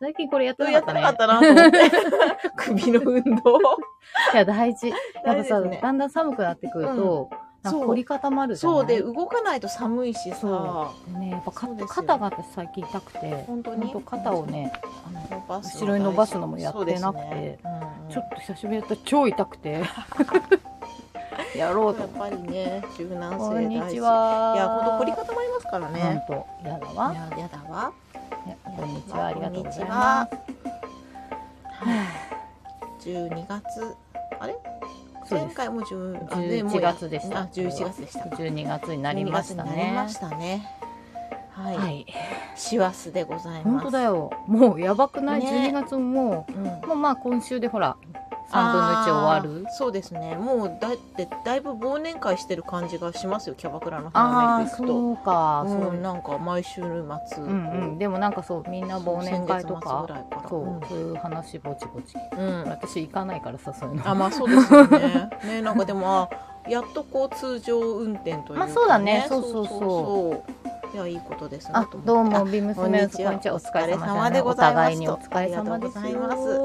最近これやってなかやっったてね。なかったな と思って。首の運動。いや、大 事。やっぱ大事さ、ですねだんだん寒くなってくると、なんそかう凝り固まるじゃないそうで、動かないと寒いしさ。でね、やっぱそ肩うですよ肩が私最近痛くて、本当ほんにと肩をね、あの伸ばす後ろに伸ばすのもやってなくて、そうですねうんうんちょっと久しぶりだったら超痛くて。やろうと やっ思って。ぱりね、柔軟性こ大ん事。にちいは。や、ほんと凝り固まりますからなんね。と、やだいわ。や、やだわ。ねこんにちは、ありがとうございはます。い。12月。あれ そう前です。回も10あねも11うや月でした。あ、11月でした。 12月になりました12月になりねま。したね。はい。はい。師走でございます。本当だ。よ。もうやばくない、ね ?12 月もうん。もう、もうまあ今週でほら、3分の1終わるあー。そうですね。もうだってだいぶ忘年会してる感じがしますよ。キャバクラの花あ見あ、行くと。そうか。そううん、なんか毎週末。うんうん。でもなんかそう、みんな忘年会とか先、月末ぐらいから、そううんそういう話ぼちぼち。うん私行かないからさ、そういうの。あまあそうですよね。 ねなんかでもあやっとこう通常運転というか、ね。まあそうだねそうそうそうそういやいいことですねあと思って。どうも、ビームスメンス、こんにちこはんにちは。お疲れお疲れ様様でごおざいます互いにお疲れ様ですよ。ありがとうございあ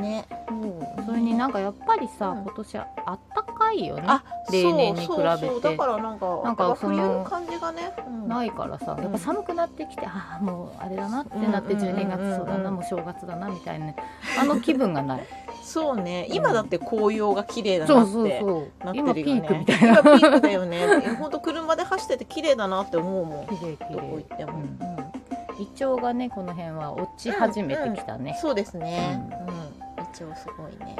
ね。そうそれになんかやっぱりさ、うん今年あったかいよね。あ例年に比べてそうそうそうだからなんかなんかそのやっぱ冬の感じがね。うんないからさ、やっぱ寒くなってきて、ああ、もうあれだなってなって、うんうんうんう12ん月そうだな、もう正月だな、みたいなね、あの気分がない。そうね。今だって紅葉が綺麗だそなうって。そうそうなっ。て今るピよーねクみたいな。今ピークだよね。 本当車で走ってて綺麗だなって思うもん。綺麗綺どこ行麗っても。ううんん胃腸がね、この辺は落ち始めてきたね。そうですね。ううん。一応すごいね。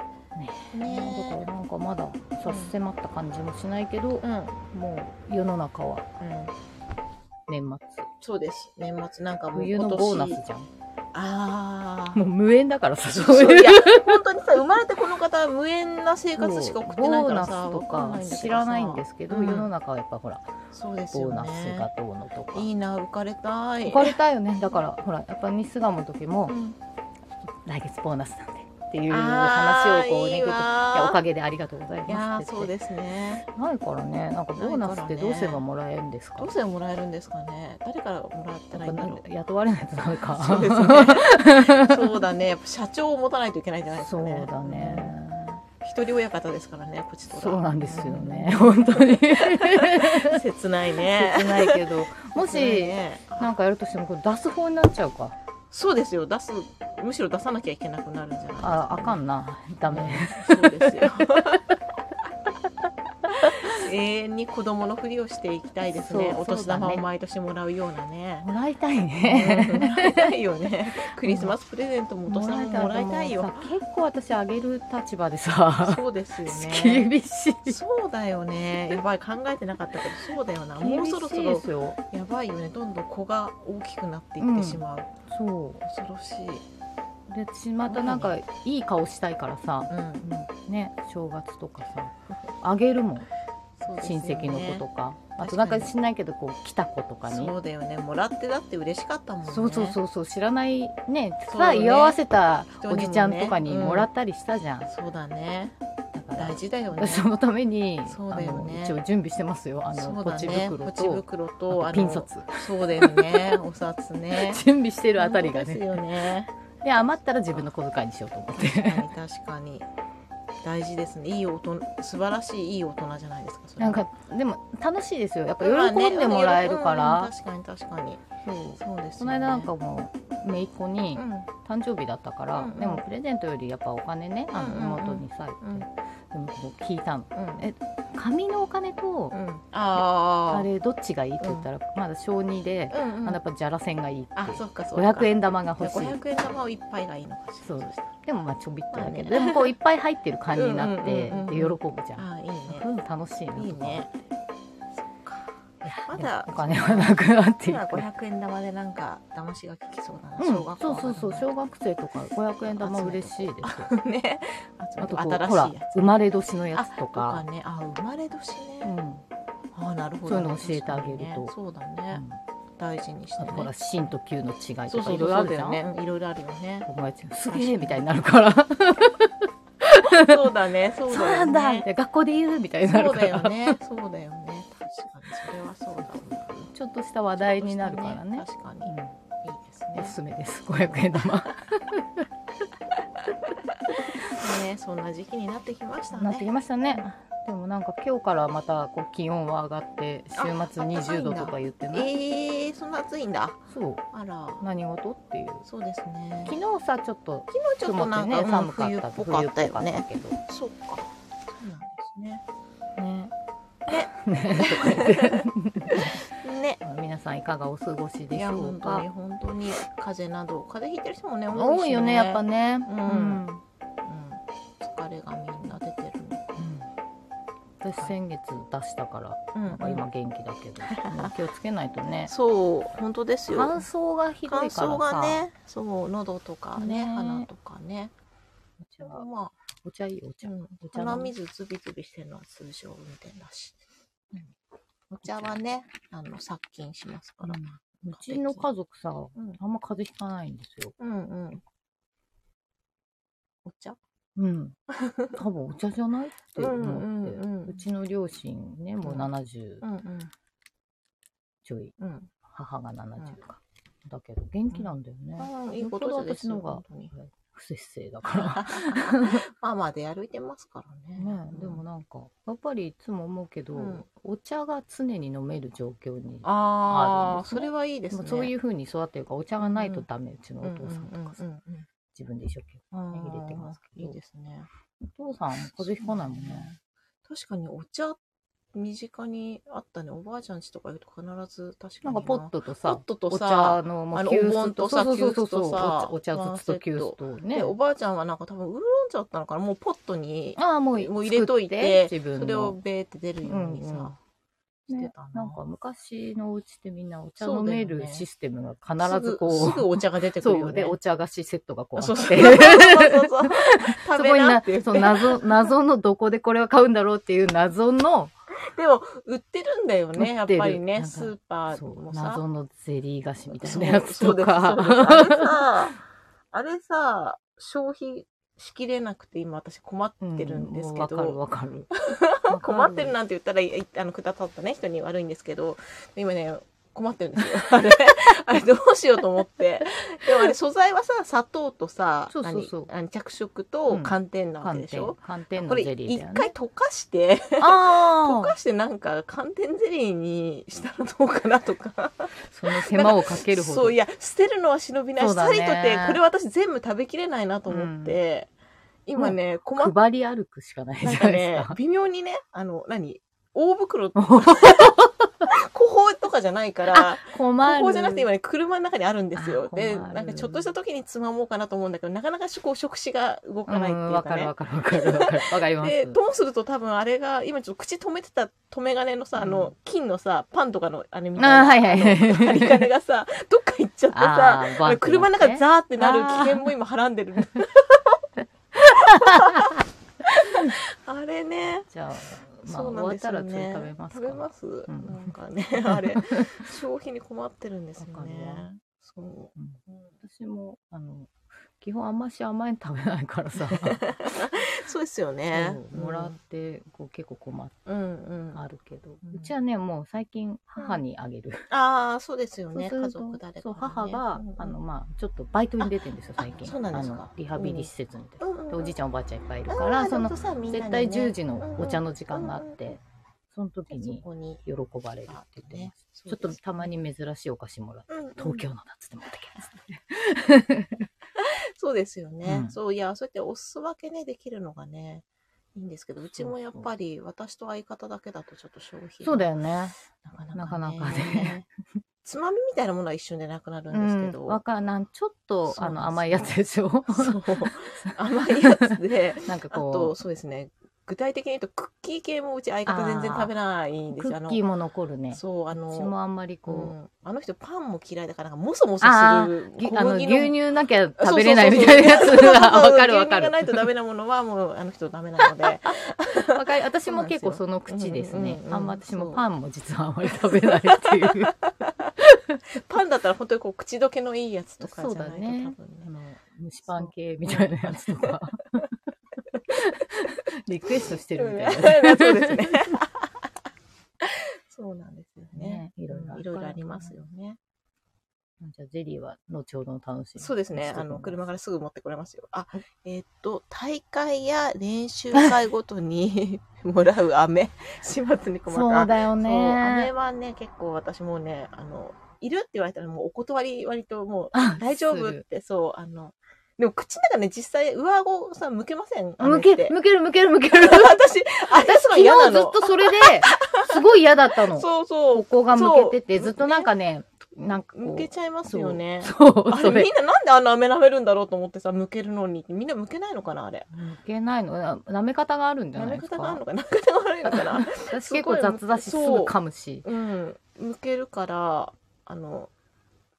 ねだからね。なんかまだ差し迫った感じもしないけどう、ん。もう世の中はうん。年末。そうです。年末なんかもう冬今の年。ボーナスじゃん。ああ。もう無縁だからさ、そうそうい。いうや、本当にさ、生まれてこの方は無縁な生活しか送ってないボーかナらスさ、とわんかいんだけどさ知らないんですけど、うん世の中はやっぱほら、そうですボよーね。ナスがどうのとか。いいな、浮かれたい。浮かれたいよね。だから、ほら、やっぱミスガモの時もう、ん来月ボーナスなんでっていうあー話をこうね、いい聞くといわやおかげでありがとうございいやまー、すってそ言うって。ですね。ないからね、なんかボーナスってどうすればもらえるんですかどうせもらえるんですかね。誰からもらってななんいかんなだんろか雇われないとダメかう。。 そうですね。そうだね。やっぱ 社長を持たないといけないんじゃないですそかうね。だね。うん。一人親方ですからね、こちとら。そうなんですよね。 本当に。うん。切ないね。切ないけど、 も切ないし、ねなんかやるとしても、これ出す方になっちゃうか。そうですよ。出す、むしろ出さなきゃいけなくなるんじゃないですかね、あ、あかんな。ダメ。そうですよ。 永遠に子供のふりをしていきたいですね。そうお年玉そうだねを毎年もらうようなね。もらいたいね。もらいたいよね。 クリスマスプレゼントもお年玉ももらいたいよ。もらいたいと思うさ結構私あげる立場でさ、そうですよね。 厳しい。そうだよね。やばい考えてなかったけど、そうだよな。もうそろそ厳しいろですよ。やばいよね。どんどん子が大きくなっていってしまう。そ恐ろしい。う。で、私またなんかいい顔したいからさ、うん。ね、正月とかさ、あげるもん。そうですよ親ね戚の子とか。あと確なかんにか知んないけど、こう、来た子とかに。そうだよね。もらってだって嬉しかったもんね。そうそうそうそう知らないねそうねさあ居合わせた人にもおねじちゃんとかにうんもらったりしたじゃん、そうだね。だか大ら事だよ ね。そのために、そうあだよのね一応準備してますよあの、そうポだチね袋ポチと袋あととあのピン札そうだよねお札ね 準備してるあたりがそうねですよねで余ったら自分の小遣いにしようと思っ確 てかに確かに大事ですねいい大人素晴らしいいい大人じゃないですかそれなんかでも楽しいですよやっぱ喜んでもらえるかまあらね、うん確かに確かにそうそうですよねこの間なんかもう姪っ子にうん誕生日だったから、うんうんでもプレゼントよりやっぱお金ねあのうんうんうん妹にさ、うんでもこう聞いたのうんえ紙のお金とうんあーあれどっちがいいって言ったら、まだ小2で、うんうんあのやっぱじゃらせんがいいってあそっかそっか500円玉が欲しい500円玉を一杯がいいのかしそらうしたらでもまあちょびっとだけど、まあでねもこういっぱい入ってる感じになって、うんうんうんうでん喜ぶじゃんあーいいそういうの楽しいなとねいいかねそっかまいやだお金はなくなってい今く500円玉でなんか騙しが効きそうだな、うん、小学校そはうそうそう小学生とか500円玉嬉しいです ねあとこう新しほいらやつ生まれ年のやつとあかねあ生まれ年うね、ん、うんあなるほどね、そういうの教えてあげるとそうだね、大事にしてあねとほら芯と球の違いそとうかそういろそういろあるじだゃよんねうんいろいろあるよねお前ちゃんすげえみたいになる からそうだね そうそうだよねなんだみたいな学校で言うみたいになそるうかだよら、ねそうだよね確かにそれはそうだわちょっとした話題になるからね確かにいいうんですねすめです500円 玉ねそんな時期になってきましたなってねきましたね。でもなんか今日からまたこう気温は上がって週あ末20度とか言ってない。えー、そんな暑いんだそうあら何事っていう。そうですね昨日さちょっと昨日ちょっ曇とってなんか、ねうん寒かっ冬ったぽかったよ冬っねぽかっそうかそうなんですねたけどね。ねとか言って ね皆さんいかがお過ごしでいしやょ本う当かに。本当に風邪など風邪ひいてる人もね多いし多いよねやっぱね。うんん。うん、疲れがみんな出てるうのん私先月出したからうんなんか今元気だけど、うん気をつけないとね。そう本当ですよ乾燥がひど乾いからさ。燥がねそう喉とかねね鼻とかねお茶まお茶いいおあ、茶う。ん、お茶飲む鼻水ズビズビしてるのは通常運転だし、うんお茶はねあの殺菌しますから、うん、うちの家族さ、うんあんま風邪ひかないんですよ。うんうんお茶うん。多分お茶じゃないって思って、うんうんうんうちの両親ね、もううん70うんうんちょい、うん、母が70か。だけど、元気なんだよね。あーいいことですよ本当だ本当に不節制だかまあまあ出歩いてますから。らねね、でもなんか、やっぱりいつも思うけど、うんお茶が常に飲める状況に、ああるんあですねそれはいいですまねあそういう風に育ってるから、お茶がないとダメ、うちのうおんうん父さんとかさ、うんうん自分で一生懸うん入れてますけどいいですね命お父さん、風邪ひかないもんね。確かにお茶身近にあったねおばあちゃんちとか行くと必ず確なかにんかポットとさ、ポットとさお茶の、もあうの急須お盆とさそうそうそうそう急須とさお茶、お茶ずつと急須とねで。おばあちゃんはなんか多分ウーロン茶だったのかなもうポットにああ、もう、もう入れといて作っ自分それをの。ベーって出るようにうんうんさ、してたななんか昔のお家ってみんなお茶そ飲うだよねめるシステムが必ずこう、すぐすぐお茶が出てくるそよう、ねで、お茶菓子セットがこうあって、そうそそうこそうそうそう食べにななって言っ、そう、て謎、謎のどこでこれは買うんだろうっていう謎の、でも売ってるんだよね売やっってるぱりなんねかスーパーそうも、さ謎のゼリー菓子みたいそうなやつそうとですか。あれさ、あれさ、消費しきれなくて今私困ってるんですけうもうど、わかるわかる。困ってるなんて言ったら、いあの、くださったね、人に悪いんですけど、今ね、困ってるんです よ。あれ、あれどうしようと思って。でもあれ素材はさ、砂糖とさ、そうそうそう何あの着色とうん寒天なわけ寒でし天ょ、。寒天このれゼリー一だよ回ね。溶かして、溶ああかしてなんか寒天ゼリーにしたらどうかなとか。その手間をかけるほど。そういや捨てるのは忍びないそしうださねりとってこれ私全部食べきれないなと思って、今ね、困っ配り歩くしかないじなゃんなかいですねか。微妙にねあの何大袋個包とかじゃないから困る。個包じゃなくて今ね車の中にあるんですよあで困るなんかちょっとした時につまもうかなと思うんだけどなかなかこう食指が動うかないっていん、うわかかるねわかるわかるわかる。わかります。でともすると多分あれが今ちょっと口止めてた止め金のさ、あうの金のさパンとかのあれみたいなあーはいはいはい。針金 がさどっか行っちゃってさあーあの車のバ中ッグねザーってなる危険も今はらん でる。あれね。じゃあ、まあ、そう終なんわでっすたよら次ね。食べますか。食べます。うんなんかね、あ れ、消費に困ってるんですよわかるわね。そうんう。うん私も、あの、基本あんまし甘いの食べないから さ、そうですよね。そうもらって、こう結構困ってうんうん。あるけど、うんうちはね、もう最近母にあげる。ああ、そうですよね。そうす家ると族誰かね。そう、母がうんうん、あの、まあ、ちょっとバイトに出てるんですよ、あ最近。そうなんですかあのリハビリ施設みたいな。うんうんでおじいちゃんおばあちゃんいっぱいいるあーからそのでもさみんなにね絶対10時のお茶の時間があっうんうんてその時そにこに。喜ばれるって言ってまねすちょっとたまに珍しいお菓子もらってうんうん東京のだっつって持ってきますそうですよね。うんそういや、そうやってお裾分けね、できるのがね、いいんですけど、うちもやっぱり私と相方だけだとちょっと消費がそうだよねなかなか,、なかなかね。 つまみみたいなものは一瞬でなくなるうんですけんど、わかんなんちょっとそうあなんのですよ甘いやつでしょそう甘いやつで、 なんかあと、こうそうですね、具体的に言うとクッキー系もうち相方全然食べないんですクよ。あッのキーも残るねそう、あうちもの、あんまりうこん、あの人パンも嫌いだから、なんかもそもそあするうぎ小あの麦の牛乳なきゃ食べれないみたいな やつはわかるわか牛乳がるないとダメなものはもうあの人ダメな ので。わかる私も結構そその口ですうんねうんうんあんま私そもうパンも実はあんまり食べないっていうパンだったら本当にこう口どけのいいやつ とかそうじゃなだいと多分ねね。あの蒸しパン系みたいなやつと かリクエスト してるみたいな、うんそうですね。 そうなんですよね。ねいろいろあるからいろいろありますよね。 じゃあゼリーは後ほどの楽しみ。そうですね。あの、車からすぐ持ってこれますよ。あ、えーっと、大会や練習会ごとに もらう飴、 始末に困った。そうだよそう、飴ね。はね、結構私もね、あの、いるって言われたらもうお断り割ともあう大丈夫っ。て、そう、あの、でも口の中ね、実際上顎さ、向けません向飴っけ、て向ける向ける向ける。 私、あれ私すご昨日い嫌なずっの。とそ れで、すごい嫌だったの。そうそうこ。こが向けてて、そうずっとなんかね、なんかこう。向けちゃいますよね。そうそう、あそれれみん。ななんであんな舐められるんだろうと思ってさ、向けるのに。みんな向けないのかなあれ。向けないのな舐め方があるんじゃ舐なめいです方があるかのかな舐め方が悪いのか な私結構雑だし、すすごいぐ噛むし。うん。向けるから、あの、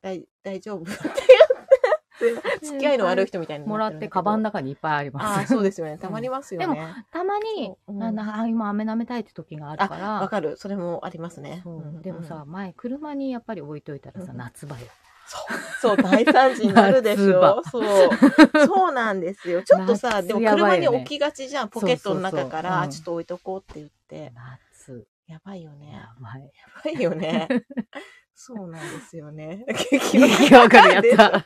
大大丈夫 付き合いの悪い人みたいになもらるっんだけて、どカバンの中にいっぱいありあまあ、す。そうですよね。たまりますよね。でたまに、そううんあのあ今、飴舐めたいって時があるから。わかる。それもありますね。そううんうんうんでもさ、、前車にやっぱり置いといたらさ、うん夏場よそう、大惨事になるでしょ。そう。そうなんで すよ。ちょっとさ、夏でもやば車いによね置きがちじゃん。ポケットの中かそうそうそううら、んちょっと置いとこうって言って。夏やばいよね。やばい やばいよね。そうなんですよね。気がわかるやつだ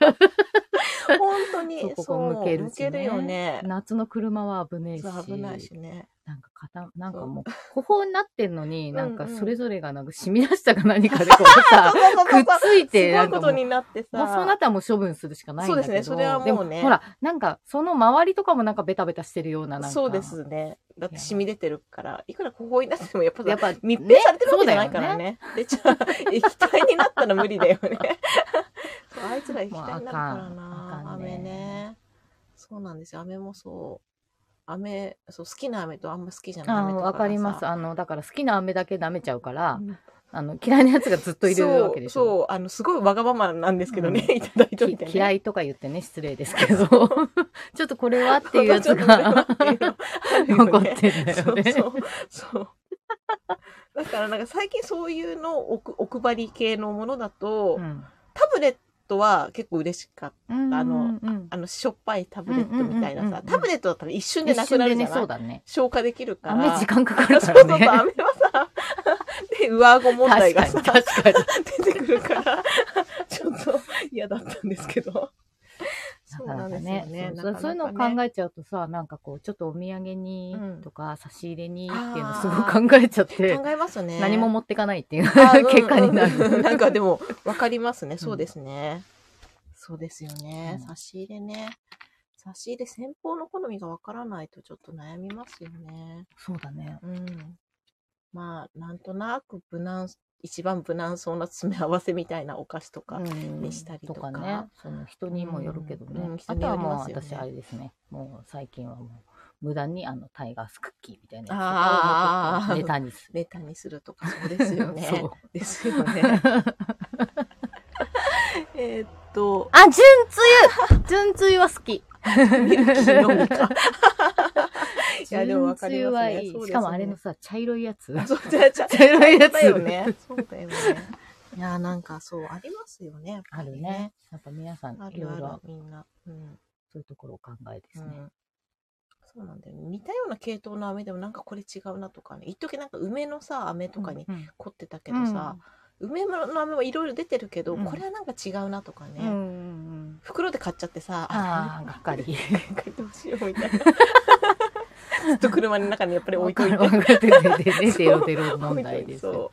本当に、そそうう、ここ向けるしね向けるよね。夏の車は危ねえしそう危ないしね。なんか肩なんかもうここになってんのにうんなんかそれぞれがなんか染み出したか何かでこうさ そうそうそうくそっうついてすごないんかもことうになってさ。もうそうなったらもう処分するしかないんだけどそうですねそれはもうねでもほらなんかその周りとかもなんかベタベタしてるようななんかそうですね。だって染み出てるから、いくらここになってもやっぱやさっぱ密閉されてるわけじゃないねからね。で、じゃあ、液体になったら無理だよね。そうあいつら液体になるもうあからかんな。あかんね飴ね。そうなんですよ。飴もそう。飴、そう、好きな飴とあんま好きじゃないあ飴とのかがさ。わかります。あの、だから好きな飴だけ舐めちゃうから、うんあの、嫌いなやつがずっといるわけでしそうょ。、そう、あの、すごいわがままなんですけどね、ういただいといて、ね。き嫌いいとか言ってね、失礼ですけ ど。ちょっとこれはっていうやつが残残ってんだよね。そうそうそう。だからなんか最近そういうのをおお配り系のものだと、うんタブレットは結構嬉しかった。うんあのうんあの、しょっぱいタブレットみたいなうんうんうんうんうさん、タブレットだったら一瞬でなくなるじゃ一瞬でね、なそ、いうだね。消化できるから。飴時間かかそうる かそうそらう、飴ね。はさ、で、上顎問題確がかに、さ、確かに。出てくるから、ちょっと嫌だったんですけど。なかなかねそうそうそういうのをえ考えちゃうとさ、なんかこう、ちょっとお土産にうんとか、差し入れにっていうのすごい考えちゃって考、えますね。何も持ってかないっていう あうん結果になうんる。 なんかでも、わかりますね。そうですね。そうですよね。うん差し入れね。差し入れ、先方の好みがわからないとちょっと悩みますよね。そうだね。うん。まあ、なんとなく無難、一番無難そうな詰め合わせみたいなお菓子とか。にしたりとかね、その人にもよるけどね。うんうん人あにとよはりもうますよね私あれですね、もう最近はもう無駄にあのタイガースクッキーみたいなやつあをーネタにする。ネタにするとか、そうですよね。 そうです よね。えーっと、あ、純つゆ純つゆは好き。ミルキーのみ か。いやで 純もわかつりゆますねはいい。そうですねしかもあれのさ、茶色いやつ。 そうじゃあじゃあ茶色いやつだよね。そうだ よね。いや、なんかそう、ありますよね。やっぱありるね。。やっぱ皆さんあいるろいあろる、みんな。うん。そういうところをお考えでうすね。んそうなんだよね。似たような系統の飴でもなんかこれ違うなとかね。一時なんか梅のさ、飴とかにうん凝ってたけどさ、梅の飴はいろいろ出てるけど、うんこれはなんか違うなとかね。うんうん袋で買っちゃってさ、あーがっかり。買ってほしいよみたい な。ずっと車の中にやっぱり置いといて。わかるわかるででででロデロ問題ですよ。そう。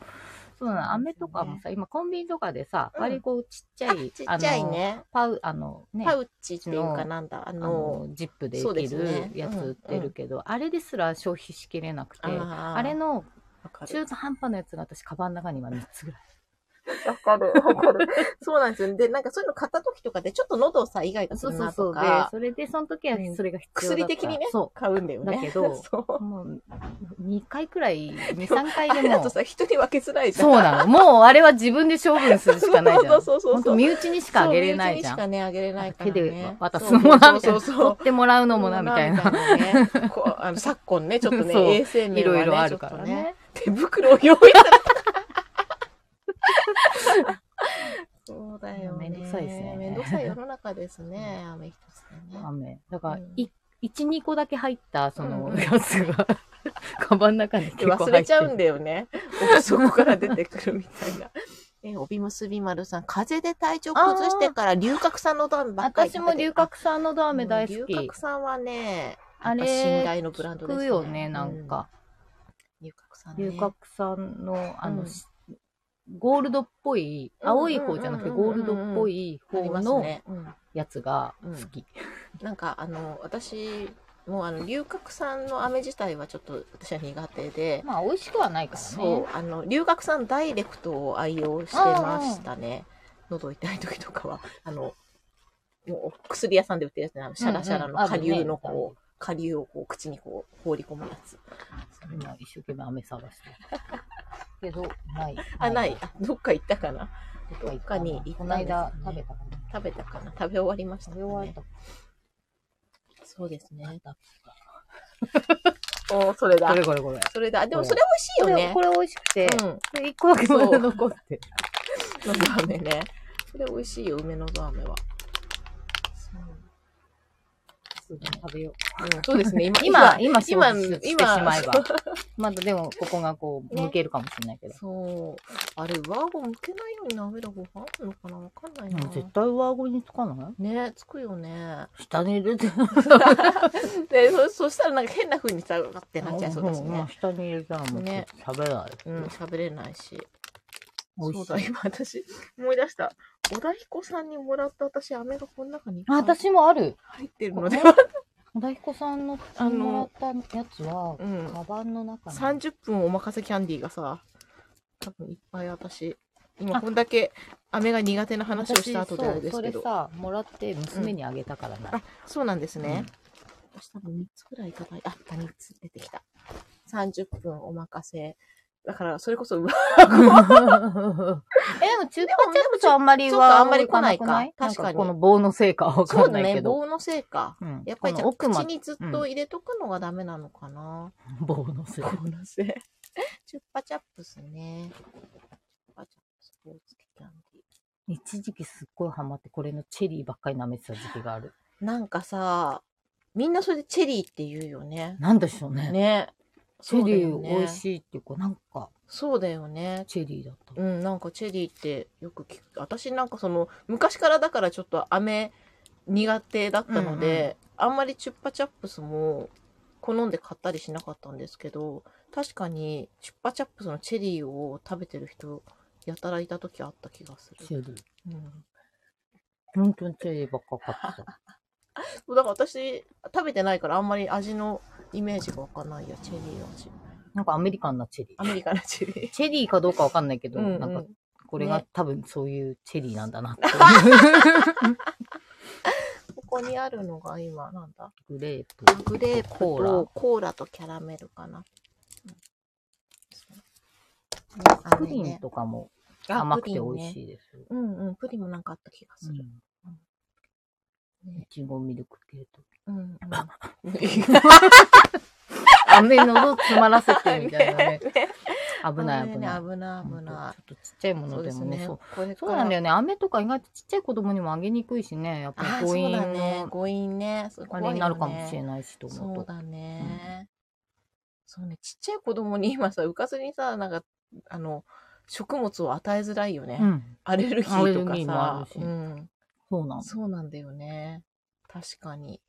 そうなの、飴とかもさ、今コンビニとかでさ、うん割りこうちっちゃい、ちっちゃいあの、ね。パウ、あのね、パウウチっていうかなんだ、ああのの、、ジップでそうでできするねやつ売ってるけど、あれですら消費しきれなくて、ああーれのわかる中途半端なやつが私、カバンの中に今3つぐらい。わかる、わか る。そうなんですよ。で、なんかそういうの買った時とかで、ちょっと喉をさ、意外とすそうるそなうそとう。でか、、それで、その時はそれが必要だった薬的にねそ買うんだよね。だけど そうう。。もう、2回くらい、2、3回あでれだもと、さ、人に分けづらいじゃん。そうなの。もう、あれは自分で処分するしかないじゃん。そうそうそうそう本当身内にしかあげれないじゃん。そう身内にしかね、あげれないから、手ね。で渡すのもな、みたいな。 取ってもらうのもな、みたいな。そうみたいなねこうあの昨今ね、ちょっとね、そう衛生面はね、いろいろあるからちょっとね。手袋を用 意された。そうだよめね。んどくさいですねめんどくさい世の中ですね。雨一つでね。雨。だからうん、い、一、二個だけ入った、そのうんやつが、カバンの中に結構入って忘れちゃうんだよね。そこから出てくるみたいな。 え、帯結び丸さん、風邪で体調崩してから龍角散のダメばっかり私も龍角散のドアメ大好龍き角。散はね、あれ、信頼のブランドですね聞くよね、なんか。龍角散ね。龍角散の、あの、うんしゴールドっぽい、青い方じゃなくてうんうんゴーうんうんルドっぽいあり方ますのね。うんやつが好き。なんか、あの、私、もうあの、龍角散の飴自体はちょっと私は苦手で、まあ、美味しくはないからね。そう、あの、龍角散ダイレクトを愛用してましたね。喉痛い時とかは、あの、もう薬屋さんで売ってるやつね、あのシャラシャラのうんうんあ下るね流のこう、下流をこう口にこう放り込むやつ。今一生懸命飴探 してる。けど、ない。あ、ない。あどっか行ったかなどっかに行ったんですねこの間食べたかな。食べたかな食べ終わりました食かべね、終わったかそうですね。 な。おーそれだこ。れこれこれ。それだ。でもこれそれ美味しいよね。これこれ美味しくて、うん。で一個だけまだ残ってる。のど飴ね。それ美味しいよ、梅のど飴は。すぐ食べよう。うん、そうですね。今、今、今、今今、してし今まえ ば。まだでも、ここがこう、ね向けるかもしれないけど。そう。あれ、上顎向けないように舐める方法あるのかなわかんないな。絶対上顎につかないねつくよね。下に入れて。で、そ、そしたらなんか変な風にさ、ガってなっちゃいそうですんんねん。下に入れたらもう、ね食べない。うん、喋れないし。美味しいそうだ、今私、思い出した。小田彦さんにもらった私、飴がこの中にいっあ、ぱい私もある。入ってるので、小田彦さんの、ああのの、もらったやつは、うんカバンの中に。 30分おまかせキャンディーがさ、多分いっぱい私、今あこんだけ飴が苦手な話をした後であれですけ私そどう、そ。れさ、もらって娘にあげたからな。あ、そうなんですね。私多分3つくらいいただいあった、3つ出てきた。30分お任せ。だから、それこそ、うわえ、 でも中華チャップとあんまりそうかは、あんまり来ないかん確かにこの棒のせいか わそかうんなだいけね、ど。棒のせいか。うんやっぱりこじゃのあ、奥ま口でにずっと入れとくのがダメなのかな。棒のせい。棒のせい。チュッパチャップスね。チュッパチャップス、棒付きキャンディ一時期すっごいハマって、これのチェリーばっかり舐めてた時期がある。ー。なんかさ、みんなそれでチェリーって言うよね。なんでしょうね。ね。チェリーそうだよね美味しいっていうか、なんか、そうだよね。チェリーだった。うん、なんかチェリーってよく聞く。私なんかその、昔からだからちょっと飴苦手だったので、あんまりチュッパチャップスも好んで買ったりしなかったんですけど、確かにチュッパチャップスのチェリーを食べてる人、やたらいた時あった気がすチる。ェリー。うん。本当にチェリーばっか買って た。そうだから私、食べてないからあんまり味のイメージがわかんないや、チェリーの味。なんかアメリカンなチェリアー。メリカのチ ェリー。チェリーかどうかわかんないけど、うん、うなんかん。これがね多分そういうチェリーなんだな って。ここにあるのが今、なんだグレープ。グレープコーラとコーラとキャラメルかな。プリンとかも甘くて美味い。しいですよ。うんうん、プリンもなんかあった気がする。うんいちごミルク系と。うんうん。 飴の詰まらせてみたいなね。危ない危ない。危ない危なちょっとちっちゃいもい。そのうでですもね。ねそう。これかそらうなんだよね。飴とか意外とちっちゃい子供にもあげにくいしね。やっぱありーそ誤う飲だね。の誤飲ね。すあごいよねれになるかもしれないしと思うそうと。だね。そうね、ちっちゃい子供に今さ、うかずにさ、なんか、あの、食物を与えづらいよね。うん。アレルギーとかアレルギーもあさる。しうん。そうなんそうなんだよね。確かに。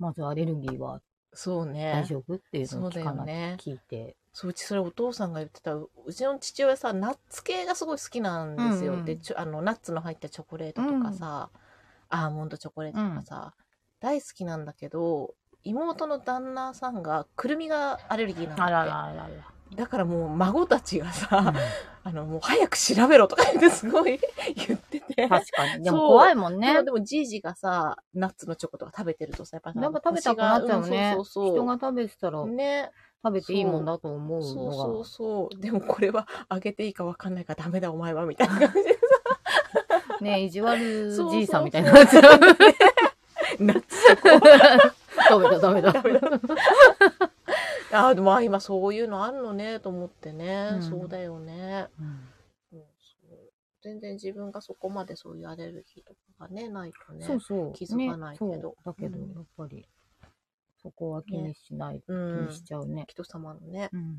まずアレルギーはそうね。大丈夫っていうのそをうだ聞かよなね。聞いて。そう、うちそれお父さんが言ってた、ううちの父親さ、ナッツ系がすごい好きなんですよ。うんうんでちょあの、ナッツの入ったチョコレートとかさ、アーモンドチョコレートとかさ、大好きなんだけど、妹の旦那さんが、くるみがアレルギーなんだっあてらららだからもう孫たちがらさ、ら。 あの、もう早く調べろとか言ってすごい言って て。確かに。でもそう怖いもんでねも、で。も、じいじがさ、ナッツのチョコとか食べてるとさ、やっぱさなんか食べたくなっちゃうね。うんそうそうそう。人が食べてたらね、食べていいもんだと思うそうそのうそう。でもこれはあげていいかわかんないからダメだお前はみたいな感じで。 が。ね、意地悪そうそうそうじいさんみたいになっちゃう。ナッ 食べた食べた。ああ、でもあ今そういうのあるのねと思ってね。うんそうだよね。うんそうそう全然自分がそこまでそういうアレルギーとかがね、ないとね。そうそう。気づかないけどねそうだけど、うんやっぱり、そこは気にしない、う気んに。しちゃうね。人様のね、うん。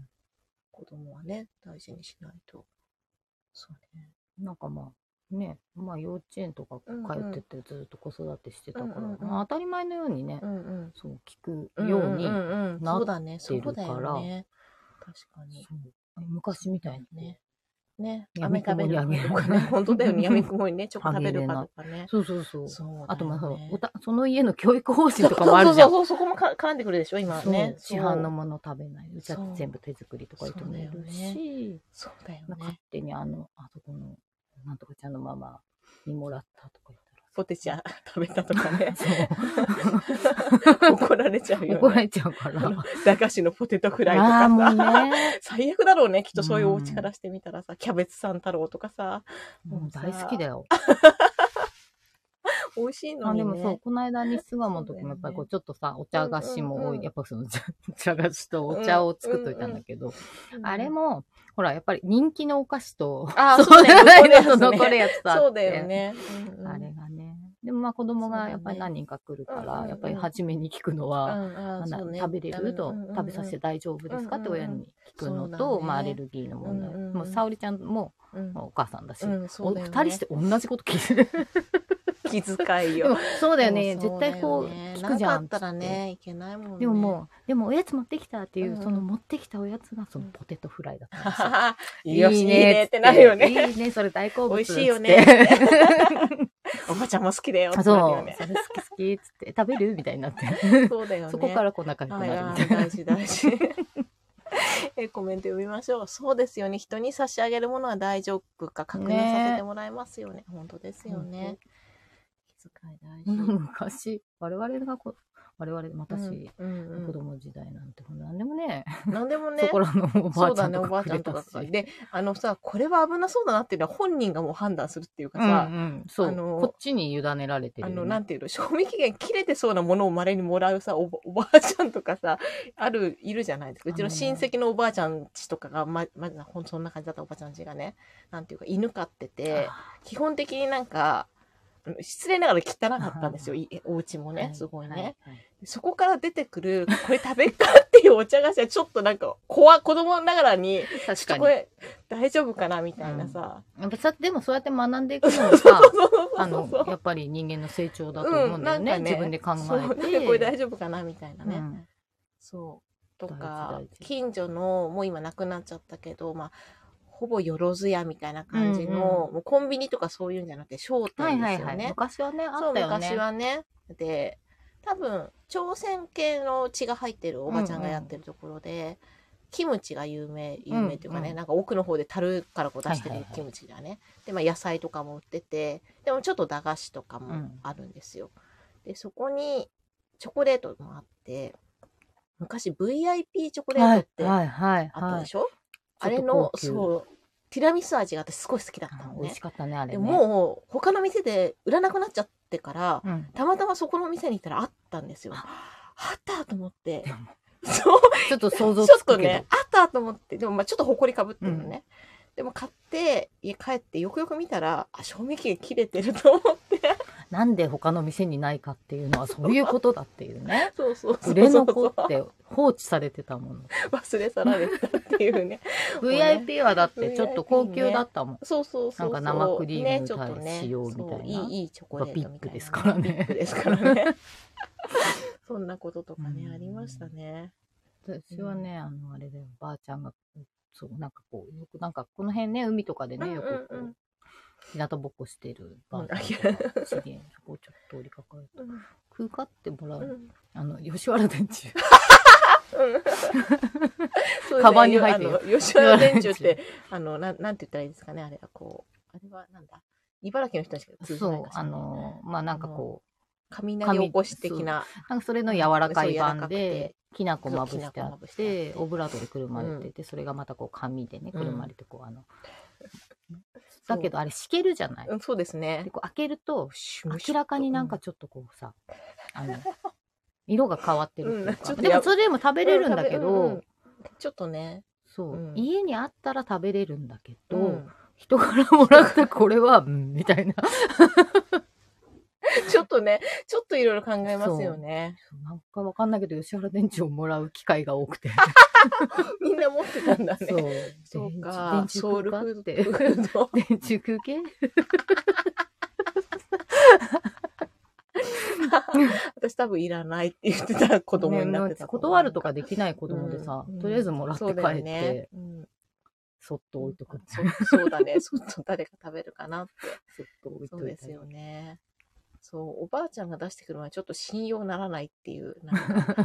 子供はね、大事にしないと。そうね。なんかまあねまあ幼稚園とか通うんうっんててずっと子育てしてたから、うんうんうんまあ、当たり前のようにね、うんうんそう聞くように、んんんなそうだねてるそうだからよね確かにそう昔みたいにねねねや飴み食くべもるにかあげるとかね本当だよねやみくもにねチョコあ食げべれないるかとかねそうそうそうそうだよねあとまあそのおたその家の教育方針とかもあそるうじゃ そうんそうそうそこもか絡んでくるでしょ今そうね市販のそうもの食べないうちはそう全部手作りとか言ってもいるそうだよし、そうだよまあ勝ね手にあのあそこのなんとかちゃんのママにもらったとかポテチャ食べたとか言ねったら 怒られちゃうそうよ怒らねれちゃうからあの駄菓子のポテトフライとああかもう さね最悪だろうねきっとそういうお家からしてみたらさキャベツさん太郎とかさもう大好きだよ美味しいのあにねでもそう、この間に巣鴨の時もやっぱりこうちょっとさ、お茶菓子も多うんうんうんい。やっぱその茶 茶菓子とお茶を作っといたんだけど、あれも、ほら、やっぱり人気のお菓子と、あ ーそうじゃないのとそうだよね残るやつとあってそうだよ。ね、うんうんあれがね。でもまあ子供がやっぱり何人か来るかそうだねら、やっぱりうんうん初めに聞くのうんは、ああーなそうね食べれるとうんうんうん食べさせて大丈夫ですかって親に聞くのそうだと、ねまあアレルギーの問題。うんうんうんもう沙織ちゃんもうんまあお母さんだし、うんそうだよねお二人して同じこと聞いてる。気遣いでよもそうだよね。そう 絶対こう聞くじゃん。なかったらねいけないもんねでももう、でもおやつ持ってきたっていう、うんその持ってきたおやつがそのポテトフライだったん ですよ。 いいよいいねってなるよねいいね、それ大好物。美味しい よつねって。 おばちゃんも好きだよあってなるそようね、 それ好き好きっつって、食べるみたいになって。そうだよねそこからこう仲良くはいなはるみたいいな。大事大事 えコメント読みましょうそうですよね人に差し上げるものは大丈夫か確認させてもらいますよね本当ですよね気遣い大事昔、我々がこう、我々、私、うんうん子供時代なんて、ほんと何でもね、何でもねそこらのおばそあうちゃだんね、とおばかくあちゃれんとたかし。さで、あのさ、これは危なそうだなっていうのは本人がもう判断するっていうかうんうさ、ん、そう、あのこっちに委ねられてるあよね、の、なんていうの、賞味期限切れてそうなものを稀にもらうさ、おばおばあちゃんとかさ、ある、いるじゃないですか。うちの親戚のおばあちゃんちとかが、ま、まず、ほんそんな感じだったおばあちゃんちがね、なんていうか、犬飼ってて、基本的になんか、あの失礼ながら汚かったんですよ、いお家もね、すごいね。はいはいそこから出てくる、これ食べっかっていうお茶菓子はちょっとなんか、怖、子供ながらに、確かにこ。れ大丈夫かなみたいなさ、やっぱさでもそうやって学んでいくのもさ そうそうあそうのそうやっぱり人間の成長だと思うんだよね,、なんか自分で考そうえなんてかこれ大丈夫かなみたいなね、うんそうとか大事大事近所のもう今なくなっちゃったけどまあほぼよろずやみたいな感じの、うんもうコンビニとかそういうんじゃなくて商はい店はですいよね、はい、昔はねそあうったよね昔はねで多分朝鮮系の血が入ってるおばちゃんがやってるところで、キムチが有名有名というかね、うんうんなんか奥の方で樽からこう出してはいるはいはいキムチがね、で、まあ、野菜とかも売っててでもちょっと駄菓子とかうもんあるんですよ、でそこにチョコレートもあって昔 VIP チョコレはートいってあはいはいったはでいしょ、あれちょっとの高級そうティラミス味が私すごい好きだったのあね美味しかったねあれねでもう他の店で売らなくなっちゃってから、うんたまたまそこの店に行ったらあったんですよ。ああったと思ってでも。そう、ちょっとち想ょ像っつとくけど、ね、あったと思って、でもまあちょっと埃かぶってるのね。でも買って、家帰ってよくよく見たら、あ、賞味期限切れてると思って。なんで他の店にないかっていうのはそういうことだっていうねそうそう そうそう。売れ残って放置されてたもの 忘れ去られたっていうね。うね VIP はだってちょっと高級だったもん、 そうそうそうそう。なんか生クリームに対ねしようみたいなそういい、いいチョコレートみたいな。ビッグですからねビッグですからね。 そんなこととかね、うんありましたね。私はね、あの、あれだよ、ばあちゃんが、そう、なんかこう、よく、なんかこの辺ね、海とかでね、よくこうんうんうんう、日向ぼっこしてるばあちゃんうんとか、資源、そこをちょっと通りかかると、うん食うかってもらうう、んあの、吉原電 柱。そうねカバンに入ってるあの吉原電柱って、あの、なん、なんて言ったらいいんですかね、あれはこう、あれはなんだ、茨城の人にしか通じないそうか、しらあの、まあ、なんかこ雷起こし的な、う、なんかそれの柔らかい版で、きなこまぶしてあそうきな粉まぶっしてあってて、オブラートでくるまれてて、それがまたこう、紙でね、うんくるまれて、こう、あの、だけどあれ、敷けるじゃないうん、そうですねで、。こう、開けると、明明らかになんか、ちょっとこうさ、あの、色が変わってるっていううんちか、ょっとでやもそれでも食べれるんだけど、うんちょっとね、そう、うん家にあったら食べれるんだけど、うん 人からもらったこれは、うんみたいな。ちょっとね、ちょっといろいろ考えますよね。なんかわかんないけど、吉原電池をもらう機会が多くて。みんな持ってたんだそうね。。 そうか、ソウルフ 電ー池食うかって。ドフード。 電池食う系私多分いらないって言ってた子供になってた。断るとかできない子供でさ、うんとりあえずもらって帰そうだっよて、ねうんそっと置いとくって。そそうだね。そっと誰か食べるか なって。そっと置いそうといでたす りよね。そう、おばあちゃんが出してくるのはちょっと信用ならないっていう、なん か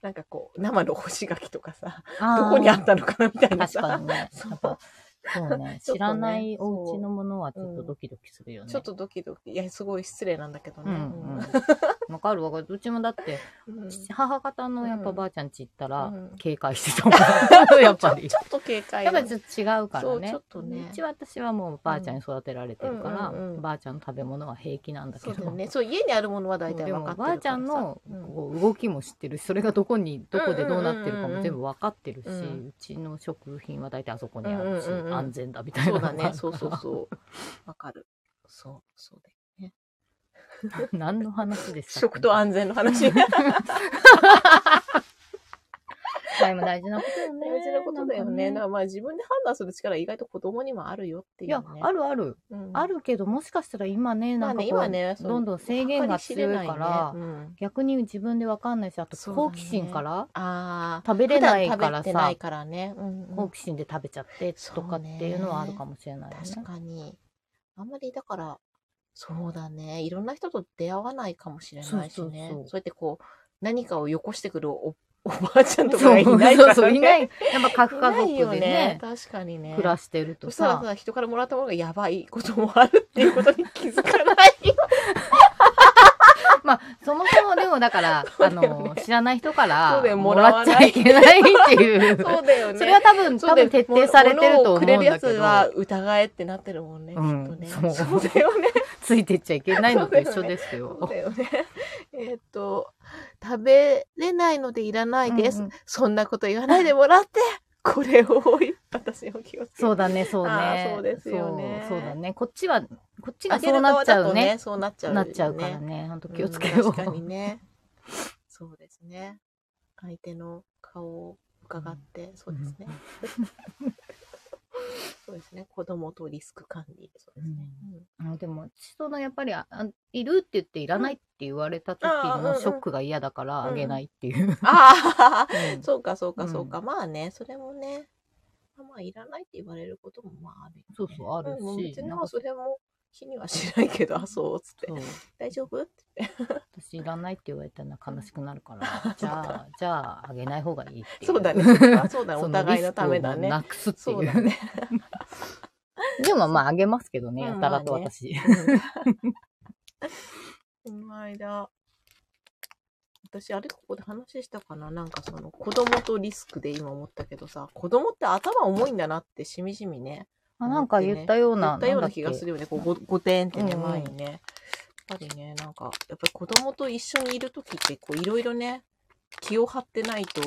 なんかこう、生の干し柿とかさ、あーどこにあったのかなみたいな確さ。かにね。 そうやっぱそうね。 ちょ知っとねらないお家のものはちょっとドキドキするよね。ちょっとドキドキ。いや、すごい失礼なんだけどうね。んうん。わかるわかる。うちもだって、うんうん母方のやっぱばあちゃんち行ったらうん、警戒してたも ん。やっぱりち。ょっと警戒やを。っぱりちょっと違うからそうね。ちょっとねうちは私はもうばあちゃんに育てられてるから、うんうんうんばあちゃんの食べ物は平気なんだそけうだど。よね。そう、家にあるものは大体で分もかってるからさ。ばあちゃんのうんこう動きも知ってるしそれがどこにどこでどうなってるかうんうんうんうもん全部わかってるし、ううんちの食品は大体あそこにあるし、うんうんうんうん安全だみたいなそのうがだね。そうそうそう。わかる。そう、そうだよね。 何の話でしたっけ食と安全の話。でも大事なことよね。大事なことだよね。なんだかからまあ自分で判断する力は意外と子供にもあるよってい、いうね。や、あるある。うんあ。るけど、もしかしたら今ね、まなあんかね、こう、今ね、そうどんどん制限が強いから、計り知れないねうん逆に自分でわかんないし、あとそうだね好奇心から、ああ。食べれないか普段ら食べてなさい、からね。うんうん好奇心で食べちゃってとかっていうのはあるかもしれないよ確ね。かに。あんまりだから、そうだね。いろんな人と出会わないかもしれないしね。そうそうそうそうやってこう、何かをよこしてくるお おばあちゃんとかそがういないから、ね。。そうそう、いないい。やっぱ核家族よでねね。、確かにね。暮らしてるとそしたらさ、さ、人からもらったものがやばいこともあるっていうことに気づかない。まあ、そも そもでもだから、そうあだよねの、知らない人かそらうだ、よももららっわちなゃいいけないっていう。そうだよね。 それは多分、そう多だよ分徹底されてると思うん物をくれるだやつけど、は疑えってなってるもんね、うんきっとね。そうそうだよね。ついてっちゃいけないのと一緒ですそうよ。だよね。えっと、食べれないのでいらないです。うんうんそんなこと言わないでもらって、これを多い。私も気をつけて。そうだね、そうあね。ーそうですよねそうそうだね。こっちは、こっちあがそうなっちゃうね。。そうなっちゃう、なっちゃうから。ね。ほんと気をつけうんよ確かにう。ね。そうですね。相手の顔を伺って、そうですね。 そうですね。子供とリスク管理。そうですね。うんうんでも、そのやっぱり、あいるって言っていらないって言われた時うんあーうんうのんショックが嫌だからあげないっていう。ああ、うん そうかそうかそうか。まあね、それもね。まあ、いらないって言われることもまああるよね、そうそうあるしうん別になんまかあそれも気にはしないけど、あ、そう、つってそ。う大丈夫って言って。私いらないって言われたら悲しくなるから、じゃあ、じゃああげない方がいいっていう。そうだね。そっかそうだね。そおの互いのためリだスクをね。なくすっていそうう。だね。でもまああげますけどね、うんやたらと私。 この間、私、あれここで話したかななんかその、子供とリスクで今思ったけどさ、子供って頭重いんだなってしみじみね、あなんか言ったよう言な。ったような気がする。るよね。こうご、ごてんってね、うんうん前にね。やっぱりね、なんか、やっぱり子供と一緒にいるときって、こう、いろいろね、気を張ってないと、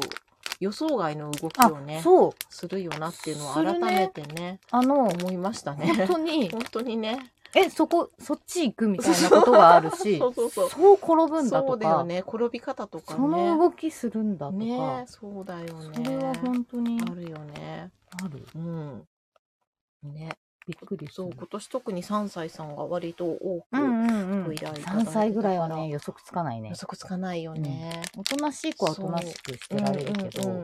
予想外の動きあをね、、そう。するよなっていうのをする改ねめてね、あの、思いましたね本。当に、本当にね。え、そこ、そっち行くみたいなことがあるし、そうそうそう。そう転ぶんだそとうだよか、ね。転び方とかね。その動きするんだとねかえ、、そうだよね。それは本当にあるよね。ある。うん。ね。びっくりすそう、る。今年特に3歳さんが割と多く、うんうんうん。ご依頼いただいてたから3歳ぐらいはね、予測つかないね予。測つかないよね。おとなしい子はおとなしくしてられるけど、うんうんうん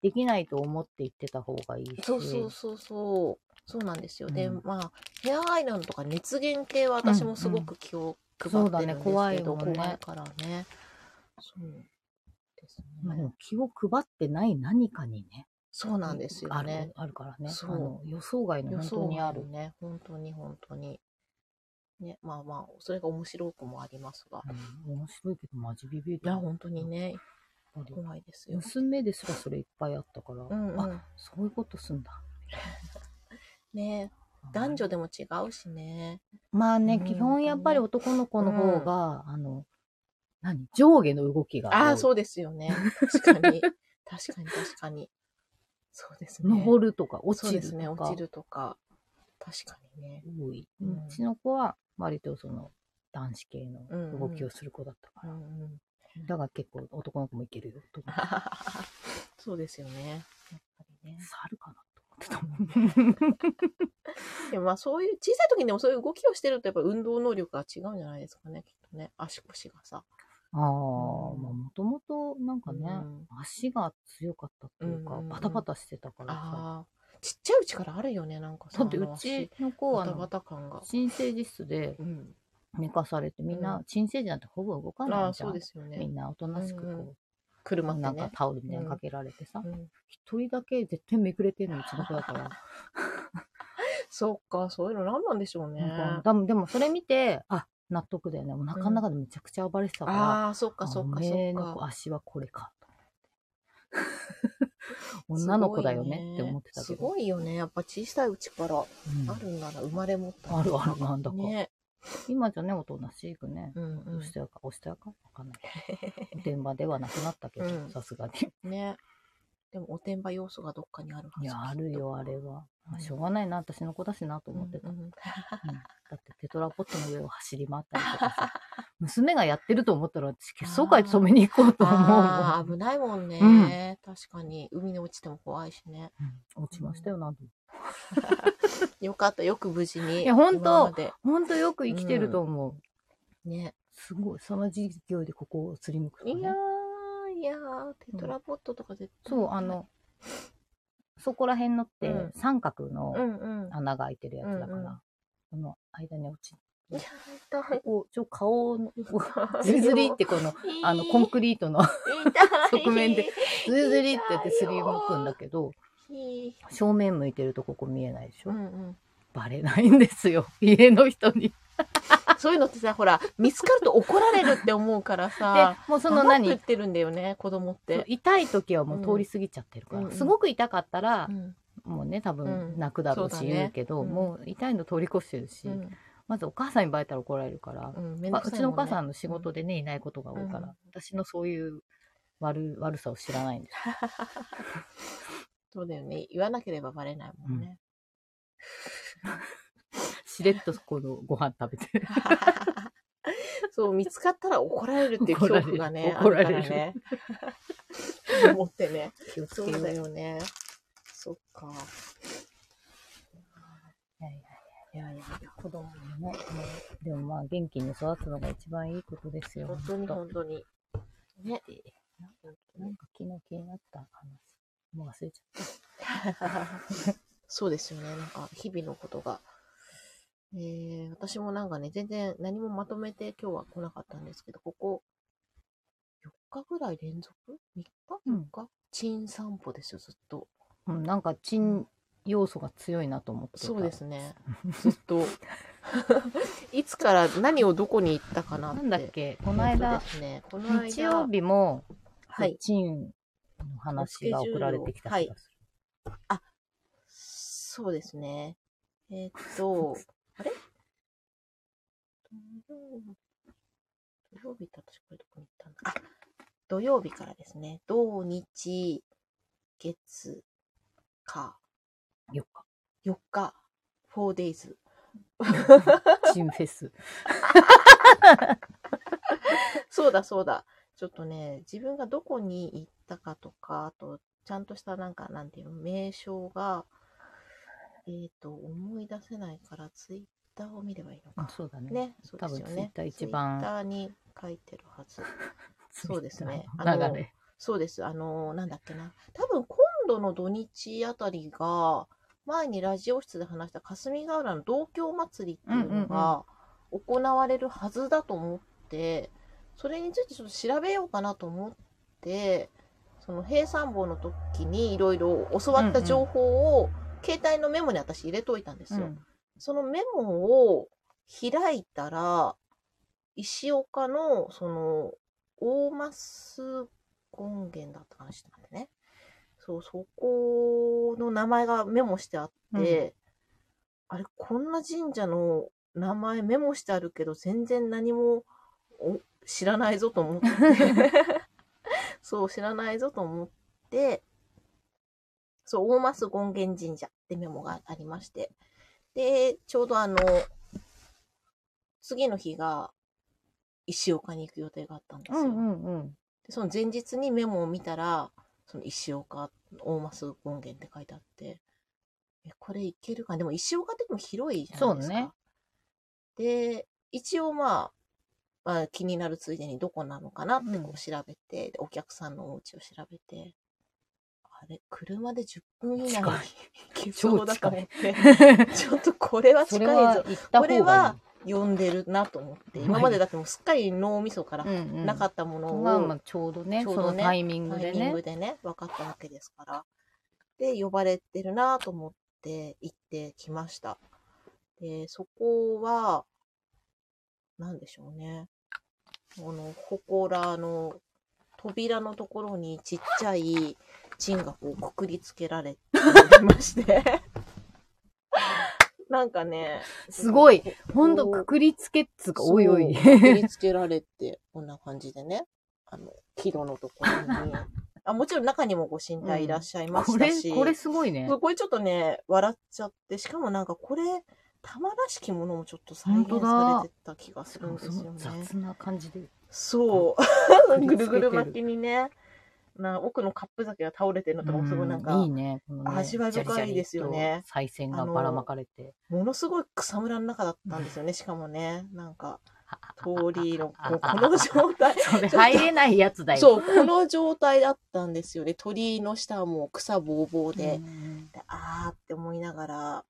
できないと思って言ってた方がいいし。そうそうそうそう。そうなんですよ。で、うんまあ、ヘアアイランドとか熱源系は私もすごく気を配ってるんですけど、うんうんそうだね怖いもんね怖いからね。そうですまあでね。も気を配ってない何かにね、そうなんですよある。ねあるからね。そうあの予想外の予本想当にあ外のる。ね。本当に本当に。ね、まあまあ、それが面白くもありますが。うん面白いけど、マジビビる。いや、本当にね、やっぱり怖いですよ。娘ですらそれいっぱいあったから、うんうあん。そういうことすんだ。ね男女でも違うしね。まあね、うん基本やっぱり男の子の方が、あの、何上下の動きが多い。ああ、そうですよね。確かに。確かに確かに。そうで すね。登るとか落そうちるとですか。ね、落ちるとか。確かにね。多い。うんうちの子は、割とその男子系の動きをする子だったから、 だから結構男の子もいけるよと思ってそうですよね。やっぱりね。猿かなと思ってたもん、 ね、でもまあそういう、小さい時にでもそういう動きをしてるとやっぱ運動能力が違うんじゃないですかね、きっとね。足腰がさ。ああ、まあもともとなんかね、うん足が強かったっていうか、うんバタバタしてたからさ。ああ。ちっちゃいうちからあるよね、なんかだってうちの子こうはバあタバのタ感が。新生児室でうん。寝かされてみんうな、新生児なんてほぼ動かあなあ、いじゃ。そうんですよみね。んなおとなしくこう、車なっんてかね。タオルみたいにかけられてさう、ん一、人だけ絶対めくれてるのうちの子だから。そっか、そういうの何なんでしょ うね。なんか多分でもそれ見て、あ、納得だよね。お腹の中でめちゃくちゃ暴れてたから、ああ、そっか、そおっか、そめえっの子か。足はこれかと 思って。女の子だよねって思ってたけすど。ごいよね。やっぱ小さいうちからうんあるんなら生まれ持った。あるあるなんだかね。今じゃね、おとなしくね。うんおしとやか、おしとやかわかんないけど。電話ではなくなったけ うど、んさすがに。うん。ね。でも、おてんば要素がどっかにあるはず。いや、あるよ、あれは。まあしょうがないな、私の子だしなと思ってた。うんうんうんだってテトラポットの上を走り回ったりとか さ、娘がやってると思ったら、私、血相会止めに行こう と思うもん。あー危ないもんね、確かに。海に落ちても怖いしね。うん落ちましたよな、よかった、よく無事に。いやほんと今までほんとよく生きてると思う。ね。すごい、その勢いでここをすりむくといかね、やー、いやー、テトラポットとか絶対。そう、あの、そこら辺のってうん三角うのんうん。穴が開いてるやつだから、うんうんこの間に落ち、いやここ、ちょ、顔 の、痛い。ズリズリってこの、あの、コンクリートの痛い側面で。ズリズリってやってすりむくんだけど、正面向いてるとここ見えないでしょ、うんうん、バレないんですよ、 家の人に。そういうのってさ、ほら、見つかると怒られるって思うから でさ、、もうそそのの何言何っ、てるんだよね、子供っそうて。痛い時はもう通り過ぎちゃってるから、うんうんすごく痛かったらう、んもうね多う分ん泣くだろうそしうだね言うけど、うんもう痛いの通り越してるし、うんまずお母さんにバレたら怒られるから、うん、めんまどあうくさちいのおもんね母さんの仕事でねいないことが多いから、うん私のそういう悪悪さを知らないんですそうだよね。言わなければバレないもんね。しれっとこのご飯食べて そう、見つかったら怒られるっていう怒ら恐れる怖がね、あ怒るらかれるら ね。思ってね。気をつそけうようだよね。そっか。いやいいやいやいや、子供やねもうでもまあ元気に育つのが一番いいことですよ本当にほん本当に。ね。となんか昨日気になった話もう忘れちゃっそうですよね。なんか、日々のことが。えー、私もなんかね、全然何もまとめて今日は来なかったんですけど、ここ、4日ぐらい連続 ?3 日うん ?4 日、チン散歩ですよ、ずっと。た、うん、なんか珍要素が強いなと思ってたそうですね。ずっと。いつから何をどこに行ったかなっなて。んだっけここのの間間ですね。この間。日曜日もはい。チンの話が送られてきた気がすそうですね。えーっと、あれ土曜日土曜日って私これどこに行ったんだあ、土曜日からですね。土日、月、火、る。よっ4日、4days。か。チンフェス。 そうだそうだ。ちょっとね、自分がどこに行ったかとか、あと、ちゃんとしたなんか、なんていうの、名称が、えーっ、と、思い出せないから、ツイッターを見ればいいのか。そうだね。ね、そうですよ多分ツイッね。ター一番ツイッターに書いてるはず。そうですね流れ。 そうです。あのー、なんだっけな。多分今度の土日あたりが、前にラジオ室で話した霞ヶ浦の同郷祭りっていうのが行われるはずだと思って、それについてちょっと調べようかなと思って、その平山坊の時にいろいろ教わった情報を携帯のメモに私入れといたんですよ。うんそのメモを開いたら、石岡の、その、大マス権現だったかな、ちょっと待ってね。そう、そこの名前がメモしてあって、あれ、こんな神社の名前メモしてあるけど、全然何もお知らないぞと思って。そう、知らないぞと思って、そう、大増権現神社ってメモがありまして。で、ちょうどあの、次の日が石岡に行く予定があったんですよ。ん うん。でその前日にメモを見たら、その石岡、大増権現って書いてあって、え、これいけるかなでも石岡ってでも広いじゃないですか。そうね。で、一応まあ、まあ、気になるついでにどこなのかなってこうんう調べて、でお客さんのお家を調べて、あれ、車で10分以内に近い行けそうだと思って、 ちょっとこれはそ近れいはぞ。行った方これがは呼んでるなと思って、はい今までだってもうすっかり脳みそからいい。うんうんなかったものを、まあまあちょうどね、ちょうそどのねタイミングタでイミンねグ。でね、分かったわけですから。で、呼ばれてるなと思って行ってきました。で、そこは、なんでしょうね。この、祠の扉のところにちっちゃいチンがこうくくりつけられており まして。なんかね、すごいこうほんとくくりつけっつうか、おいおい。そうくくりつけられて、こんな感じでね、あの、キロのところに。あもちろん中にもご神体いらっしゃいまこしたれ し、、これすごいねそ。うこれちょっとね、笑っちゃって、しかもなんかこれ、玉らしきものもちょっと再現ほんとだされてた気がすそるんのですよね。雑な感じで。そう。くりつけてぐるるぐる巻きにね、な奥のカップ酒が倒れてるのとかもすごいなんか、うんいいね。このね味わい深いジャリジャリとですよね再選がばらまかれて。ものすごい草むらの中だったんですよね、しかもね、なんか、通 りの、あもうこの状態、それ入れないやつだよ。そう、この状態だったんですよね。鳥居の下はもう草ぼうぼうで、うんであーって思いながら、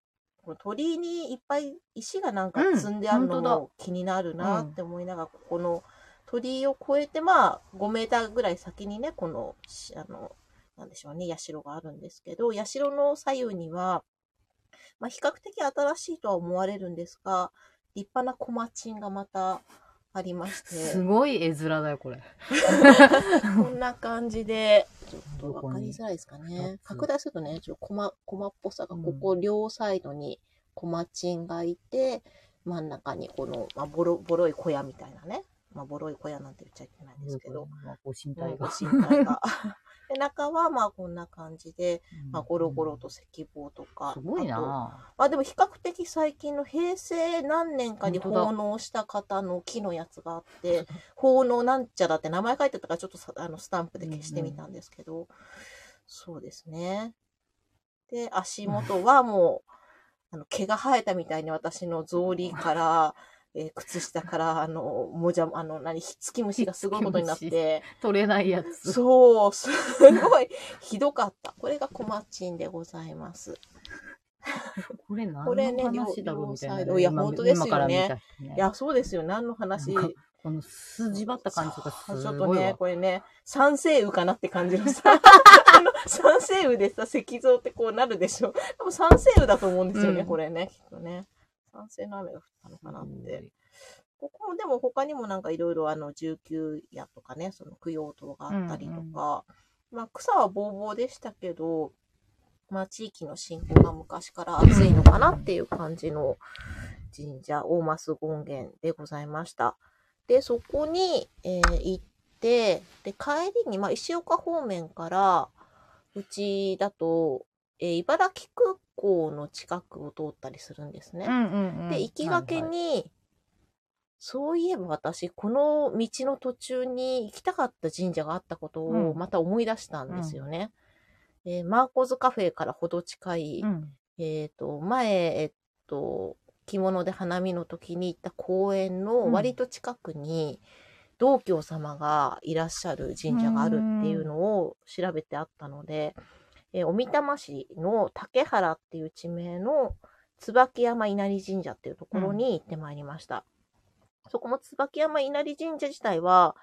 この鳥居にいっぱい石がなんか積んであるうのん本当も気になるなって思いながら、ここの鳥居を越えて、まあ、5メーターぐらい先にね、この、しあの、なんでしょうね、社があるんですけど、社の左右には、まあ、比較的新しいとは思われるんですが、立派な小町がまたありまして。すごい絵面だよ、これ。こんな感じで、ちょっとどこ分にかりづらいですかね。二つ拡大するとね、ちょっとコマ、コマっぽさが、うんここ両サイドにコマチンがいて、真ん中にこの、まあ、ボロ、ボロい小屋みたいなね。まあ、ボロい小屋なんて言っちゃいけないんですけど、まあご身うん体ごが。神体が。 で、中はまあこんな感じで、まあ、ゴロゴロと石棒とか。すごいあとなまあでも比較的最近の平成何年かに本当だ奉納した方の木のやつがあって、 奉納なんちゃらって名前書いてたからちょっとさあのスタンプで消してみたんですけど、そうですね。で、足元はもう、あ の毛が生えたみたいに私の草履から、 えー靴下から、あの、もじゃ、あの、何、ひっつき虫がすごいことになっひっつきて、取れないやつ。そう、すごい、ひどかった。これがコマチンでございます。これ何これねの話だろうみたいなね。両両サイドいや今本当ですよね今から見た人ねいや、そうですよ。何の話なんかこの筋張った感じとかすそうちょっとごいねわ、。これね、三星雨かなって感じ のさ、あの三星雨でさ、石像ってこうなるでしょ。でも三星雨だと思うんですよね、うんこれね、きっとね。三星の雨が降ったのかなって。ここもでも他にもなんかいろいろあの19夜とかね、その供養塔があったりとか、まあ草はぼうぼうでしたけど、まあ地域の信仰が昔から熱いのかなっていう感じの神社、大増権現でございました。で、そこに、えー行って、で、帰りに、まあ石岡方面から、うちだと、えー茨城空港の近くを通ったりするんですね。うんうんうんで、行きがけに、そういえば私、この道の途中に行きたかった神社があったことをうんまた思い出したんですよね。えーマーコズカフェからほど近い、はいはいうんえっ、と、前、えっと、着物で花見の時に行った公園うのん割と近くに、道教様がいらっしゃる神社があるっていうのを調べてあったので、えー、お御霊市の竹原っていう地名の椿山稲荷神社っていうところに行ってまいりました。そこも椿山稲荷神社自体は、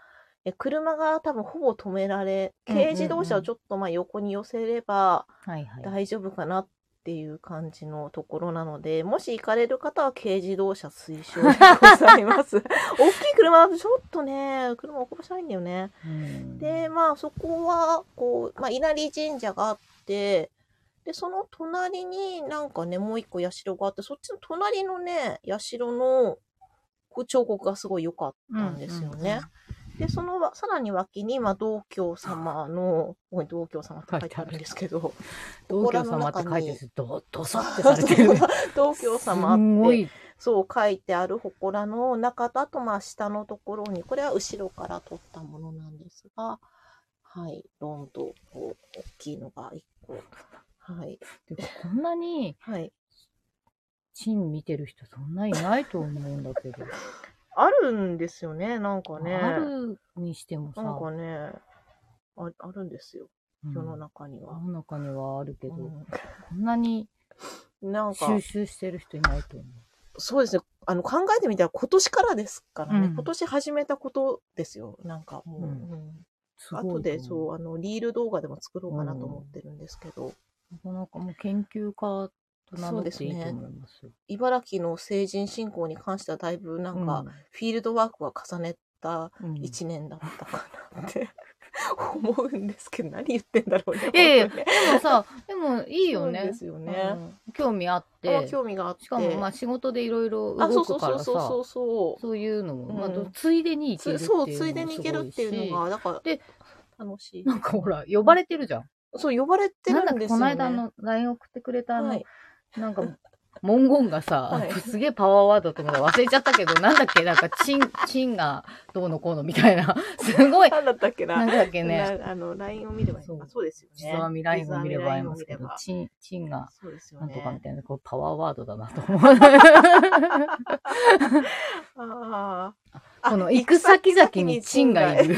え車が多分ほぼ止められ、うんうんうん軽自動車をちょっとまあ横に寄せればはいはい。大丈夫かなっていう感じのところなので、もし行かれる方は軽自動車推奨でござい ます。大きい車だとちょっとね、車起こしないんだよね。うんで、まあそこは、こう、まあ稲荷神社があって、で、その隣になんかね、もう一個社があって、そっちの隣のね、社のこう彫刻がすごい良かったんですよね。で、そのわさらに脇に、まあ、道教様の、ここに道教様って書いてあるんですけど、 道教様って書いてるどどさってされてるね。道教様すんっごていそう書いてある祠の中と、あとまあ下のところに、これは後ろから取ったものなんですが、はい、ロンとこう大きいのが1個。はい。てかこんなにはい。チン見てる人そんないないと思うんだけど。あるんですよね、なんかね。あるにしてもさ、なんかね、ああるんですよ、うん世の中には世。の中にはあるけど、うこんなにんなんか、収集してる人いないと思う。そうですね。あの、考えてみたら今年からですからね。うん今年始めたことですよ。なんかもう。うんうんすごいと思後で、そう、あの、リール動画でも作ろうかなと思ってるんですけど、なかなかもう研究家と名乗っていいと思いますよ。茨城の成人信仰に関してはだいぶなんか、フィールドワークは重ねたうん、うん1年だったかなって 思うんですけど、何言ってんだろうね。いやいや本当にねでもさ、でもいいよそうねで。すようね。ん興味あっあて。興味があって。しかもまあ仕事でいろいろあ、そ動うそくうかそうらさ、そうそうそう。そういうのも、まあうんどついでに行けるつっていうのそもう、ついでに行けるっていうのが。が、だから、で楽しい。なんかほら、呼ばれてるじゃん。そう、呼ばれてなんるだんっけでこすよ、ね。の間あの LINE 送ってくれたあの、 はい、なんか、文言がさ、はいすげえパワーワードとか忘れちゃったけど、なんだっけ、なん か、チン、チンがどうのこうのみたい な、すごい、なんだったっけな。なんだっけね、なあの、LINE を見ればいいのそか。うそうですよ実ね。は未来も見れば会えますけ実どは、未チン、チンが、来も見ればそうですよなんね。とかみたいな、こうパワーワードだなと思 う。ああ。この、行く先々にチンがいる。。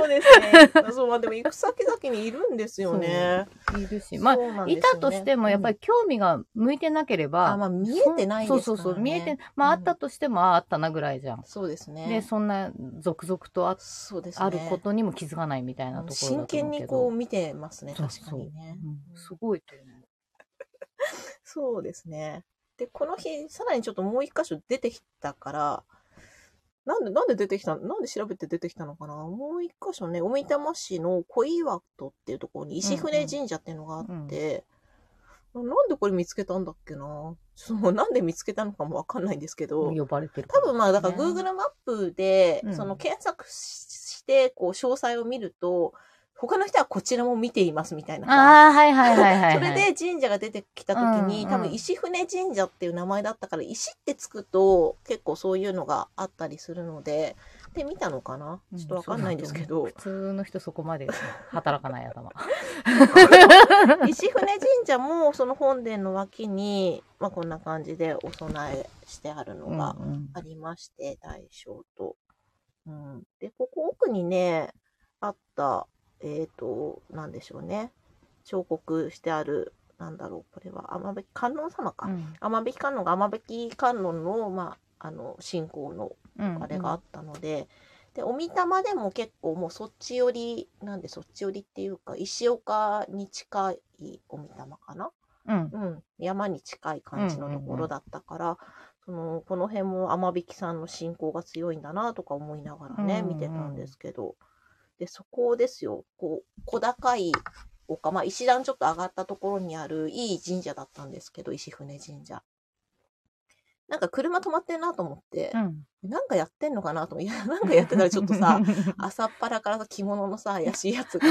そうですね。そう、まあでも行く先々にいるんですよね。いるし、まあ、そうなんですよねいたとしても、やっぱり興味が向いてなけれうん、ば、あ、まあ見えてないですかそら、ね。うそうそう、見えて、まあ、あったとしても、ああ、あったなぐらいじゃん。そうですね。で、そんな、続々とあそうですね。あることにも気づかないみたいなところだと思真うけど剣にこう見てますね、そう確そうかにね。うんすごいと思う。そうですね。で、この日、さらにちょっともう一箇所出てきたから、なんで、なんで出てきたなんで調べて出てきたのかなもう一箇所ね、大分市の小岩戸っていうところに石船神社っていうのがあって、なんでこれ見つけたんだっけなちょっともうなんで見つけたのかもわかんないんですけど、呼ばれてるから多分まあ、だから Google マップでう、んその検索しして、こう、詳細を見ると、他の人はこちらも見ていますみたいなさ。ああ、はいはいはいはい。それ、で神社が出てきた時に、うんうん多分石船神社っていう名前だったから石ってつくと結構そういうのがあったりするのでで見たのかなちょっとわかんないんですけど、普通の人そこまで働かない頭。石船神社もその本殿の脇に、まあ、こんな感じでお供えしてあるのがありまして、大正と。うん、で、ここ奥にね、あった、えっ、と、なんでしょうね。彫刻してある、なんだろう、これは、天べき観音様か。天べき観音が天べき観音の、まあ、あの、信仰のあれがあったので、で、お御霊でも結構もうそっち寄り、なんでそっち寄りっていうか、石岡に近いお御霊かなうん。うん、山に近い感じのところだったから、そのこの辺も天引さんの信仰が強いんだなとか思いながらね、うんうん見てたんですけどでそこですよこう小高い丘、まあ、石段ちょっと上がったところにあるいい神社だったんですけど石船神社。なんか車止まってんなと思ってう、ん。なんかやってんのかなと思って、い や、なんかやってたらちょっと さ、、朝っぱらからさ着物のさ、怪しいやつが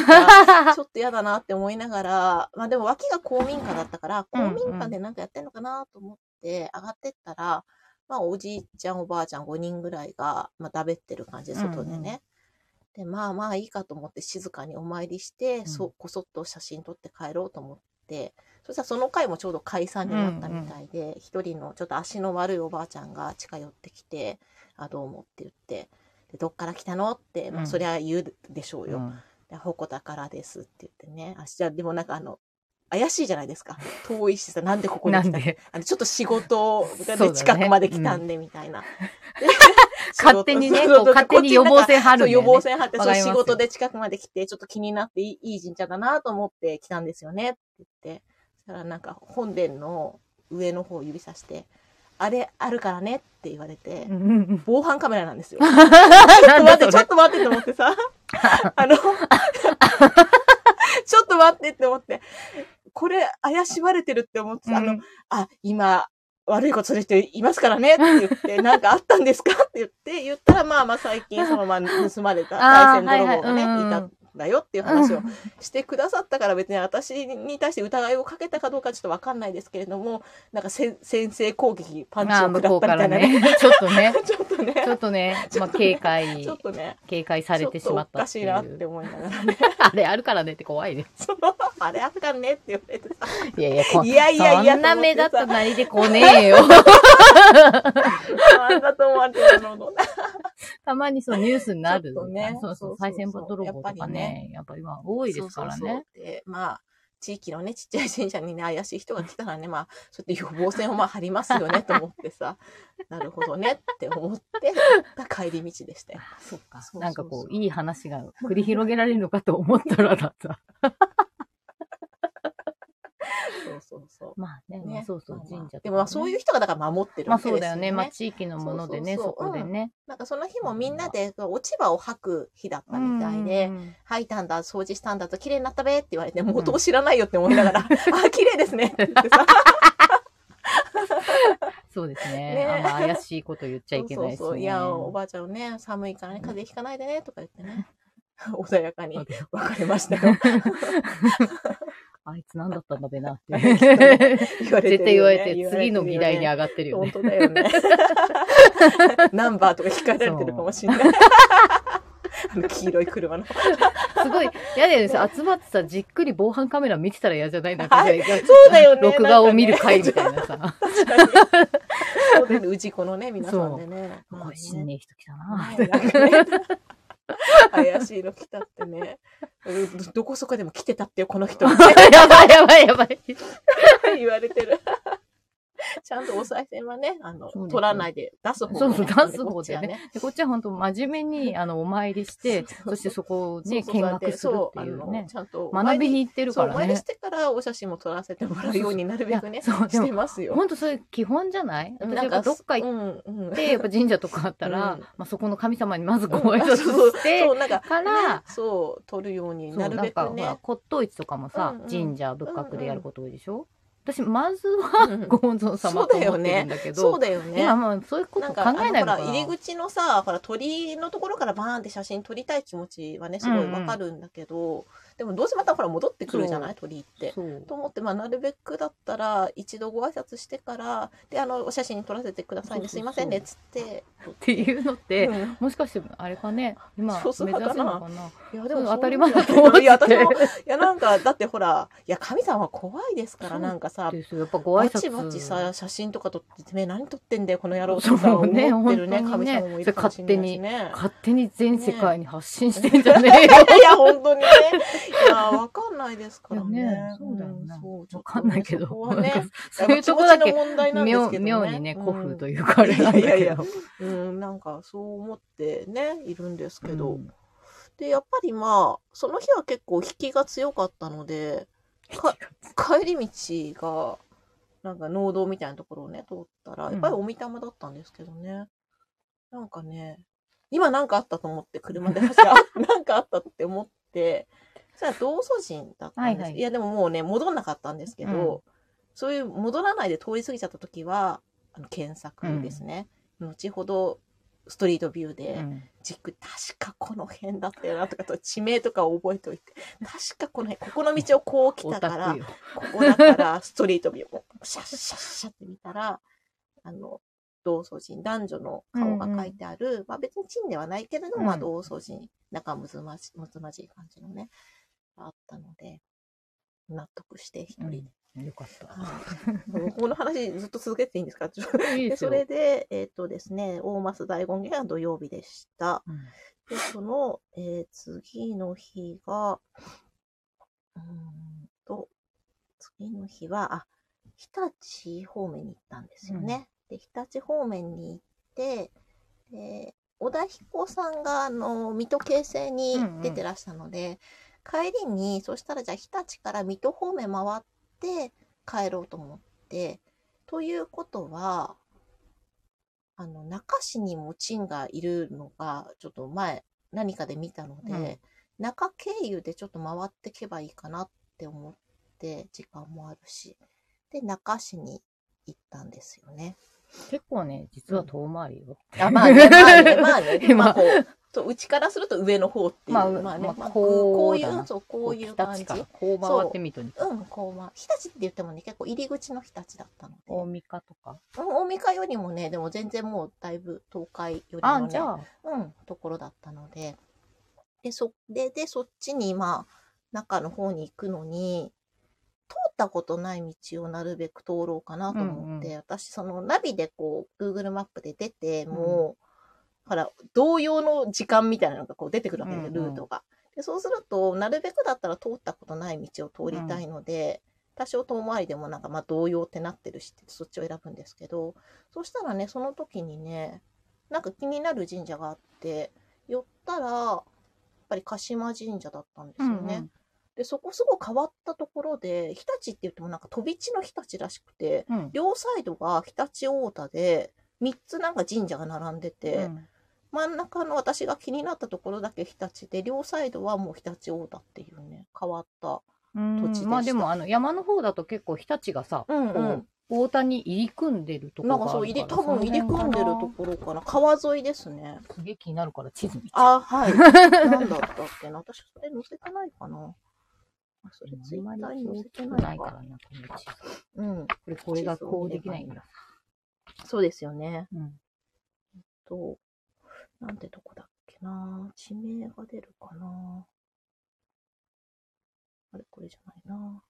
さ、ちょっと嫌だなって思いながら、まあでも脇が公民館だったから、うんうん公民館でなんかやってんのかなと思って上がってったら、まあおじいちゃんおばあちゃん5人ぐらいが、まあだべってる感じで外でね。で、まあまあいいかと思って静かにお参りして、そ、こそっと写真撮って帰ろうと思って、そしたらその回もちょうど解散になったみたいで、一人のちょっと足の悪いおばあちゃんが近寄ってきて、あ、どうもって言って、でどっから来たのって、うまあんそりゃ言うでしょうよ。うんで、ほこたからですって言ってね。あ、じゃあでもなんかあの、怪しいじゃないですか。遠いしさ、なんでここにな来んたで、あのちょっと仕事そうだでね近くまで来たんで、みたいな。で 勝手にね、仕こ事う勝手に予防線張るんそだよう予ね。防線張って、わそかう、ります仕よ事で近くまで来て、ちょっと気になっていいいい神社だなと思って来たんですよねって言って、そしたらなんか本殿の上の方を指さして、あれあるからねって言われて、うんうん防犯カメラなんですよ。 ちょっとなん待だって、ちょっと待ってって思ってさ。あの、ち ょっと待ってって思って。これ、怪しまれてるって思ってそれさ、あの、あ、今、悪いことする人いますからねって言 って、なんかあったんですかって言って、言ったら、まあまあ最近、そのまあ盗まれたあー対戦泥棒がね、はいはいういんうんただよっていう話をしてくださったから別に私に対して疑いをかけたかどうかちょっとわかんないですけれどもなんかせ先制攻撃パンチをまあ、向食らこっうたかみたらいなね。ね、 ちょっとね、 ちょっとねちょっとね、まあ、ちょっとね警戒 ちょ、っとね警戒されてしまったっていう。ちょっとおかしいなって思いながらね あれあるからねって怖いね。そのあれあかんねって言われてさいやいや、こいやいやいやそんな目立っとた思ってなりで来ね えよ。さあんだと思われてるののたまにそうニュースになる。ちょっとねそうそう、そうそうそう再選ボ泥棒とやっぱかりねね、やっぱ今多いですからそうそうね。そうでまあ地域のねちっちゃい神社にね怪しい人が来たらねまあそうやって予防線をまあ張りますよねと思ってさ なるほどねって思って帰り道でしたよ。あそっか。そうそうそうなんかこう、いい話が繰り広げられるのかと思ったらだった。そうそうそまあね、う。まあそうそうま、あま神あ社とかねでもまあそういう人がだから守ってるまあわけそでうすだよよね。ね。まあ地域のものでね、そうそそうそうこでね。なんかその日もみんなで落ち葉を吐く日だったみたいで、うんうんうん吐いたんだ、掃除したんだと綺麗になったべって言われて、元を知らないよって思いなが ら、あ、綺麗ですねって言ってさ、そうですねね。あんま怪しいこと言っちゃいけないしね。 そうそうそういや、おばあちゃんね、寒いからね、風邪ひかないでね、とか言ってね。 穏やかに、別れましたよ。 あいつ何だったんだべなって。きっと ね言われてるよね、絶対言われて、言わる次の議題によね上がってるよ本ね。当だ よね。ナンバーとか控えられてるかもしれない。 あの黄色 い車の。すごい、嫌だよねさ。集まってさ、じっくり防犯カメラ見てたら嫌じゃないなんか、はいじゃあそうだよね録画を見るなん会かねみたいなさ。そうだよね、氏子のね、皆さんでね。すごい、死んねえ人来たな。ねなんかね 怪しいの来たって ね。どどこそこでも来てたってよ、この人。やばいやばいやばい。 言われ てる。ちゃんとお賽銭はね、あの、そうですよ取らないで出す方そうそう、ねダンス方でこっちはね。でこっちは本当真面目に、あの、お参りして、そしてそこをね、そうそ見う学するっていそうあのね。ちゃんと学びにに行ってるからお参りねし。てからお写真も撮らせてもらうようになるべくね、そうそうそういやそうしてますよ。本当それ基本じゃない私やっぱどっか行っうんうんて、やっぱ神社とかあったら、うんまあそこの神様にまずご挨拶そうし そて、う、なんか、からねそう、撮るようにそなう、るなんべかくほらね、。骨董市とかもさうんう、ん神社仏閣でやること多いでしょ私、まずうんうはんご本尊様と思ってるんだけそうど、だよね。今もうそういうことなん考か、あのえないほ、のからな入り口のさ、ほら、鳥のところからバーンって写真撮りたい気持ちはね、すごいわかるんだけど、でもどうせまたほら、戻ってくるじゃない鳥って。そうと思って、まあ、なるべくだったら、一度ご挨拶してから、で、あの、お写真撮らせてくださいね、そすういそうそうませんね、つって。っていうのってう、んもしかして、あれかね、今、目そう指そすうのかな。いや、ででもも当たり前だと思っ思て。いや、私も、いや、なんか、だってほら、いや、神様は怖いですから、なんかさ、ですよやっぱご挨バ拶。チバチさ、写真とか撮って、てめえ何撮ってんだよ、この野郎とかそう思っねてるね、本当に神ね様もいるかもしれないしね。勝手に全世界に発信してんじゃねえよ。いや、本当にね。 いや、わかんないですからいやねね。そうだよねんそうち ょわっかとねんないけどそこ。なはんかね、そういうとこだけ、やっぱ気持ちの問題なんです妙けどね妙にね、古風というか、うあんれなんだけど。いやいやいやうん、なんかそう思ってね、いるんですけうど。んで、やっぱりまあ、その日は結構引きが強かったので、か帰り道が、なんか農道みたいなところをね、通ったら、うんやっぱりお御霊だったんですけどね。なんかね、今なんかあったと思って、車で 走って、あなんかあったって思って、そしたら同祖人だったんです。はいいはいや、でももうね、戻んなかったんですけど、そういう戻らないで通り過ぎちゃった時は、あの検索ですね。後ほど、ストリートビューで、うんじっくり確かこの辺だったよなとかと地名とかを覚えておいて確かこの辺ここの道をこう来オたタからクよ。ここだからストリートビューをシャッシャッシャッって見たらあの同祖人男女の顔が書いてある、まあ、別にンではないけれども、まうあ、ん同祖人仲むつまじむつまじい感じのねあったので納得して一人で。うんよかった。はいこの話ずっと続けていいんですかちょっといいでですそよ。れで、えっ、とですね、大増大権現が土曜日でした。うんで、その、えー次の日が、うーんと、次の日は、あ、日立方面に行ったんですよね。で、日立方面に行って、で、小田彦さんが、あの、水戸京成に出てらしたので、帰りに、そしたらじゃあ日立から水戸方面回って帰ろうと思って、ということは、あの、中市にもチンがいるのが、ちょっと前、何かで見たので、中経由でちょっと回ってけばいいかなって思って、時間もあるし。で、中市に行った んですよね。結構ね、実は遠回りよ。 あ、まあね、まあね、まあね、今まあこう、そううちからすると上の方っていう。まあねまあまあここうういだなう、そう、こういう感じ。日立からこう回ってみるとうん、こうまあ、日立って言ってもね、結構入り口の日立だったので。大三かとか。うん、大三よりもね、でも全然もうだいぶ東海よりあも、ね、じゃあ、うん、ところだったので。で、そ、で、で、そっちに、まあ、中の方に行くのに、通ったことない道をなるべく通ろうかなと思って、うん私、そのナビでこう、Google マップで出て、もう、ほら、同様の時間みたいなのがこう出てくるわけで、うんうんルートが。でそうすると、なるべくだったら通ったことない道を通りたいので、多少遠回りでもなんか、まあ、同様ってなってるし、そっちを選ぶんですけど、そしたらね、その時にね、なんか気になる神社があって、寄ったら、やっぱり鹿島神社だったんですよね。で、そこすごい変わったところで、日立って言ってもなんか飛び地の日立らしくて、うんうん。両サイドが日立大田で、3つなんか神社が並んでて、うん真ん中の私が気になったところだけ日立で、両サイドはもう日立大田っていうね、変わった。うん土地でしたまあでもあの山の方だと結構日立がさ、うんこう大田に入り組んでるとこなんろがかそあう、るか入り、ら多分入り組んでるところかな。川沿いですね。すげえ気になるから地図見あ、はい。なんだったっけな。私、それ載せてないかな。あそれツイあんまッりターに載せて大きくなないいか。かららな、この地図。うん。これ、これがこうできないんだ。そうですよね。うん。と、なんてとこだっけな。地名が出るかな。あれ、これじゃないな。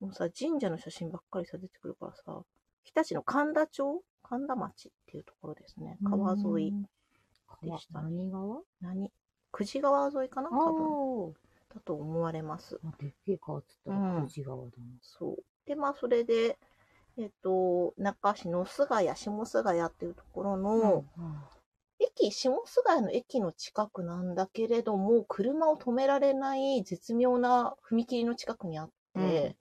もうさ、神社の写真ばっかりさ、出てくるからさ、日立の神田町神田町っていうところですね。川沿い。い。ででししたた。何川何久慈川沿いかなああ多分。だと思われます。ー。でっけえ川っつったうんら、富士川だな。そう。で、まあ、それで、えっと、中市の菅谷、下菅谷っていうところの、駅、下菅谷の駅の近くなんだけれども、車を止められない絶妙な踏切の近くにあって、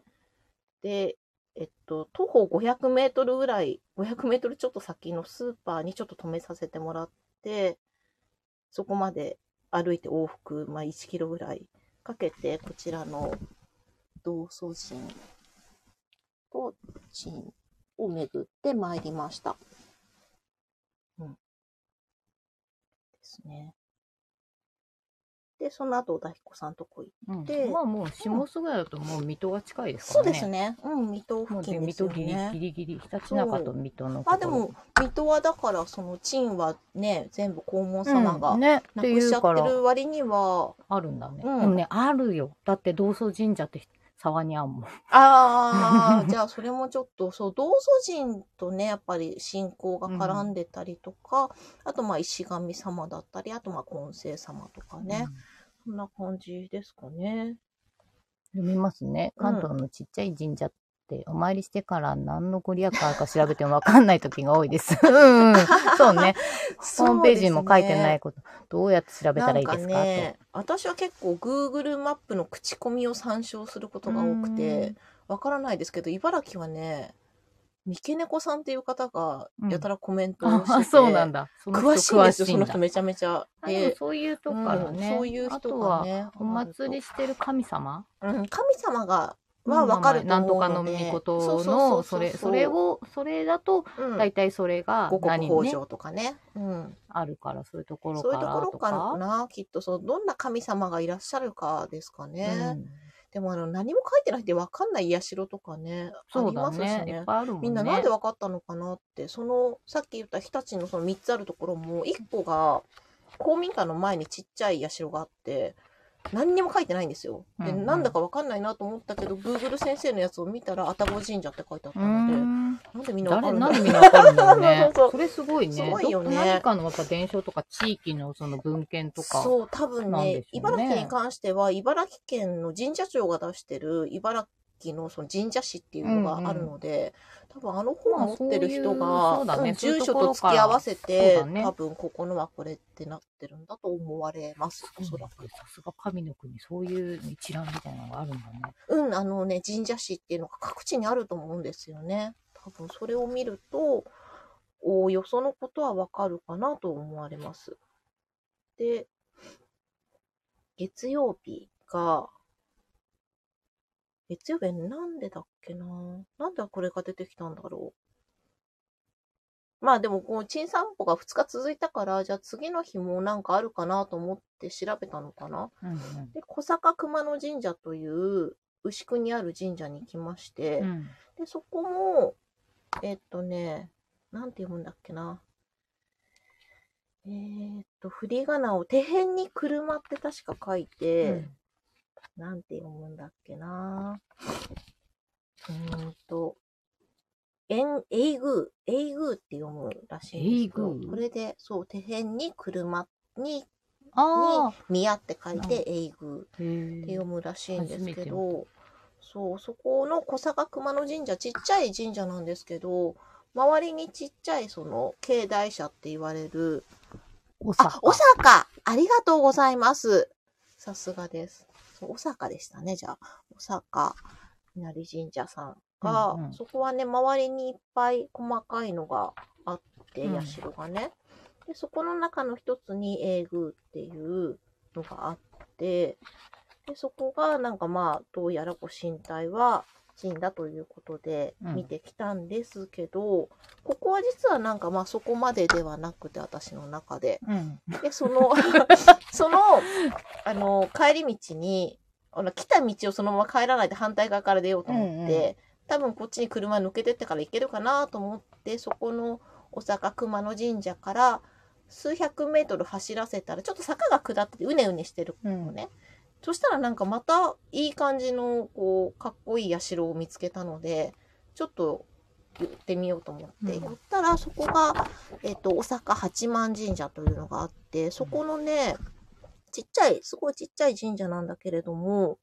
で、えっと、徒歩500メートルぐらい、500メートルちょっと先のスーパーにちょっと止めさせてもらって、そこまで歩いて往復、まあ、1キロぐらいかけて、こちらの道祖神と神を巡ってまいりました。うん。ですね。で、その後、小田彦さんとこ行っうて、んでまあもう、下菅谷だともう水戸が近いですからそうでね。すね。うん、水戸もう付で近で水すよ戸ギリギね。リギリ、ひたちなかと水戸のところ。まあでも、水戸はだから、その、陳はね、全部黄門様うがん、ね、っなてくいしちゃうってから、る割には、あるんだね。うんでもね、あるよ。だって、道祖神社って沢にあんもん。ああ、 じゃあそれもちょっと、そう、道祖神とね、やっぱり信仰が絡んでたりとか、あとまあ石神様だったり、あとまあ金星様とかね、そんな感じですかね。うん。読みますね。関東のちっちゃい神社って、お参りしてから何のご利益あるか調べてもわかんない時が多いです。うんうん。そう ね。ホームページにも書いてないこと、どうやって調べたらいいですかなんかね、私は結構 Google マップの口コミを参照することが多くて、わからないですけど、茨城はね、三毛猫さんっていう方がうんやたらコメントと。をしてて、あ、そうなんだ。その人詳しいんですよ、詳しそんのだ人めちゃめちゃ。あでもで、そういうとこからね、うんそういうあと人がはね、お祭りしてる神様うん、神様が、はわかるとなん思とうかのので。御う事ううのうそれそれ、をそれだとうん、大体それが五穀何豊ね、穣とかね。うん。あるからそういうところかそういうとこらろとかか。な、きっと、そう、どんな神様がいらっしゃるかですかね。うんでもあの何も書いてないって分かんない社とかね、あそりうだますしね。いっね。ぱいあるもんね。みんななんで分かったのかなって、そのさっき言った日立のその3つあるところも、1個が公民館の前にちっちゃい社があって、何にも書いてないんですよ。で、うんうんなんだか分かんないなと思ったけど、Google 先生のやつを見たら、愛宕神社って書いてあったうので、んなんでみんな誰分かるんなだんでろうみんなわかるんだろうね。 そうそうそうそれすごいね。すごいよねどっか何かのやっぱ伝承とか地域のその文献とか。そう、多分なんねでしょうね茨城に関しては、茨城県の神社庁が出してる、茨城のその神社市っていうのがあるので、多分あの本持ってる人まあそういうそが、うだねうんそういう住と所ころと付き合わせそて、うだね多分ここのはこれってなってるんだと思われます、おそらく。さすが神の国、そういう一覧みたいなのがあるんだね。うん、あのね、神社市っていうのが各地にあると思うんですよね。多分それを見ると、おおよそのことはわかるかなと思われます。で、月曜日が、月曜日はなんでだっけななんでこれが出てきたんだろうまあでも、こう、チン散歩が2日続いたから、じゃあ次の日もなんかあるかなと思って調べたのかな。うんで、小坂熊野神社という、牛久にある神社に来まして、うんうんで、そこも、えっとね、なんて読むんだっけな。えーっと、振り仮名を、手辺に車って確か書いて、なんて読むんだっけな。うーんと、えん、エイグー、エイグーって読むらしいんですけエどイグーこれで、そう、手辺に車に、あに、宮って書いうんて、エイグー。ーってへ読むらしいんです初めけてど、そう、そこの小坂熊野神社、ちっちゃい神社なんですけど、周りにちっちゃいその境内社って言われる、おあさ、小坂ありがとうございますさすがです。そう、小坂でしたね、じゃあ。小坂稲荷神社さんが、うんうんそこはね、周りにいっぱい細かいのがあって、うん社がね。で、そこの中の一つに、英宮っていうのがあって、で、そこが、なんかまあ、どうやらご神体は、神だということでうん見てきたんですけど、ここは実はなんかまあそこまでではなくて私の中でうん。で、そ の、その、あの、帰り道に、あの、来た道をそのまま帰らないで反対側から出ようと思って、うんう多分こっちに車抜けてってから行けるかなと思って、そこの小坂熊野神社から数百メートル走らせたら、ちょっと坂が下っててうねうねしてるうんのね。そしたらなんかまたいい感じの、こう、かっこいい社を見つけたので、ちょっと言ってみようと思って、うんやったらそこが、えっと大阪八幡神社というのがあってそこのねちっちゃいすごいちっちゃい神社なんだけれども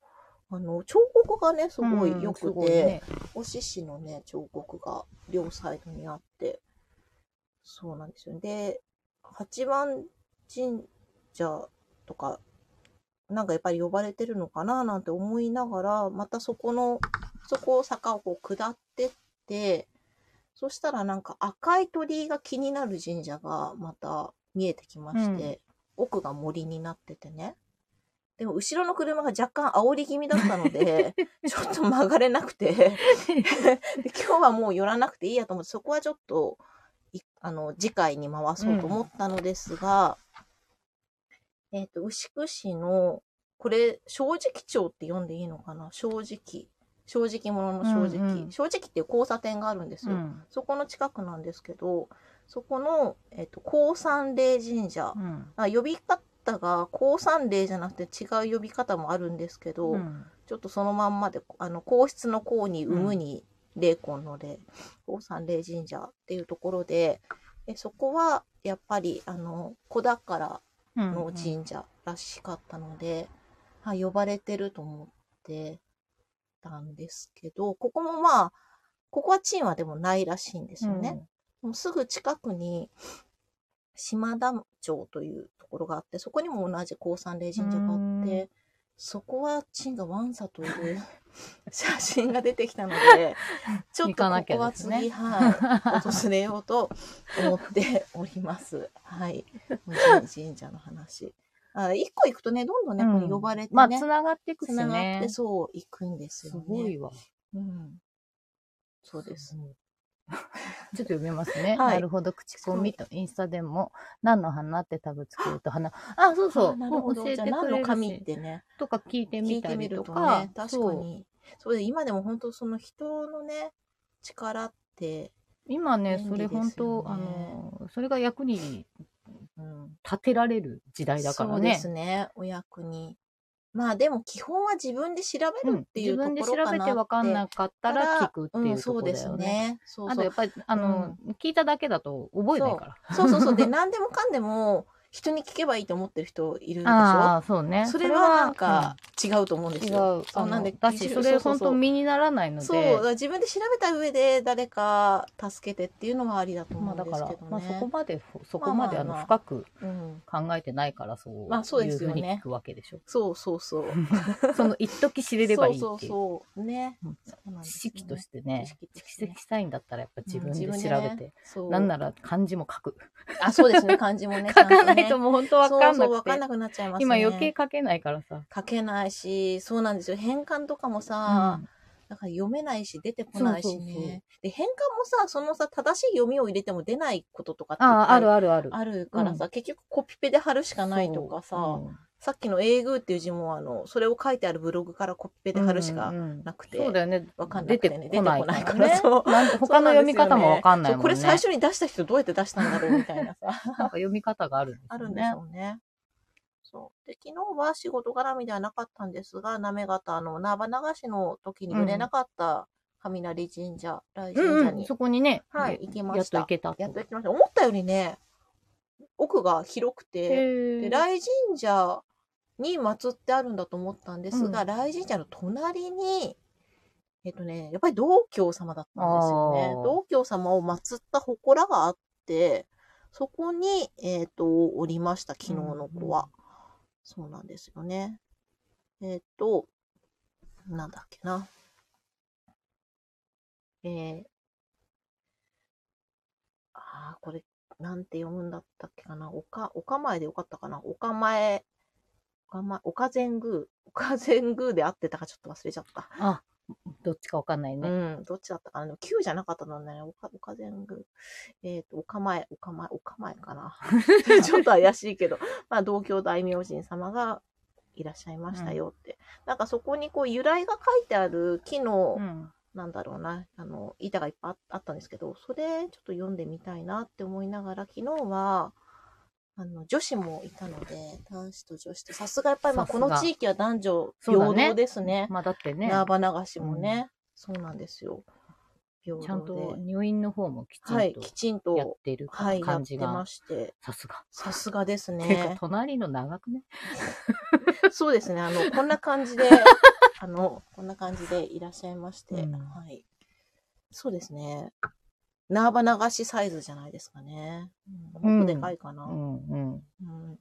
あの彫刻がねすごいよくうんすごいて、ねお獅子のね彫刻が両サイドにあってそうなんですよで八幡神社とかなんかやっぱり呼ばれてるのかななんて思いながらまたそこのそこを坂をこう下ってってそしたらなんか赤い鳥居が気になる神社がまた見えてきまして、奥が森になっててねでも後ろの車が若干煽り気味だったので ちょっと曲がれなくて。で今日はもう寄らなくていいやと思ってそこはちょっといあの次回に回そうと思ったのですが、えっ、と牛久市のこれ正直町って読んでいいのかな正直正直者の正直、うんうん正直っていう交差点があるんですうよ、ん。そこの近くなんですけどそこの、えっと高三霊神社、うん。あ呼び方が高三霊じゃなくて違う呼び方もあるんですけど、うんちょっとそのまんまで、あの、皇室の皇に産むに、霊魂の霊、皇三霊神社っていうところで、えそこは、やっぱり、あの、子宝うんの神社らしかったので、はい、呼ばれてると思ってたんですけど、ここもまあ、ここはチンはでもないらしいんですよね。もうすぐ近くに島田町というところがあって、そこにも同じ高三霊神社があっうて、そこはチンがワンサとい る写真が出てきたので、ちょっ行とかこなきゃこはです次、ねはい、訪れようと思っております。はい。無人神社の話。あ一個行くとね、どんどんね、うんこれ呼ばれてまあ、ね、つながっていくしつながっねて。そう行くんですよすね。ごいわ。うん、そうです。 ちょっと読みますね。はいなるほど、口コミとインスタでも、何の花ってタグつけると花。あ、そうそあう。なるほど。教えじてゃあく何れのる神っしてね。とか聞いて聞みいたてりみるととかね、。確かそう。に。そうで今でも本当その人のね、力って、今ね、そ便利れですよね本当、あの、それが役にうん、立てられる時代だからそうでねす。ね、お役に。まあでも基本は自分で調べうるっんてい自うとこ分で調ろかなって、べて分かんなかったら聞くっていんうところだよね。そうですね。そうあそとうやっぱり、あの、聞いただけだと覚えないから。そうそう そう。で、何でもかんでも人に聞けばいいと思ってる人いるでしあょあ、そうね。それはなんか違うと思うんで違すうよ。。そあうなんので、だし、それ本当身にならないので。そうだから自分で調べた上で誰か助けてっていうのはありだと思まうあんでだすかけどらね。、まあそこまで、そこまであのまあまあ深まくうん、考えてないからそう。まあそうですよねいうふうに聞くわけでしょ。そうそ うそう。その一時知れればいいっていう。そうそうそうねうん。そうなん知で識すよねとしてね知、識として蓄ね積したいんだったらやっぱ自分で調べて、そう。なんなら漢字も書く。あ、そうですね。漢字もね。 書かないとももう本当わかんそなうそう、わくてかんなくなっちゃいますね。今余計書けないからさ。書けないし、そうなんですよ。変換とかもさ、だから読めないし、出てこないしそうそうそうね。で、変換もさ、そのさ、正しい読みを入れても出ないこととかっていっああ、ぱいあるあるある。あるからさ、結局コピペで貼るしかないとかさ、うんさっきの英語っていう字も、あの、それを書いてあるブログからコピペで貼るしかうんうんなくて。そうだよね。わかんな出くててねこない出てこないからそうなんか他の読み方もわかんないもんね。そうこれ最初に出した人どうやって出したんだろうみたいなさ。なんか読み方 があるんですよね。あるんでしょうね。そう。で、昨日は仕事絡みではなかったんですが、なめ方の縄流しの時に売れなかった雷神社、雷う神ん社うん、に、そこにね、はい、行きまやっした。と行けたやっと行きました。思ったよりね、奥が広くて、へでー雷神社に祀ってあるんだと思ったんですが、うん雷神社の隣に、えっとね、やっぱり道教様だったんですよねあ。ー道教様を祀った祠があって、そこに、えっ、と、おりました、昨日の子は。そうなんですよね。えっ、と、なんだっけな。えー、ああ、これ、なんて読むんだったっけかな。おか、おかまえでよかったかな。おかまえ、おかまえ、おかぜんぐう。おかぜんぐうで合ってたかちょっと忘れちゃった。あ、どっちかわかんないね。うん、どっちだったかな。9じゃなかったんだね。おか、おかぜんぐう。えっ、と、おかまえ、おかまえ、おかまえ かな。 ちょっと怪しいけど。まあ、同郷大名人様がいらっしゃいましたよって。なんかそこにこう、由来が書いてある木の、うんなんだろうな、あの、板がいっぱいああったんですけど、それちょっと読んでみたいなって思いながら、昨日は、あの、女子もいたので、男子と女子と、さすがやっぱり、まあ、さすこがの地域は男女そうだ平ね等ですね。まあだってね、ち縄場流しもね、そうなんですよ。平等で。ゃんと入院の方もきちはいん、ときちんやっと、てるはい、やっ感じてがま、して、さすが。さすがですていうかね。隣の長くね。 そうですね、あの、こんな感 じで、あの、こんな感じでいらっしゃいまして、うんはい。そうですね。縄場流しサイズじゃないですかね。うん、もっとでかいかな。ううんんうん。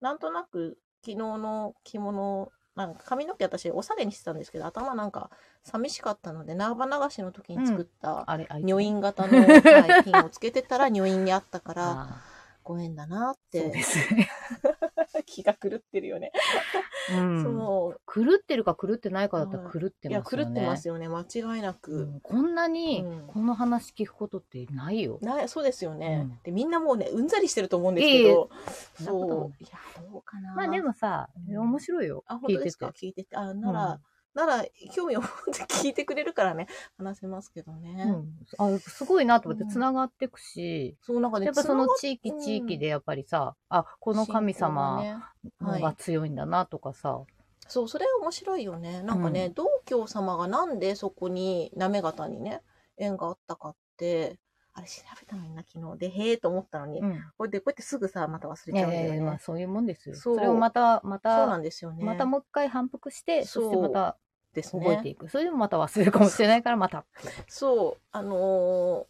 なんとなく、昨日の着物、なんか髪の毛私おしゃれにしてたんですけど、頭なんか寂しかったので、縄場流しの時に作った、あれ、あいつ女院型の、 はい、ピンをつけてたら女院にあったから、ああご縁だなっそうでて、 すね。気が狂ってるよね。うんそう。狂ってるか狂ってないかだったら狂っていや、ますよね。狂ってますよね、間違いなうく。んこんなにうんこの話聞くことってないよ。なそうですよね、うんで。みんなもうね、うんざりしてると思うんですいえいけえど、そんなことはそなう。いや、どうかな。まあで、もさ、うん面白いよ。あ、本聞い当てですてか。聞いてて。あ、なら、なら、興味を持って聞いてくれるからね、話せますけどね。うん、あすごいなと思ってうんつながってくし、そう、なんかね、やっぱそのつ地域うん地域でやっぱりさ、あこながの神様信仰がねの方が強いんだなとかさ、そう、それ面白いよね。なんかね、う道教様がなんでそこに、行方にね、縁があったかって、あれ調べたのにな、昨日。で、へえと思ったのに、うんこれで、こうやってすぐさ、また忘れちゃうんいやいだよね。やいやまあ、そういうもんですよそそうれをまたまそうなた、んですよね。またもう一回反復してそしてそうまたですね覚えていく、それでもまた忘れるかもしれないからまたそう、あのー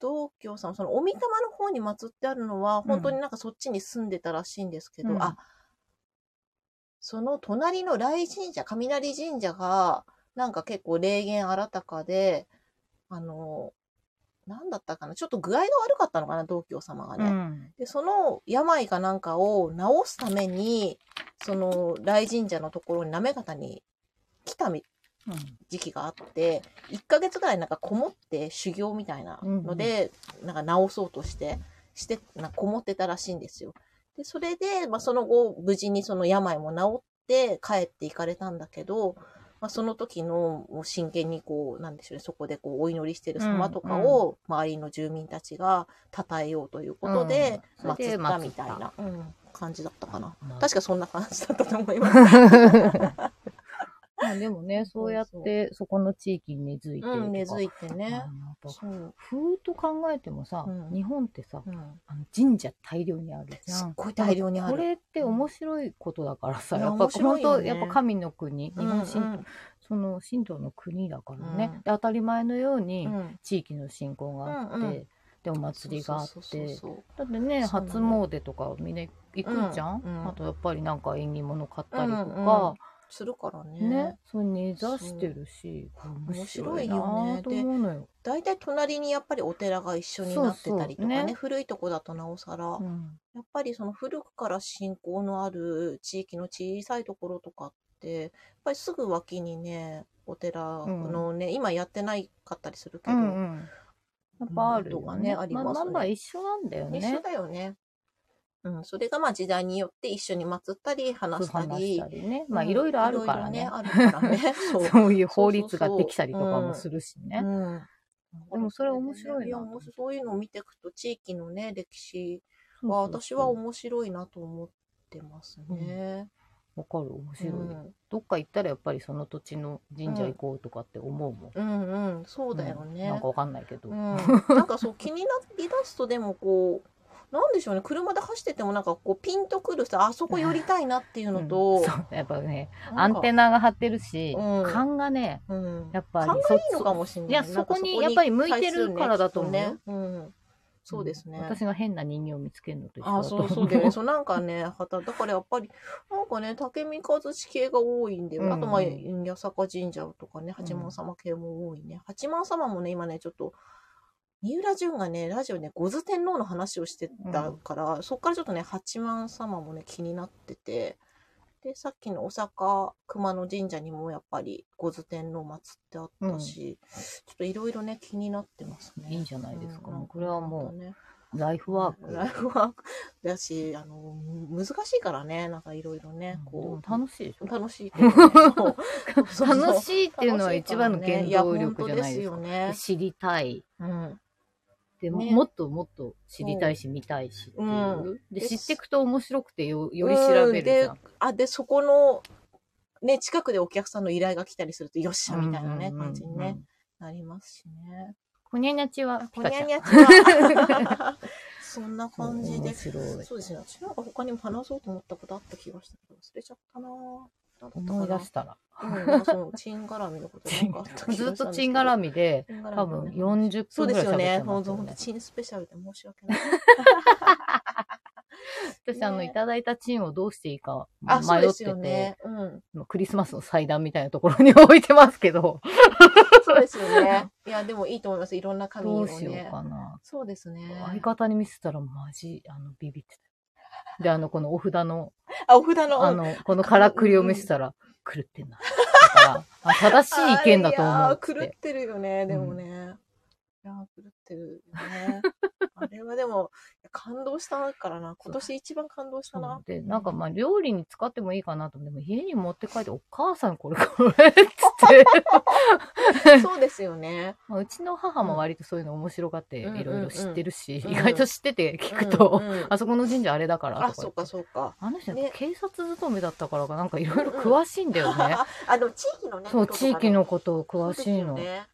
道教さん、そのお御霊の方に祀ってあるのは、本当になんかそっちに住んでたらしいんですけど、うんあ、その隣の雷神社、雷神社が、なんか結構霊言新たかで、あのーなんだったかな、ちょっと具合が悪かったのかな、道教様がね。うんで、その病かなんかを治すために、その雷神社のところに行方に来たみ時期があって1ヶ月ぐらいなんかこもって修行みたいなので、なんか直そうとしてしてなんかこもってたらしいんですよ。でそれで、まあ、その後無事にその病も治って帰っていかれたんだけど、まあ、その時のもう真剣にこうなんでしょうねそこでこうお祈りしてる様とかを周りの住民たちが称えようということでうんそれで祀ったみたいな、うん感じだったかな。確かかそんな感じだったと思い ます。まあでもねそうやってそこの地域に根付いてるとうか、ん、根付いてねあ。のやっぱそうふーっと考えてもさ、うん日本ってさうんあの神社大量にあるじゃんすっごい大量にあこる。れって面白いことだからさ、いややっぱ面白本いよ当、ねやっぱ神の国、日本神、うんその神道の国だからね、うんで当たり前のようにうんうん地域の信仰があって、うんうんでお祭りがあってそうそうそうそうだってねそうな初の詣とかみんな行くじゃん、うんうんあとやっぱりなんか縁起物買ったりとか、するからね。ねそう根ざしてるし面白いな面白いよねぁと思うのよ。だいたい隣にやっぱりお寺が一緒になってたりとかね、そうそうね古いとこだとなおさら、うんやっぱりその古くから信仰のある地域の小さいところとかって、やっぱりすぐ脇にね、お寺のね、今やってないかったりするけど、ん。やっぱあるよね。うんありますねナンバー一緒なんだよね。一緒だよね。うん、それがまあ時代によって一緒に祀ったり話した話しりた。りね。まあうんいろいろあるからね。いろいろねあ るからね。そう。そういう法律ができたりとかもするしね。うんでもそれ面白いなや面白いそういうのを見ていくと地域のね歴史そうはそう私そうは面白いなと思ってますね。わかる、面白い。うんどっか行ったらやっぱりその土地の神社行こうとかって思うもん。うんうんそうだようんなんねか。わかんないけど。うん、なんかそう気になりだすとでもこうなんでしょうね車で走っててもなんかこうピンとくるさあそこ寄りたいなっていうのうとん、 そうやっぱね、アなんかンテナが張ってるし、うん勘がね、うんやっぱり勘がいいのかもしれない。いやなんかそこにやっぱり向いてるからだと思う対するねきっとねうん、そうですね。私が変な人形を見つけるのと一緒あだあ、とそ思うそうだよね。そうなんかね、はただからやっぱり、なんかね、竹三和地系が多いんで、うんうんあとまあ、八坂神社とかね、八幡様系も多いね。八幡様もね、今ね、ちょっと、三浦淳がね、ラジオで五頭天皇の話をしてたから、そっからちょっとね、八幡様もね、気になってて、で、さっきの大阪熊野神社にもやっぱり五頭天皇祭ってあったし、ちょっといろいろね、気になってますね。 いいんじゃないですかうんなんこれはもうまたねライフワーク。ライフワークだし、あの、む難しいからね、なんかいろいろね、ここう楽しいでしう、ょ楽しいけどね。そうそうそ う楽しいっていうのは一番の原動力じゃないですか。いや本当です知りたい。よね。でもねもっともっと知りたいし、見たいしっていう、うで、で知っていくと面白くてよ、より調べるじゃん。あ、で、そこの、ね、近くでお客さんの依頼が来たりすると、よっしゃ、うんみたいなね、うん感じにうねん、なりますしね。こにゃにゃちは、あピこカにちゃゃんに。ゃち は。そんな感じ面で。白い。そうですね。私なんか他にも話そうと思ったことあった気がしたけど、忘れちゃったなぁ。なんだった思いかな出したら。うん、なんかそのチン絡みのことなんかあった気がしたんですずけどっとチン 絡みで、チン絡みのね多分40そ分ぐうでらいすよ喋っね。てほまんすよと、ほんとね。チンスペシャルで申し訳ない。私、あの、ねいただいたチンをどうしていいか迷あ、そうでっすてて、よね。 うん。クリスマスの祭壇みたいなところに置いてますけど、そうですよね。いや、でもいいと思います。いろんな紙どをうしようね。かな。そうですね。相方に見せたらマジ、あの、ビビって た。で、あの、このお札の、あ、お札の。あの、このからくりを見せたら、狂ってんな。だからあ正しい意見だとあ思れうっつって。いやー狂ってるよね、でもね。いやー狂ってる よね。あれはでも、感動したからな。今年一番感動したな。で、なんかまあ、料理に使ってもいいかなと思って、でも家に持って帰って、お母さんこれこれっつって。 そうですよね。まあ、うちの母も割とそういうの面白がって、うんいろいろ知ってるし、うんうん意外と知ってて 聞くうと、んうん あそこの神社あれだからとかあ、言って。そうか、そうか。あの人、ね警察勤めだったからか、なんかいろいろ詳しいんだよね。 あ、でも地域のね。そう、こ地ととかね域のことをそう詳でしすいよの。でね。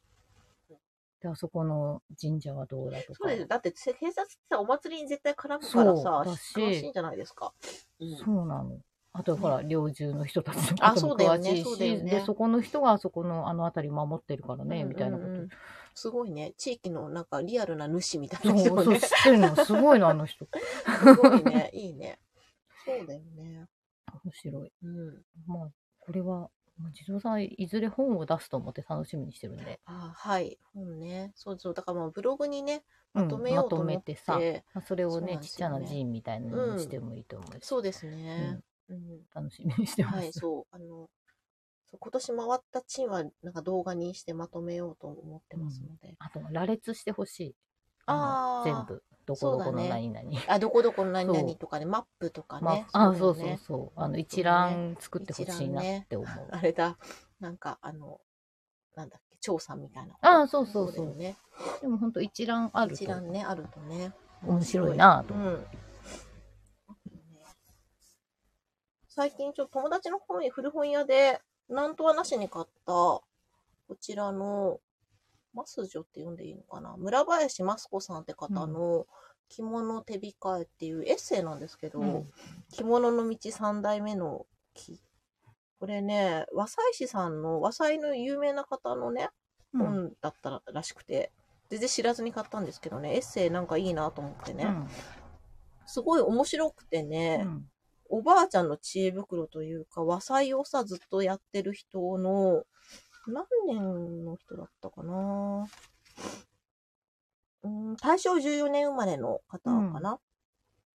あそこの神社はどうだとそうか。ですよ。だって、せ警察ってさ、お祭りに絶対絡むそうからさだ、し詳しいんじゃないですか。うんそうなの。あと、ほら、猟銃の人たちのあことそもうだよ詳ねしいそうだよし、ねで、そこの人があそこのあの辺り守ってるからね、みたいなこうんうんうんと。すごいね。地域のなんかリアルな主みたいな人そう、もそう、ね知。ってるの、すごいの、あの人。すごいね。いいね。そうだよね。面白い。うん。まあ、これは、まあ地蔵さん、いずれ本を出すと思って楽しみにしてるんで。あはい。本ね。そうそう。だからまあブログにね、うんまとめようと思っまとめてさて。まあ、それそをうなんね、ですよねちっちゃな寺院みたいなのにしてもいいと思うし、そうですね。うん。楽しみにしてまはい、す。そう。あの、そう今年回ったチンはなんか動画にしてまとめようと思ってますので。あと、羅列してほしい。あのー全部、どこどこそうのだね何々。あ、どこどこの何そ々うとかね、マップとかまね。あ、あだそようそうねそう。あの、一覧作ってほしいなって思う。あれだ、なんかあの、なんだっけ、調査みたいな。あそうそうそうだよね。でも本当一覧あると一覧ね、あるとね。面白いなとう。ん。最近ちょっと友達の本屋、古本屋で、なんとはなしに買った、こちらの、マスジョって読んでいいのかな村林マスコさんって方の、着物手控えっていうエッセイなんですけど、うん着物の道三代目の木。これね、和裁師さんの、和裁の有名な方のね、うん本だったららしくて、全然知らずに買ったんですけどね、エッセイなんかいいなと思ってね、すごい面白くてね、うんおばあちゃんの知恵袋というか、和裁をさ、ずっとやってる人の、何年の人だったかなうん、大正14年生まれの方かな、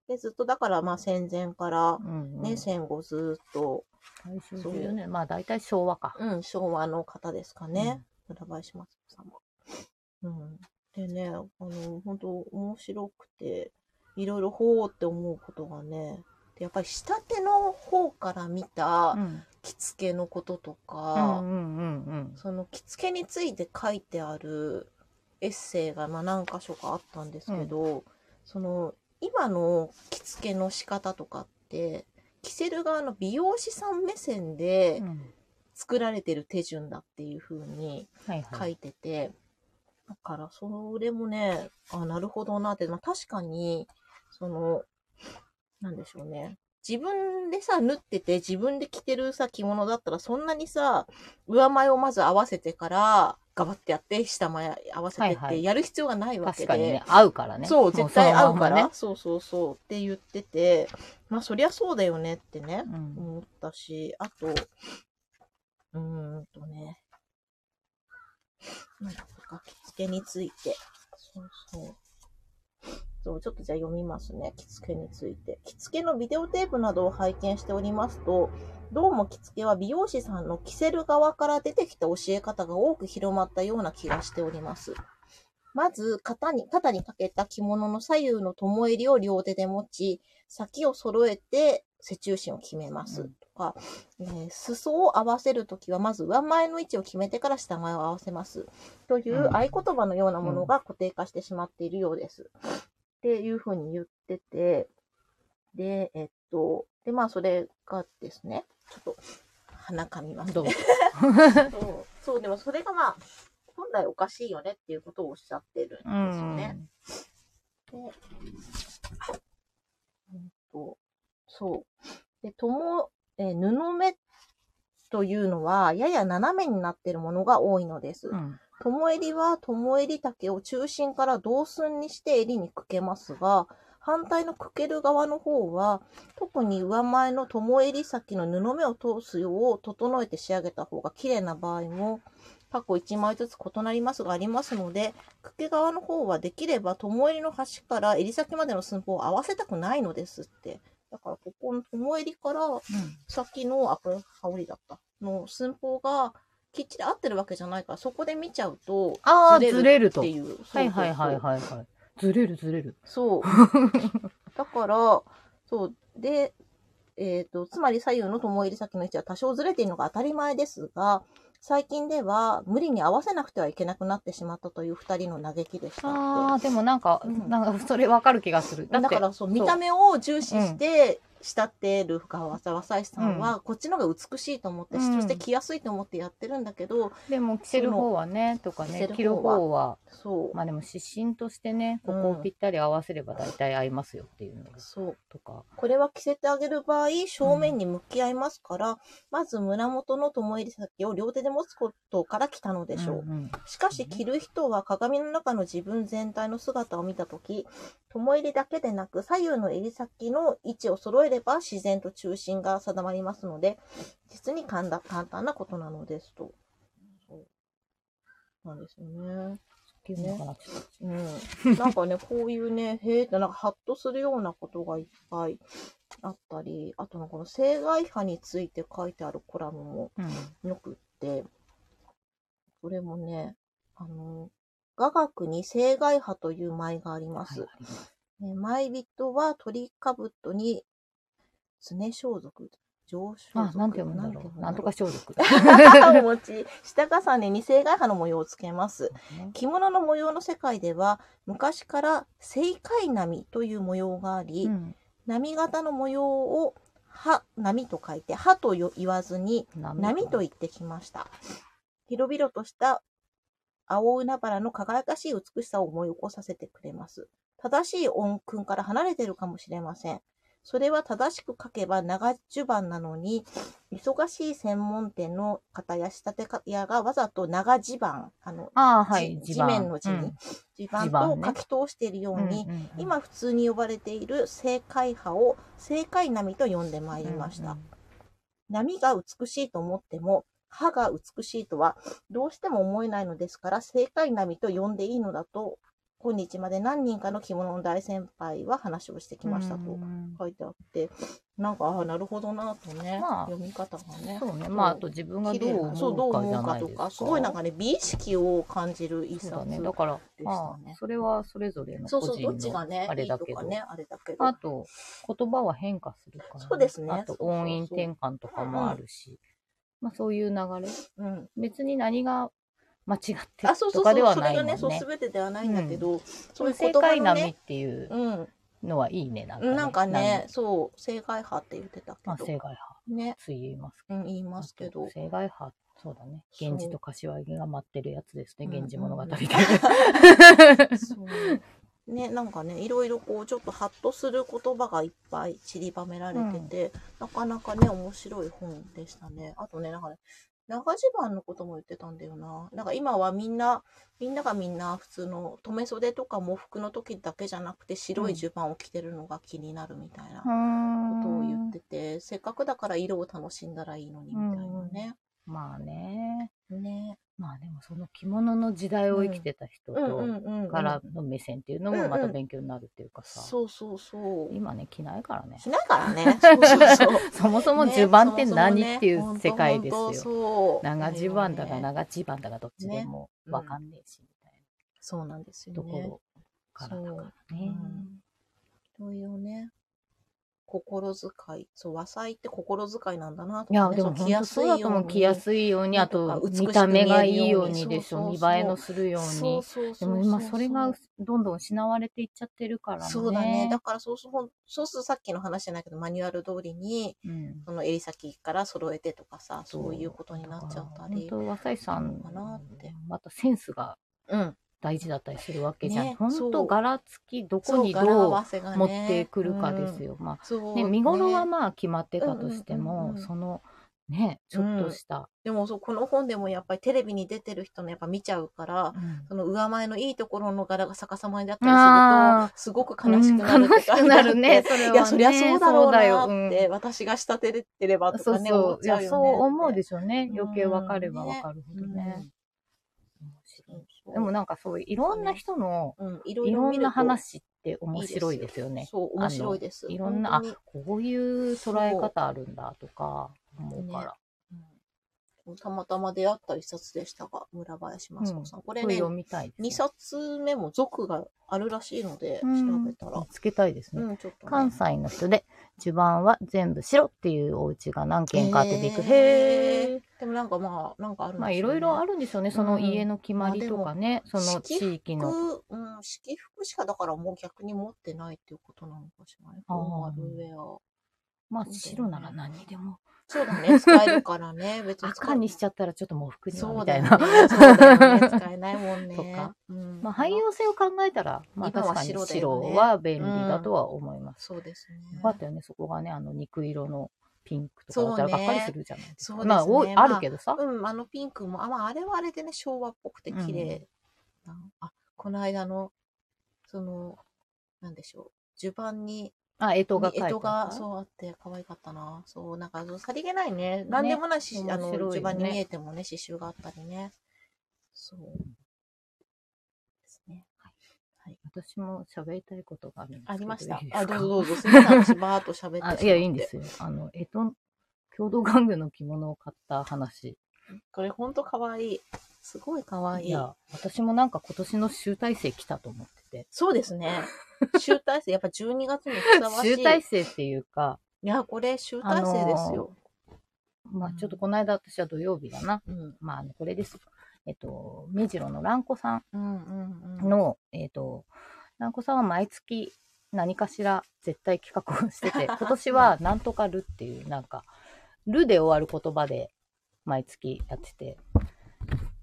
で、ずっとだから、まあ戦前から、うんうんね、戦後ずっと大正10年。まあ大体昭和か。うん、昭和の方ですかね。村林正子さんも。うん。でね、あの、本当面白くて、いろいろほうって思うことがね、でやっぱり下手の方から見たうん。うん。着付けのこととうんか、うんうんその着付けについて書いてあるエッセイがまあ何箇所かあったんですけど、その今の着付けの仕方とかって着せる側の美容師さん目線うでん。うん作られてる手順だっていう風にはい書はい。いてて、だからそれもねあなるほどなって、まあ、確かにそのなんでしょうね自分でさ縫ってて自分で着てるさ着物だったらそんなにさ上前をまず合わせてからガバッてやって下前合わせてはいっはていやる必要がないわけ確かで、にね、合うからね。そうも絶対合うそのまからんまね。そうそうそうって言っててまあそりゃそうだよねってね、うん思ったし、あと、うーんとね、なんか着付けについて。そうそう。そう、ちょっとじゃあ読みますね。着付けについて。着付けのビデオテープなどを拝見しておりますと、どうも着付けは美容師さんの着せる側から出てきた教え方が多く広まったような気がしております。まず、肩に、肩にかけた着物の左右の友襟を両手で持ち、先を揃えて背中心を決めまうすんとか、えー裾を合わせるときは、まず上前の位置を決めてから下前を合わせます。という合言葉のようなものが固定化してしまっているようです。っていうふうに言ってて、で、えっと、で、まあ、それがですね、ちょっと、鼻かみますどうねぞ。 そう、そう、でもそれがまあ、本来おかしいよねっていうことをおっしゃってるんでうすよん。ね。とそう。で、とも、えー布目というのは、やや斜めになっているものが多いのです。うんとも襟はとも襟丈を中心から同寸にして襟にくけますが、反対のくける側の方は、特に上前のとも襟先の布目を通すよう整えて仕上げた方が綺麗な場合も、過去1枚ずつ異なりますがありますので、くけ側の方はできればとも襟の端から襟先までの寸法を合わせたくないのですって。だからここのとも襟から先の、あ、これ羽織だった。の寸法がきっちり合ってるわけじゃないから、そこで見ちゃうと、ああ、ずれるっと。てはいいう。そうはいはいはいそうはい。ずれるずれる。そう。だから、そう。で、えっ、と、つまり左右の友襟先の位置は多少ずれているのが当たり前ですが、最近では無理に合わせなくてはいけなくなってしまったという二人の嘆きでしたって。ああ、でもなんかう、んなんか、それわかる気がする。だだってか、らそう見た目を重視して慕ってる側若いさんは、こっちの方が美しいと思って、うんそして着やすいと思ってやってるんだけどでも着せる方はね、とか着ねせる方、は着る方は、そう、まあでも指針としてね、ここをぴったり合わせれば大体合いますよっていうのそうとか。これは着せてあげる場合正面に向き合いますから、まず胸元の友襟先を両手で持つことから来たのでしょう、うんうんしかし着る人は鏡の中の自分全体の姿を見たとき、友襟だけでなく左右の襟先の位置を揃えれば自然と中心が定まりますので、実に簡単簡単なことなのですと。そうなんですよね。っていうのかな。うん。なんかね、 こういうね、へーってなんかハッとするようなことがいっぱいあったり、あとなんかこの性外派について書いてあるコラムもうんよくって、それもね、あの、雅楽に正外派という舞があります。はいありますね舞人は鳥かぶとに、常装束、上装束。あ、なんて読むんだろう。なんとか装束。 か。お持ち、下重ねに正外派の模様をつけます。着物の模様の世界では、昔から正解波という模様があり、うん波型の模様を波、波と書いて、波とよ言わずに、波と言ってきました。広々とした青海原の輝かしい美しさを思い起こさせてくれます。正しい音訓から離れているかもしれません。それは正しく書けば長襦袢なのに、忙しい専門店の方や仕立て屋がわざと長襦袢、あの、ああ、はい、地地面の地に、襦襦袢袢とね書き通しているように、に今普通に呼ばれている正解派を正解波と呼んでまいりました。波が美しいと思っても、歯が美しいとはどうしても思えないのですから、正解波と呼んでいいのだと今日まで何人かの着物の大先輩は話をしてきましたとうん書いてあって、なんか、ああ、なるほどなとね、まあ読み方がね。そうね。まあ、あと自分が綺ど麗うなそうど思うかじう思ゃうかないとですか。か、すごいなんかね、美意識を感じる一そう冊だね。だから、でしたまあね、。それはそれぞれのそ個うそう、人どっちがのね、あれだけいいどとか。ね、あれだけど。あと、言葉は変化するから、そうですねあと、音韻転換とかもあるし、まあ、そういう流れ。うん。別に何が間違ってあ、そうとそうそかう、ではそなれいもがんね。ね、そう、すべてではないんだけど、そういう正言葉解の波っね、ていううん、のはいいね。なんかね。なんかね何、そう、正解派って言ってたまあ、け正解ど、派。ね、つい言いますけど。うん、言いますけあどと、正解派。そうだね。そう源氏と柏木が待ってるやつですね。うん源氏物 語で。そうね、なんかね、いろいろこう、ちょっとハッとする言葉がいっぱい散りばめられてて、なかなかね、面白い本でしたね。あとね、なんかね、長襦袢のことも言ってたんだよな。なんか今はみんな、みんながみんな普通の留め袖とか喪服の時だけじゃなくて白い襦袢を着てるのが気になるみたいなことを言ってて、せっかくだから色を楽しんだらいいのにみたいなね。まあね。ね。まあでもその着物の時代を生きてた人うんうんとうんうん。からの目線っていうのもまた勉強になるっていうかさ、そうそうそう。今ね着ないからねしないからね。そうそうそう。 そもそもね襦袢ってそもそも何、ねっていう世界ですほんとほんとよ、そう長襦袢だかね長襦袢だかどっちでもわかんねえしみたいそうなんですなよとこね。ろからだからねそううんそういうね、心遣い、そう、和裁って心遣いなんだなといやかね、でもそう本当そうだと思う着やすいようにあなんとか美しく見た目がいいよう見えにるようにでしょそう見そうそう栄えのするようそにうそうでそう。も今それがそうどんどん失われていっちゃってるからねそうだね。だからそうそう、ほんそうするとさっきの話じゃないけど、マニュアル通りに、うんその襟先から揃えてとかさ、そうそういうことになっちゃった本り。当和西さんかなってまたセンスがうん。大事だったりするわけじゃん、ね本そう当柄付きどこそうにど柄合うわせがね持ってくるかです。よ、まうんそあうね見頃はねまあ決まってたとしても、うんうんうんうんそのねちょっとした、でもそう、この本でもやっぱりテレビに出てる人のやっぱ見ちゃうから、その上前のいいところの柄が逆さまにだったりあすると、すごくうん悲しくなる悲しくなるね。 それはねいや、そりゃそうだろうなそうっだて、よ私が仕立ててればうんとそうかね、そう、い思っちゃうよやね。そう思うでししょうねうん余計わかればわかるほどね、でもな、なんかそういろんな人のうん、いろいいろろ見んるとな話って面白いですよねそう、面白いです。いろんな、あ本当に、こういう捉え方あるんだとか、思うから。うんたまたま出会った一冊でしたが、村林雅子さん。ここれれね、読みたいですね、 2冊目も続があるらしいので、調べたら見。つけたいですね。うん、ちょっとね、関西の人で、襦袢は全部白っていうお家が何軒かあってびっくり。へへーー。でもなんかまあ、なんかあるんまあいろいろある。るんですよね。その家の決まりとかね、あそのでも地域の。服、うん、式服しかだからもう逆に持ってないっていうことなのかしらね。あーフォーマルウェア。まあ白なら何にでも。そうだ ね、使えるからね。別に使赤えにしちゃったらちょっと喪服にはそうみたいだよねな。。そうだよね使えないもんね。とかうんまあ汎用性を考えたら、まあ今は確かに白だよ白ねは便利だとは思います。そうですねよ。かったよね、そこがね、あの肉色のピンクとかだったらそがうねっかりするじゃないですか。そうですねまあ、おいまああるけどさ。うん、あのピンクも、あ、まあ、あれはあれでね、昭和っぽくて綺麗な、あ、この間の、その、なんでしょう。襦袢にあ、干支が書いてあ干る支がそうあって可愛かったな。そう、なんか、さりげないね。なんでもないし、あの、面白いよね一番に見えてもね、刺繍があったりね。そう。ですね。はい。私も喋りたいことがあるんですけどありましたいい。ですあ、かどうぞどうぞ。すみません、しばーっと喋ってしまあっいて。や、いいんですよ。あの、えと、共同玩具の着物を買った話。これほんと可愛い。すごい可愛いい。や、私もなんか今年の集大成来たと思ってて。そうです ね。集大成、やっぱ12月にふさわしい。集大成っていうか、いや、これ集大成ですよ。まあちょっとこの間私は土曜日だな。うん。まああの、これです。えっと、目白の蘭子さんうんうんうん。の、えっ、と、蘭子さんは毎月何かしら絶対企画をして て、今年はなんとかるっていう、なんか、るで終わる言葉で毎月やってて、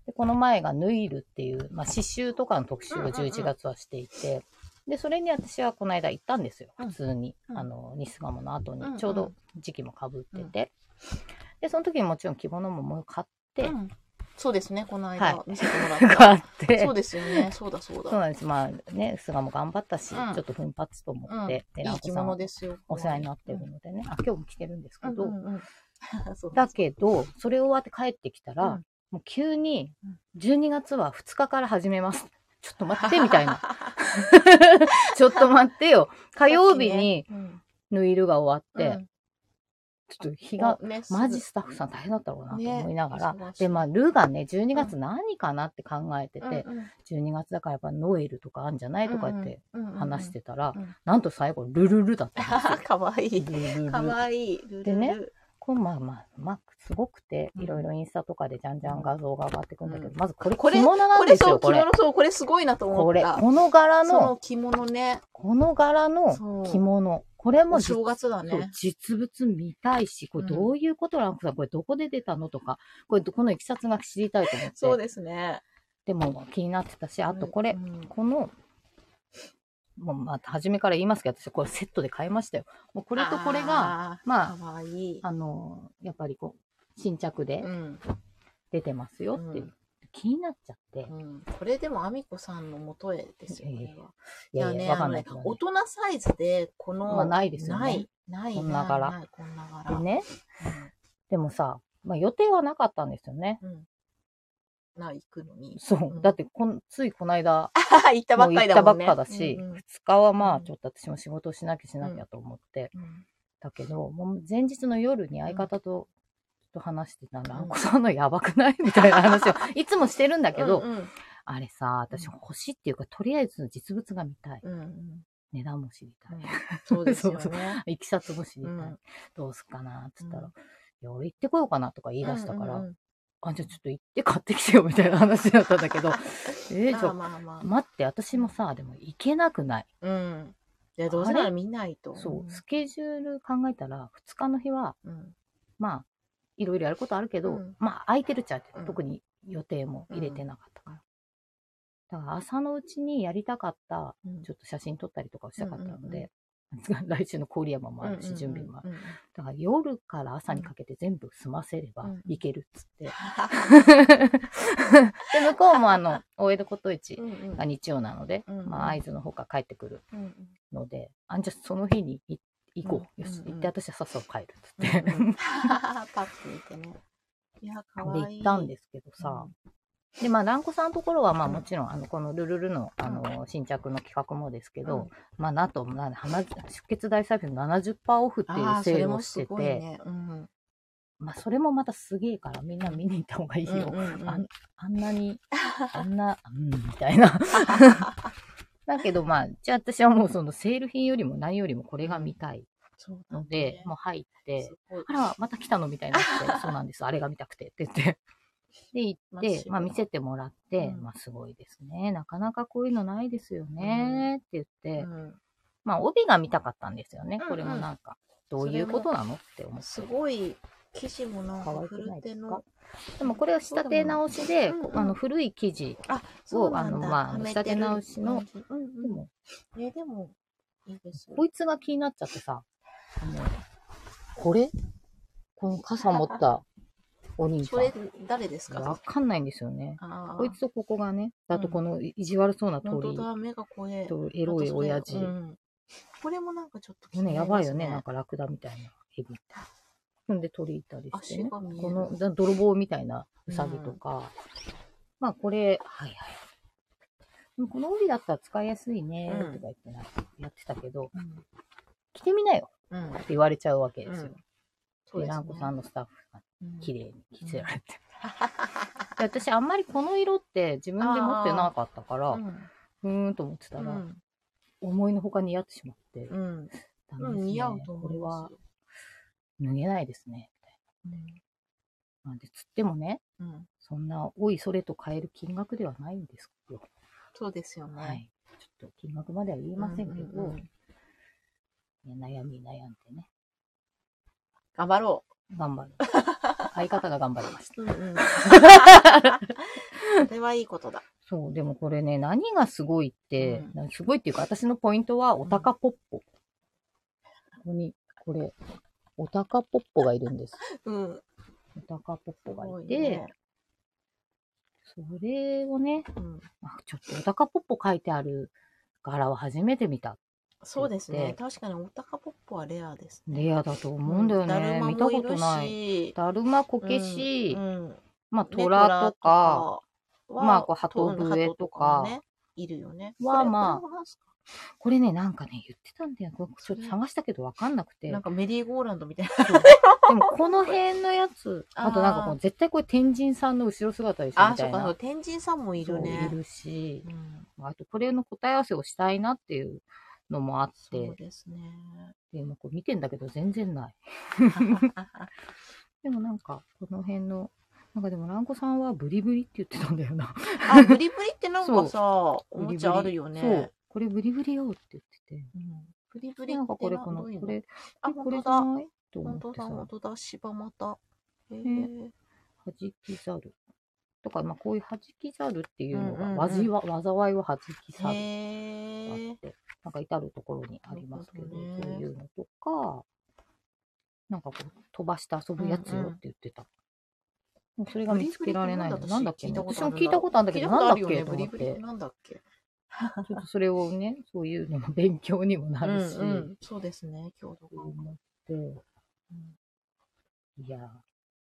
でこの前が縫いるっていう、まあ、刺繍とかの特集を11月はしていて、で、それに私はこの間行ったんですよ。うん普通に、うんあの、ニスガモの後うんうんに、ちょうど時期もかぶってて、で、その時にもちろん着物ももう買って、うんそうですね、この間は見せても らった。買って、そうですよね。そうだそうそうだ。なんです。まあね、菅も頑張ったし、うんちょっと奮発と思うんっ、て、でいい着物ですよ。お世話になってるのでね、あ、今日も着てるんですけうんど、う んうんそうだけど、それ終わって帰ってきたら、うんもう急にうん、 12月は2日から始めます。 ちょっと待っで、て、みたい な。ちょっと待ってよ。火曜日 にヌイルが終わって、ちょっと日が、マジスタッフさん大変だったろうなとね思いながら。忙しいで、まあ、ルがね、12月何かなって考えてて、12月だからやっぱノエルとかあんじゃないとか言って話 してたら、うんなんと最後、ルルルだったんですよ。かわいいルルル。かわいいでねこうまあまあ、まあ、すごくて、うんいろいろインスタとかでじゃんじゃん画像が上がってくんだけど、うんまずこれ、これ着物なこんでれすそよ、うこ着れ。物そうこれすごいなと思こっれ、たこの柄そのの、着物ねこの柄のそう着物。これもお実正月だそうね実物見たいし、これうんどういうことなのか、これどこで出たのとか、これどこのいきさつが知りたいと思って。そうですねでも気になってたし、あとこれ、うんこの、もうまた初めから言いますけど、私これセットで買いましたよ。もうこれとこれが、あーまあ、かわいいあの、やっぱりこう、新着でうん出てますよっていう、うん気になっちゃってう、んこれでもあみこさんの元へですよいやいねやいやいや、わかんないけどね大人サイズでこの、まあないですよねないないこんな柄ないこんなで柄ね、でもさ、まあ予定はなかったんですよね。うんうんな行くのにそうう。んだってこん、ついこの間、 行ったばっかりだもんもねう行ったばっかだし、うん2日はまあうんちょっと私も仕事をしなきゃしなきゃと思って、うんだけど、もう前日の夜に相方と、ちょっと話してたら、うんあんこさんのやばくないみたいな 話を、いつもしてるんだけど、うんあれさ、私欲しいっていうか、とりあえず実物が見たい。うんうん値段も知りたういん。そうですよね そういきさつも知りたい。うんどうすっかなって言ったら、うんいや、俺行ってこようかなとか言い出したから、うんうんうんあ、じゃあちょっと行って買ってきてよみたいな話だったんだ けど、えー、ちまあょ、まあま待って、私もさ、でも行けなくない。あうんいやどうせなら見ないとそう、スケジュール考えたら、2日の日は、うんまあ、いろいろやることあるけど、うんまあ、空いてるっちゃ空いてる、うん特に予定も入れてなかったから。だから、朝のうちにやりたかった、うんちょっと写真撮ったりとかをしたかったのうんうんで、 来週の郡山もあるし、準備もある。だから、夜から朝にかけて全部済ませればうんいけるっつ って。あで、向こうもあの、大江戸骨市 がる日曜なので、うんうんまあ、会津の方から帰ってくるので、あんじゃその日に行行こう。うんよし、うんうん行って私はさっさと帰るっつって。うん うんパッと見てねいやかわでい行いったんですけどさ、でまあ蘭子さんのところはまあもちろんあのこの「ルルルの」あの新着の企画もですけど、うんまあなんとなん花出血大サービスの70%オフっていうセールをしててあーそれもすごいねうんまあ、それもまたすげえからみんな見に行った方がいいよ、うんうんうんあんあんな にあんなうんみたいな だけどまあじゃあ私はもうそのセール品よりも何よりもこれが見たいそうなのんだで、ねもう入ってすごいあら、また来たのみた いになって、そうなんです、あれが見たくてって言って。で、行まっあてす、ごいまあ見せてもらって、うんまあすごいですね。なかなかこういうのないですよねって言って、うんまあ帯が見たかったんですよね。うんうんこれもなんか、どういうことなのって思すって。ごい生地もなん可か愛くな古いで手すかのでもこれは仕立て直しで、うんうんあの古い生地、あそうあのまあはめ仕立て直しのてる感じでも、うんうんえでもいいですこいつが気になっちゃってさ、あの、これこの傘持ったお兄さそれん。誰ですわかかんないんですよね。あーこいつとここがね、あとうんこの意地悪そうな通本り当だ目が怖えとエロい親父。うもんこれもなんかちょっと気うになね、りやまばいすよね。なんかラクダみたいな、ヘビみたいな。んで鳥いたりしてね。足が見えるこのだ泥棒みたいなウサギとか。まあこれ、はいはい。でもこの帯だったら使いやすいねうとんか言ってな、やってたけど、うん着てみなようんって言われちゃうわけですよ。うんそうで、ですランねコさんのスタッフがうん綺麗に着 せられて。で私あんまりこの色って自分で持ってなかったから、うんふーんと思ってたら、思いのほか似合ってしまって、うんうんダメでうすんね似合うとこ思れいまはすよ脱げないですね。なんで、つってもね、うんうんそんな、おいそれと買える金額ではないんですよ。そうですよねはい。ちょっと金額までは言えませんけど、うんうんうんいや悩み悩んでね、頑張ろ頑 張る。相方が頑張りました。ううん うんそれはいいことだそう、でもこれね、何がすごいって、うすごいっていうか、私のポイントは、おたかポッポ。ここに、これ、おたかポッポがいるんです。うんおたかポッポすごがいいて、ねそれをね、うんあちょっとお高ポッポ書いてある柄は初めて見た。そうです言っねて確かにオタカポップはレアですねレアだと思うんだよだるね。ま見たもいことるない。しだるま、こけし、うんまあ、虎とか、ね、虎とかはまあこう鳩笛とかねいるよね。はこれまあこれもなんすかこれね、なんかね、言ってたんだよ。これちょっと探したけどわかんなくて。なんでかメリーゴーランドみたいな。もこの辺のやつ、 あーあとなんかこう、絶対これ天神さんの後ろ姿でしょあみー、そたういか、な。そう。天神さんもいるそうね。いるし、うんあとこれの答え合わせをしたいなっていうのもあっそうて、ですね。でもこう見てんだけど全然 ない。でもなんか、この辺の、なんかでも蘭子さんはブリブリって言ってたんだよな。 あ、ブリブリってなんかさ、おもちゃあるよね。そう。これブリブリよって言ってて。うんブリブリでってなんかこれこの、どういうこれ、あ、えこれ本じゃ当だ。ないと思本っ当てさだ、、本当だ、柴又。へえねはじきざる。とか、まあこういうはじきざるっていうのが、うんうんうんわじわ、災いをはじきざるってあへっえ。て、なんか至るところにありますけど、なるそうほどねいうのとか、なんかこう、飛ばして遊ぶやつよって言ってた。もうそれが見つけられないの。ブリブなリってなんんだだっけね、私私も聞いたことあるんだ聞けいたど、ことなあんるだっよけね、とブ思リっブリ。て。なんだっけ。ちょっとそれをね、そういうのの勉強にもなるし、うんうんそうですね、郷土感思って、いや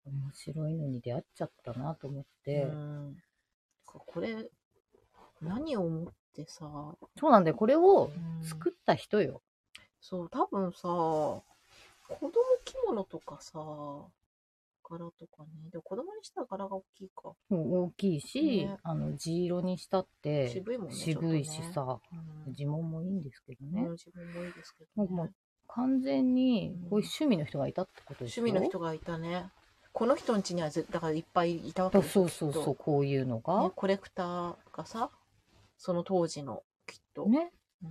ー、面白いのに出会っちゃったなと思って、うんこれ、何を思ってさ、そうなんだよ、これを作作った人よ。そう、多分さ、子供着物とかさ、柄とかね。でも子供にしたら柄が大きいか。もう大きいし、ねあの、地色にしたって、渋いもんね。ちょっと渋ねいし。さ、うん地紋もいいんですけどね。うん自分もいいですけど、ね。もう完全にうん、こういう趣味の人がいたってことです趣よ味の人がいたね。この人ん家には絶だからいっぱいいたわけそうですそうそうよきっそとう、こういうのねが。コレクターがさ、その当時のきっと。ね。うん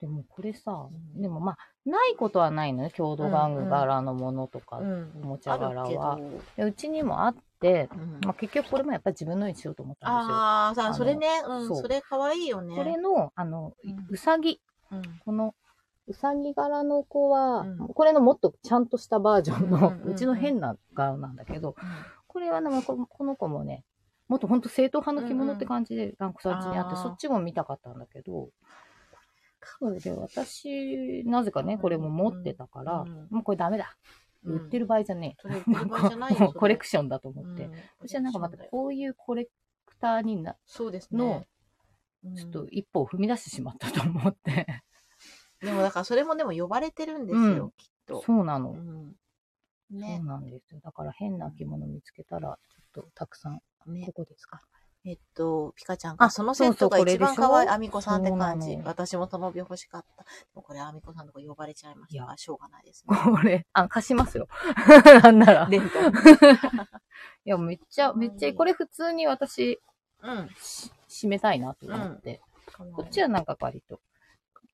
でもこれさ、うんでもまあ、ないことはないのね、郷土玩具柄のものとか。うんおもちゃ柄はあるけどでうちにもあって、うんまあ、結局これもやっぱり自分のにしようと思ったんですよ。あーさあのそれね、うん、そうそれ可愛いよね。これの、あの、うんうさぎ、うんこの、うさぎ柄の子は、うんこれのもっとちゃんとしたバージョンの、うんうんうんうんうちの変な柄なんだけど、これはね、まあここの子もね、もっとほんと正統派の着物って感じで、ランクさんちにあって、あーそっちも見たかったんだけど、そうで、私、なぜかね、これも持ってたから、うんもうこれダメだ。うん売ってる場合じゃねそれ売っえ。てる場合じゃないよ。もうコレクシションだと思って。そしたらなんかまたこういうコレクターにな、そうですのね。うんちょっと一歩を踏み出してしまったと思って。でもだからそれもでも呼ばれてるんですうよ、きっと。そうなうの。んそうね。なんですよ。だから変な着物見つけたら、ちょっとたくさん。 ねここですかえっと、ピカちゃんが、あそのセットがそうそう一番可愛い、これでしょアミコさんって感そうじな。の私もその美欲しかった。でもこれアミコさんとか呼ばれちゃいましたいから、しょうがないです ね。これ、あ、貸しますよ。 なんなら。いレント。や、めっちゃ、めっちゃ、これ普通に私、うん。し締めたいなと思って、こっちはなんか割と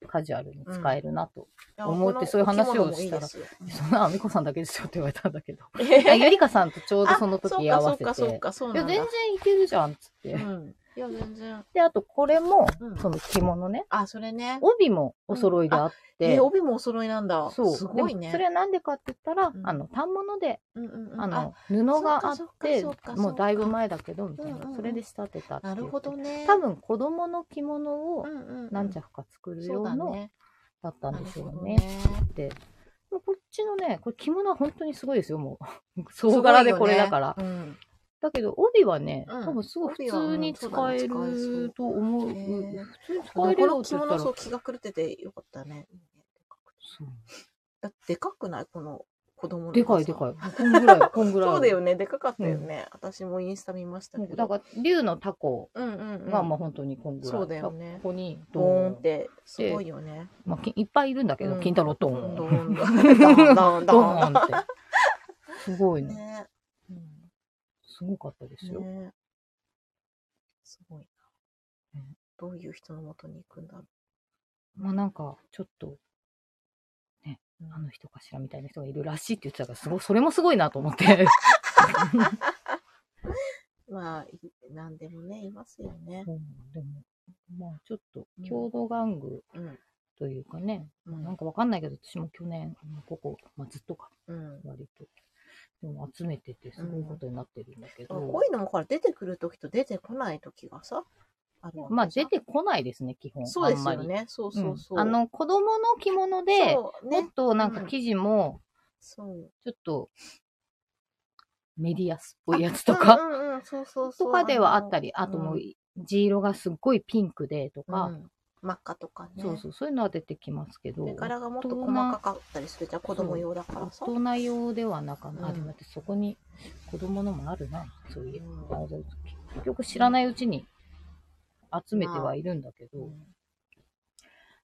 カジュアルに使えるなと。思ってそういう話をしたらいやこのお着物もいいですよそんな あみこさんだけですよって言われたんだけど。 えあへへゆりかさんとちょうどその時居合あわそうせかて。いそうや、かそうか、そうな全んだ。然いけるじゃんっつって。うん。いや、全然。で、あとこれも、うんその着物ね。あ、それね。帯もお揃いであって。え、帯もお揃いなんだ。そう。すごいでもね。それはなんでかって言ったら、うんあの、反物で、うんうんうん、あの、そ布うがかあっそうかてそうか、もうだいぶそうか前だけど、みたいうんうんうな。んそれで仕立てたっていう。なるほどね。多分子供の着物をうんうんうん、何着か作るそよううだのね。だったんでしょなるうほどね。って。こっちのね、これ着物は本当にすごいですよ、も う。総柄でこれだから。すごいよねだけど、帯はね、うん多分すごい普通に使え帯はうんそうだね使えそるうと思う。へー普通にうん。使えるこよのって着言った物ら。そう気が狂っててよかったね。そうだってでかくないこの子供のでかいでかい。い。こん ぐらい、こんぐらい。そうだよね。でかかったよね。私もインスタ見ましたけど。だから、竜のタコうんうんうん。が、まあ本当にこんぐらい。そうだよねここに、ドーンっ。て、すごいよね。まあ、きいっぱいいるんだけど、うん金太郎ドドーン。ーン、ドーン、ドーン、ドドーー ンって。すごいン。ね。ね。すごかったですよ。ね。すごいなね。どういう人のもとに行くんだろまあなんか、ちょっと、う。あの人かしらみたいな人がいるらしいって言ってたから、すごい、それもすごいなと思って。まあ、いなんでもね、いますよね。そうでも、まあちょっと、郷土玩具うん。というかね、うんなんかわかんないけど、私も去年、ここ、まあずっとか、うん。割と。でも集めてて、すごいことになってるんだけど。こういうのもほら出てくるときと出てこないときがさ、あるわけじゃんまあ出てこないですね、基本。そうですあんよまり。ね。そうそうそう。んあの、子供の着物で、そうもっね。となんか生地も、そう。ちょっと、メディアスっぽいやつとか、うんうんうん、そうそうそう。とかではあったり。り、あともう、う地色がすっごいピンクでとか、うん真っ赤とかね。そうそう、そういうのは出てきますけど、で大柄がもっと細かかったりするじゃん子供用だからさ。人用ではなかうんなあ、でもだってそこに子供のもあるな、そういう。うんあで結局知らないうちに集めてはいるんだけど、うん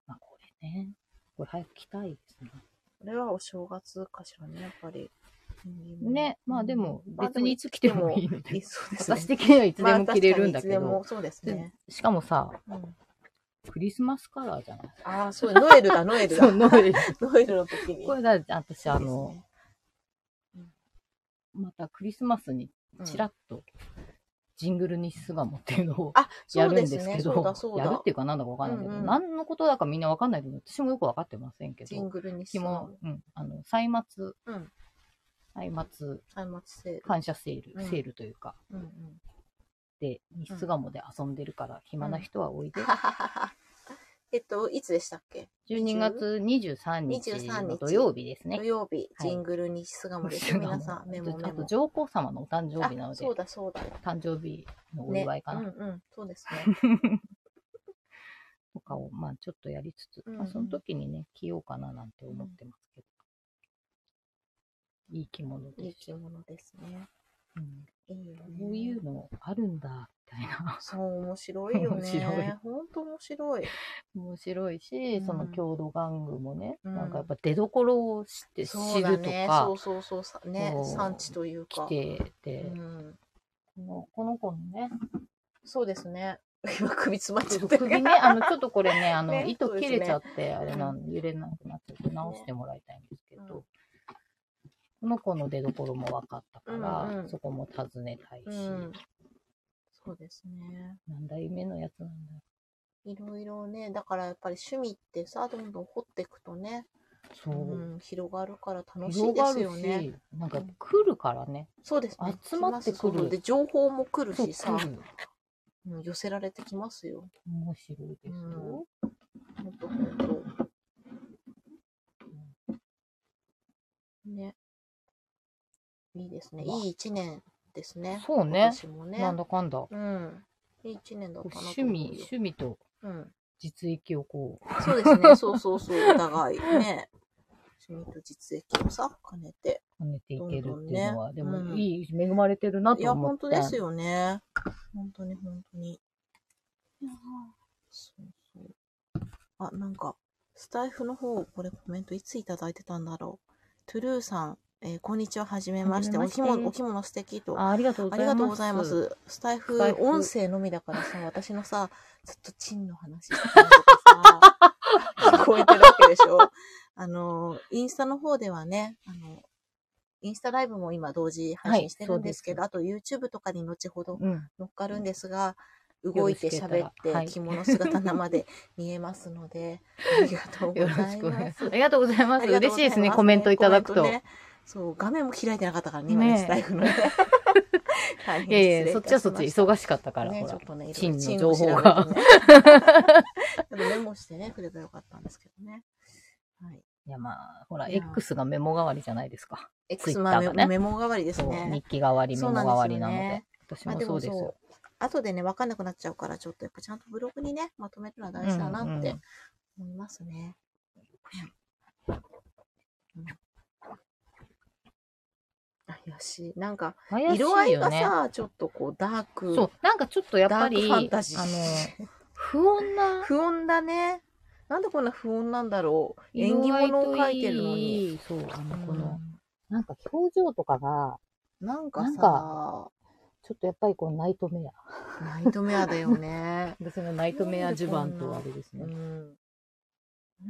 まあこれね、これ早く着たいですね。これはお正月かしらね、やっぱり。ね、まあでも別にいつ着てもいいので、いいそうですね。私的にはいつまであも着れるんだけど確かにいつでも、そうですね。しかもさ、うんクリスマスカラーじゃないああ、 そう、ノエルだ、ノエ ルそだ。う、ノエル。ノエルの時に。これだ、私あのいいで、またクリスマスにすねちらっとジングルに巣鴨っていうのをあ、やそるうんでですすね。けそうだ、ど、そうやるだって。いうかなんだかわかんないけど、うんうん何のことだかみんなわかんないけど、私もよくわかってませんけジンど、グルに昨日、うん、あの、歳末、うん歳末タイマチセール。感謝セール、うんセールというか、うん うん。で、西巣鴨で遊んでるから、暇な人はおい で。ははははえっと、いつでしたっけ12月23日23の日土曜日ですね土。曜日、はいジングルに巣 鴨です。皆さん、メモあメとモ。上皇様のお誕生日なのあでそう、だ、そうだ。誕生日のおね祝いかな、うんうん、そうですね。 とかを、まあちょっとやりつつ、うんうんまあその時にね、着ようかななんて思ってますけど。いい着物いでいす着物ですね。うんいいよね。こういうのあるんだ、みたいな。そう、面白いよね。面白いほんと面白い。 面白いし、うんその郷土玩具もね、うんなんかやっぱ出所を知って知そうだるとね。かそう、そうそうさ。ねそう、産地というか。来てて、うんこのこの子のね、そうですね。 今首詰まっちゃってる。首ね、あの、ちょっとこれね、あの、 ね糸そうです切ねれちゃって、あれなんで、揺れなくなっちゃって、直してもらいたいんですけど、うんこの子の出所も分かったから、うんうんそこも訪ねたいし、うん。そうですね。何代目のやつなんだいろいろね、だからやっぱり趣味ってさ、どんどん掘っていくとね、そうう。ん、広がるから楽しい広でがするよね。し、なんか来るからね。そうですね。集まってくる来ますそうで、情報も来るそうしさ来、る。うん寄せられてきますよ。面白いですよ。ほんとほんと。ね。いいですね。まあいい一年ですね。そう今ね。年もね。なんだかんだ。うん。いい一年だったなと思う趣よ味、趣味とうん。実益をこう、そうですね。そうそうそう。お互いね。趣味と実益をさ、兼ねて。兼ねていけるっていうのは、どんどんねでうもんいい、恵まれてるなとい思や、って。本当ですよね。本当に本当に。そうそう。あ、なんか、スタイフの方、これコメントいついただいてたんだろう。トゥルーさん、えーこんにちは、はじめまして。はおじ着めまして物、お着物素敵と。あ。ありがとうごあざりいます。がとうございま。す。スタイフスタイ、フ音声のみだか らさ、私のさ、ずっとチンの話とかさ、聞こえてるわけでしょ。あの、インスタの方ではね、あの、インスタライブも今同時配信してるんですけど、はあと YouTube とかに後ほどうん。乗っかるんですが、ん動いてよろしけれ喋ばって、はい着物姿生で見えますので、ありがとう ごよろざしいくお願いましすます。。ありがとうございます。ありがと嬉うごしざいですね、コメントいただくと。コメントねそう、画面も開いてなかったからね、今ね、ねえスタイ フのね。大変いやいや、そっ失礼いたしましたちはそっち忙しかったから、ね、ほちょっら。とね、いろいろチンのチン情報調がべてね でもメモしてね、くればよかったんですけどね。はい。いや、まあ、ほら、いや X がメモ代わりじゃないですか。 X がまあねメモメモ代わりですそうね日。記代わり、メそモうなん代でわりすよねなので。私まあもでそうもですそよ。う。後でね、わかんなくなっちゃうから、ちょっとやっぱちゃんとブログにね、まとめるのは大事だなっうてん思いますね。うんあよし。なんか、怪しい色合いよがね。さ、ちょっとこう、ダーク。そう、なんかちょっとやっダぱークり、フあァンのタジー。、不穏な不穏だね。なんでこんな不穏なんだろう。縁起色合い物をと描いてるのに。いい。そう、あの、こうの、んなんか表情とかが、なんかなんさか、ちょっとやっぱりこのナイトメア。ナイトメアだよ ね。私のナイトメア襦袢とあれですうね。ん、な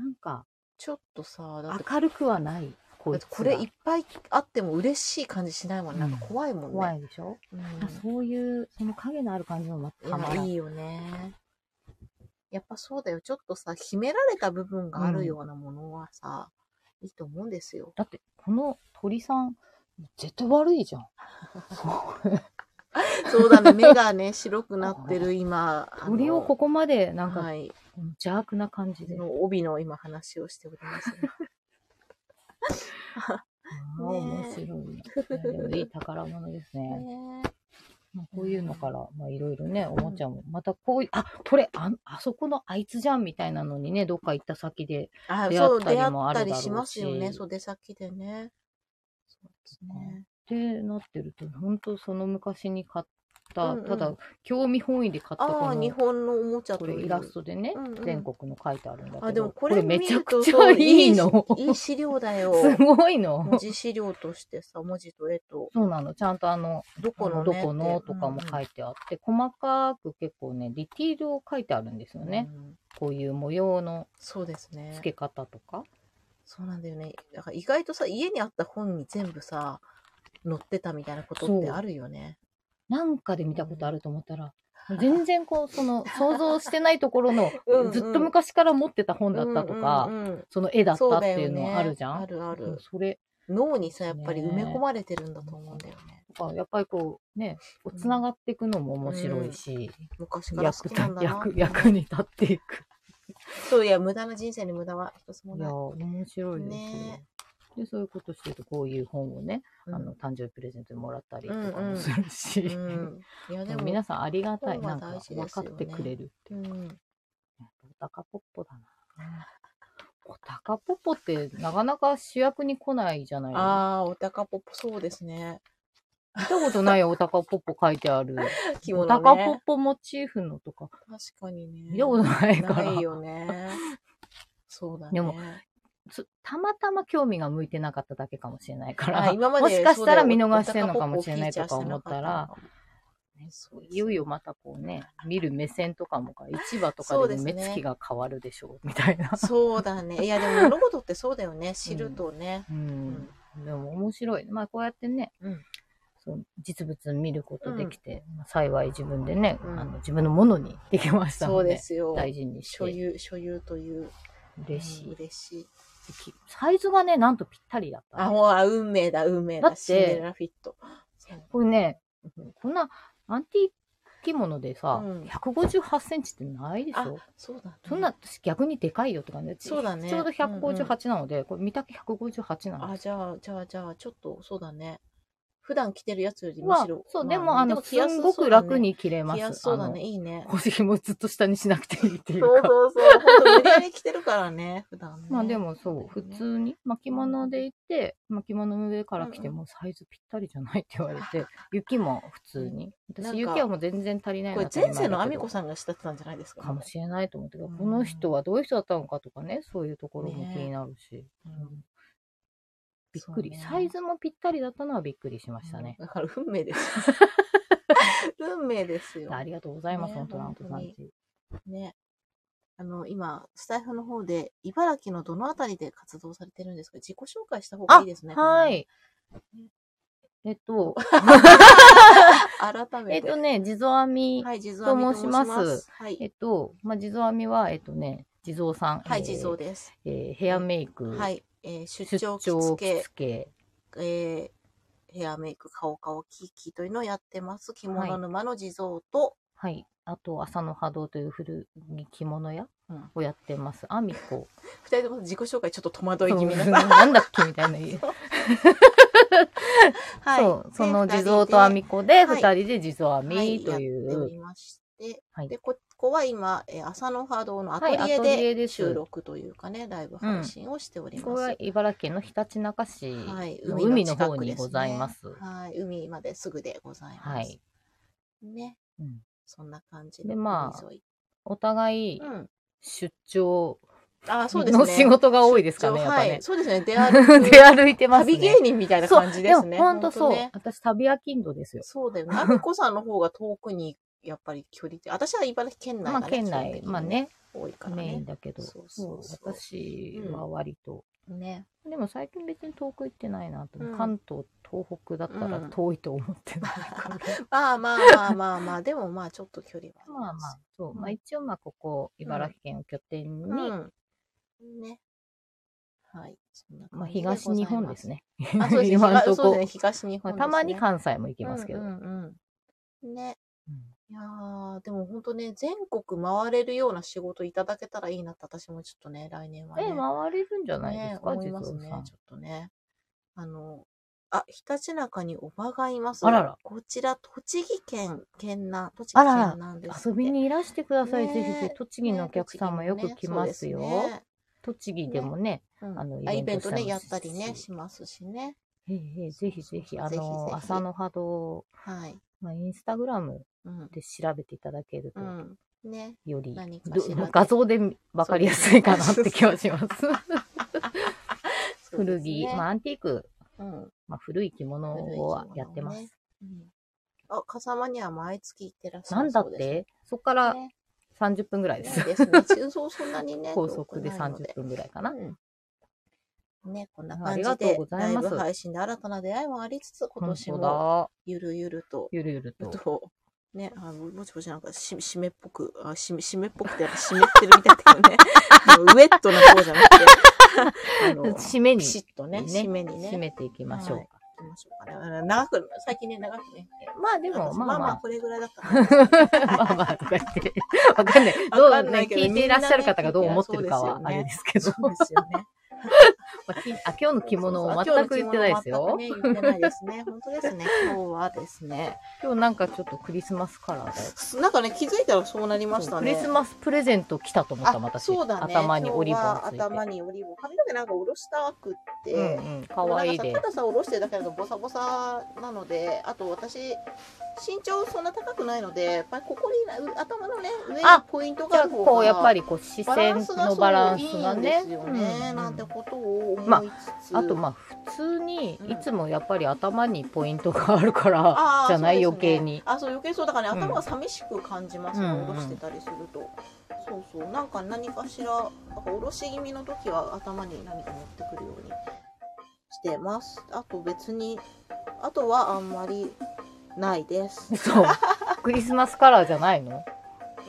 んか、ちょっとさ、だって明るくはない。こだいっつてがこれいっぱいあっても嬉しい感じしないもん。なんか怖いもんね。怖いでしょ、うんあそういう、その影のある感じのまいたまらやないい。いよね。やっぱそうだよ。ちょっとさ、秘められた部分があるようなものはさ、いいと思うんですよ。だって、この鳥さん、絶対悪いじゃん。そうだね。目がね、白くなっ てる今。あの鳥をここまで、なんか、はい。この邪悪な感じで。の帯の今話をしております が、 ああ、面白いな。いやでもいい宝物ですね。ねまあこういうのから、まあいろいろね、おもちゃも、またこういう、あ、これ、あ、あそこのあいつじゃんみたいなのにね、どっか行った先で。あ出会そっう、たり出会もっあるただろうしりしますよね、袖先でね。ねってなってると、本当その昔に買った、うんうんただ興味本位で買ったああ、こ日の、本のおもちゃことれいうイラストでね、うんうん全国の書いてあるんだけど、あ、でもここれれめ見ちゃるとくちそゃういいの。 いいいい資料だよ。すごいの。文字資料としてさ、文字と絵と、そうなの。ちゃんとあの、どここののねどってこのとかも書いてあって、細かく結構ね、ディティールを書いてあるんですよね。。うんうんこういう模様のそうですね。付け方とか。そうなんだよね。だから意外とさ、家にあった本に全部さ、載ってたみたいなことってそうあるよね。なんかで見たことあると思ったら、全然こう、そ の、想像してないところのうんう、んずっと昔から持ってた本だったとか、うんうんうんその絵だっそたうってだよねいうのはあるじゃんあるあるうんそれ脳にさ、やっぱりね埋め込まれてるんだと思うんだよね。とか、やっぱりこう、ね、つながっていくのも面白いし、昔から役好きなんだなって役、役に立っていく。そういや、無駄な人生に無駄は一つ もいなや、い。面白いですよ。ねで、そういうことしてると、こういう本をね、うんあの、誕生日プレゼントでもらったりとかうんうもんするし、 うん。いや、でも、皆さんありがたい。本なはんか大事ですよ分ねかってくれるってういう。ん、おたかぽっぽだな。おたかぽっぽってなかなか主役に来ないじゃない見ああ、お高ぽぽ、そうですね。たことないよおたかぽっぽ書いてあ る。着お物たかぽっね。ぽモチーフのとか、確かにね。見たことないから。ないよね。そうだね。でもつたまたま興味が向いてなかっただけかもしれない から、あ今までもしかしたら見逃してんのかもしれないとか思ったら、、そうだいよい よまたこうね、見る目線とかもか、市場とかでも目つきが変わるでしょう、みたいな。そうだね。いや、でも物事ってそうだよね。知るとね。う。うんでも面白い。まあこうやってね、うんそう実物見ることできて、まあ幸い自分でね、うんあの自分のものにできましたそのうで、ですよ。大事にし所て有、所有という。嬉しい、うん嬉しい。きサイズがね、なんとぴったりだったあ、の。もう、あ運命だ、運命だ。だってシンデレラフィット。そうこれね、こんなアンティーク着物でさ、うん158センチってないでしあょそうだね。そんな、私逆にでかいよって感じでそうだねちょうど158なので、これ見た目158なの。あ、じゃあ、じゃあ、じゃあ、ちょっと、そうだね。普段着てるやつよりむまあしろ。、そう、までも、あの、す着やんそごうくだね楽。に着れます。着やすそうだあのね。いいね。腰紐ずっと下にしなくていいっていそううそか。うそう。ほんと無理やり着てるからね、普段ね。まあでもそう、そう普だね通に巻物で行って、巻物の上から来てうんもサイズぴったりじゃないって言われて、雪も普通に。な私んか雪はもう全然足りないこなっれて前世のアミコんさんがしたってたんじゃないですか。かもしれないと思ってけど、うんこの人はどういう人だったのかとかね、そういうところも気になるし。うんびっくり、そうねサイズもぴったりだったのはびっくりしましたね。だから運 命です。運命ですよ。ありがとうございます、ね本当なんとさん本ち。ね。あの、今、スタイフの方で、茨城のどのあたりで活動されてるんですか自己紹介した方がいいですね。は。い。えっと、改えめ。ってとね、地蔵編み、はい、地蔵と申しますはい。えっと、まあ、地蔵編みは、えっとね、地蔵さん。はい、えー地蔵です。えーヘアメイク、はい。えー出出張張着付け着、付えーヘアメイク、顔顔キーキーというのをやってます。着物沼の地蔵と、はい。あと、朝の波動という古着着物屋うんをやってます。あみこ。二人とも自己紹介ちょっと戸惑い気味な。 なんだっけみたいな言う。はそう。その地蔵とあ網みこで、はい二人で地蔵編みといはい、やっておう。りまして、はいでここは今、えー朝の波動のアトリはいアトリエエでです収録というかね、ライブ配信をしております。これは茨城県のひたちなか市はいの海の近方くにですねございます。はい、海まですぐでございます。はい。ね、うんそんな感じでまあ海沿いお互いうん、出張あー、そうですね。の仕事が多いですかね、一や応っぱはねい、。そうですね。出歩く出歩いてますね。旅芸人みたいな感じですね。そう、本当そう。ね私、旅飽きんどですよ。そうだよね。あみこさんの方が遠くに、やっぱり距離って、私は茨城県内まが、あ、ね、県内、基本的にまあ、ね、多いからメインね。だけど、そうそうそうも私は割と、ね。でも最近別に遠く行ってないなと思う、うん関東、東北だったらうん遠いと思ってない から。まあまあまあまあまあ、でもまあちょっと距離は。まあまあ、そう。うんまあ一応、まあここ、茨城県を拠点に、うん、ね。はい。そんなまあ感じでございす東日本です。ね。あ、そうですね。 今ん東とそうですこね。。東日ま本あです、ね。たまに関西も行ききますけど。うんうんうんね。うんいやー、でも本当ね、全国回れるような仕事いただけたらいいなって、私もちょっとね、来年はね。え、回れるんじゃないでねすか、思い実まはすねさん。ちょっとね。あの、あ、ひたちなかにおばがいます。あららこちら、栃木県、県な、栃木県なんですって遊びにいらしてください、ねぜひぜひ。栃木のお客さんもよく来ますよ。栃木でもね、ああのの、あイイベベンントトね、ややっったたりりね、ねしますしね。ええええぜひぜひ、あぜひぜの、ひ朝の波動、はい。まあ、インスタグラムうん。で調べていただけると、うん。ね。より何かどしらで画像で分かりやすいかなって気はし ます。そうで古す着、ねまあ、アンティーク、うん。まあ、古い着物古い着を物はをねやってます。うんあ、笠間には毎月行ってらっしゃなんるだそうっです。てそこからね30分ぐらいです。ね ですね。そうそんなにね。高速で遠くないの30分ぐらいかな。うんね、こんなあ感りじがとでうご、ざラいイますブ配信で新たな出会いもありつつ、今年本も当だ。ゆるゆると、ゆるゆるあと。と、ね、あの、ぼちぼちなんかし、湿っぽく、あ、し湿っぽくて、湿ってるみたいだけど ね。あのウェットな方じゃなくて、あの、 締めにピシッとね、締めにね。締めていきましょうはい行きましょうかねあの長く、最近ね、長くね。まあでもまあまあまあこれぐらい だったら。まあまあとか言って。わかんない。ど わかうんなねい、けど聞いていらっしゃる方がどう思ってるかはみんあなねれですけそど。うですよね。 まあき あ今日の着物を全く言ってないですよ。今日の着物全くね、言ってないですね。本当で すね。今日はですね。今日なんかちょっとクリスマスカラーだよ。なんかね、気づいたらそうなりましたクね。リスマスプレゼント来たと思った、あ私。そうだね。頭にオリーブ今を日はついて。頭にオリーブ。髪の毛なんか下ろしたくって。うんうん。かわいいでもでなんか。さ高さ下ろしてるだけだとボサボサなので、あと私、身長そんな高くないので、やっぱりここにな、頭のね、上にあポイントじがあゃある方が。こう、やっぱりこう、視バラ線ンスがそのうバランスいいがんでね。すようね。んなんてことをま思いつつ。あとまあ普通にうんいつもやっぱり頭にポイントがあるからーじゃない、そう余で計すねに。あそう余計そうだからねうん頭が寂しく感じますね、うんうん下ろしてたりするとそうそうなんか何かしらなんか下ろし気味の時は頭に何か持ってくるようにしてますあと別にあとはあんまりない ですそう。クリスマスカラーじゃないの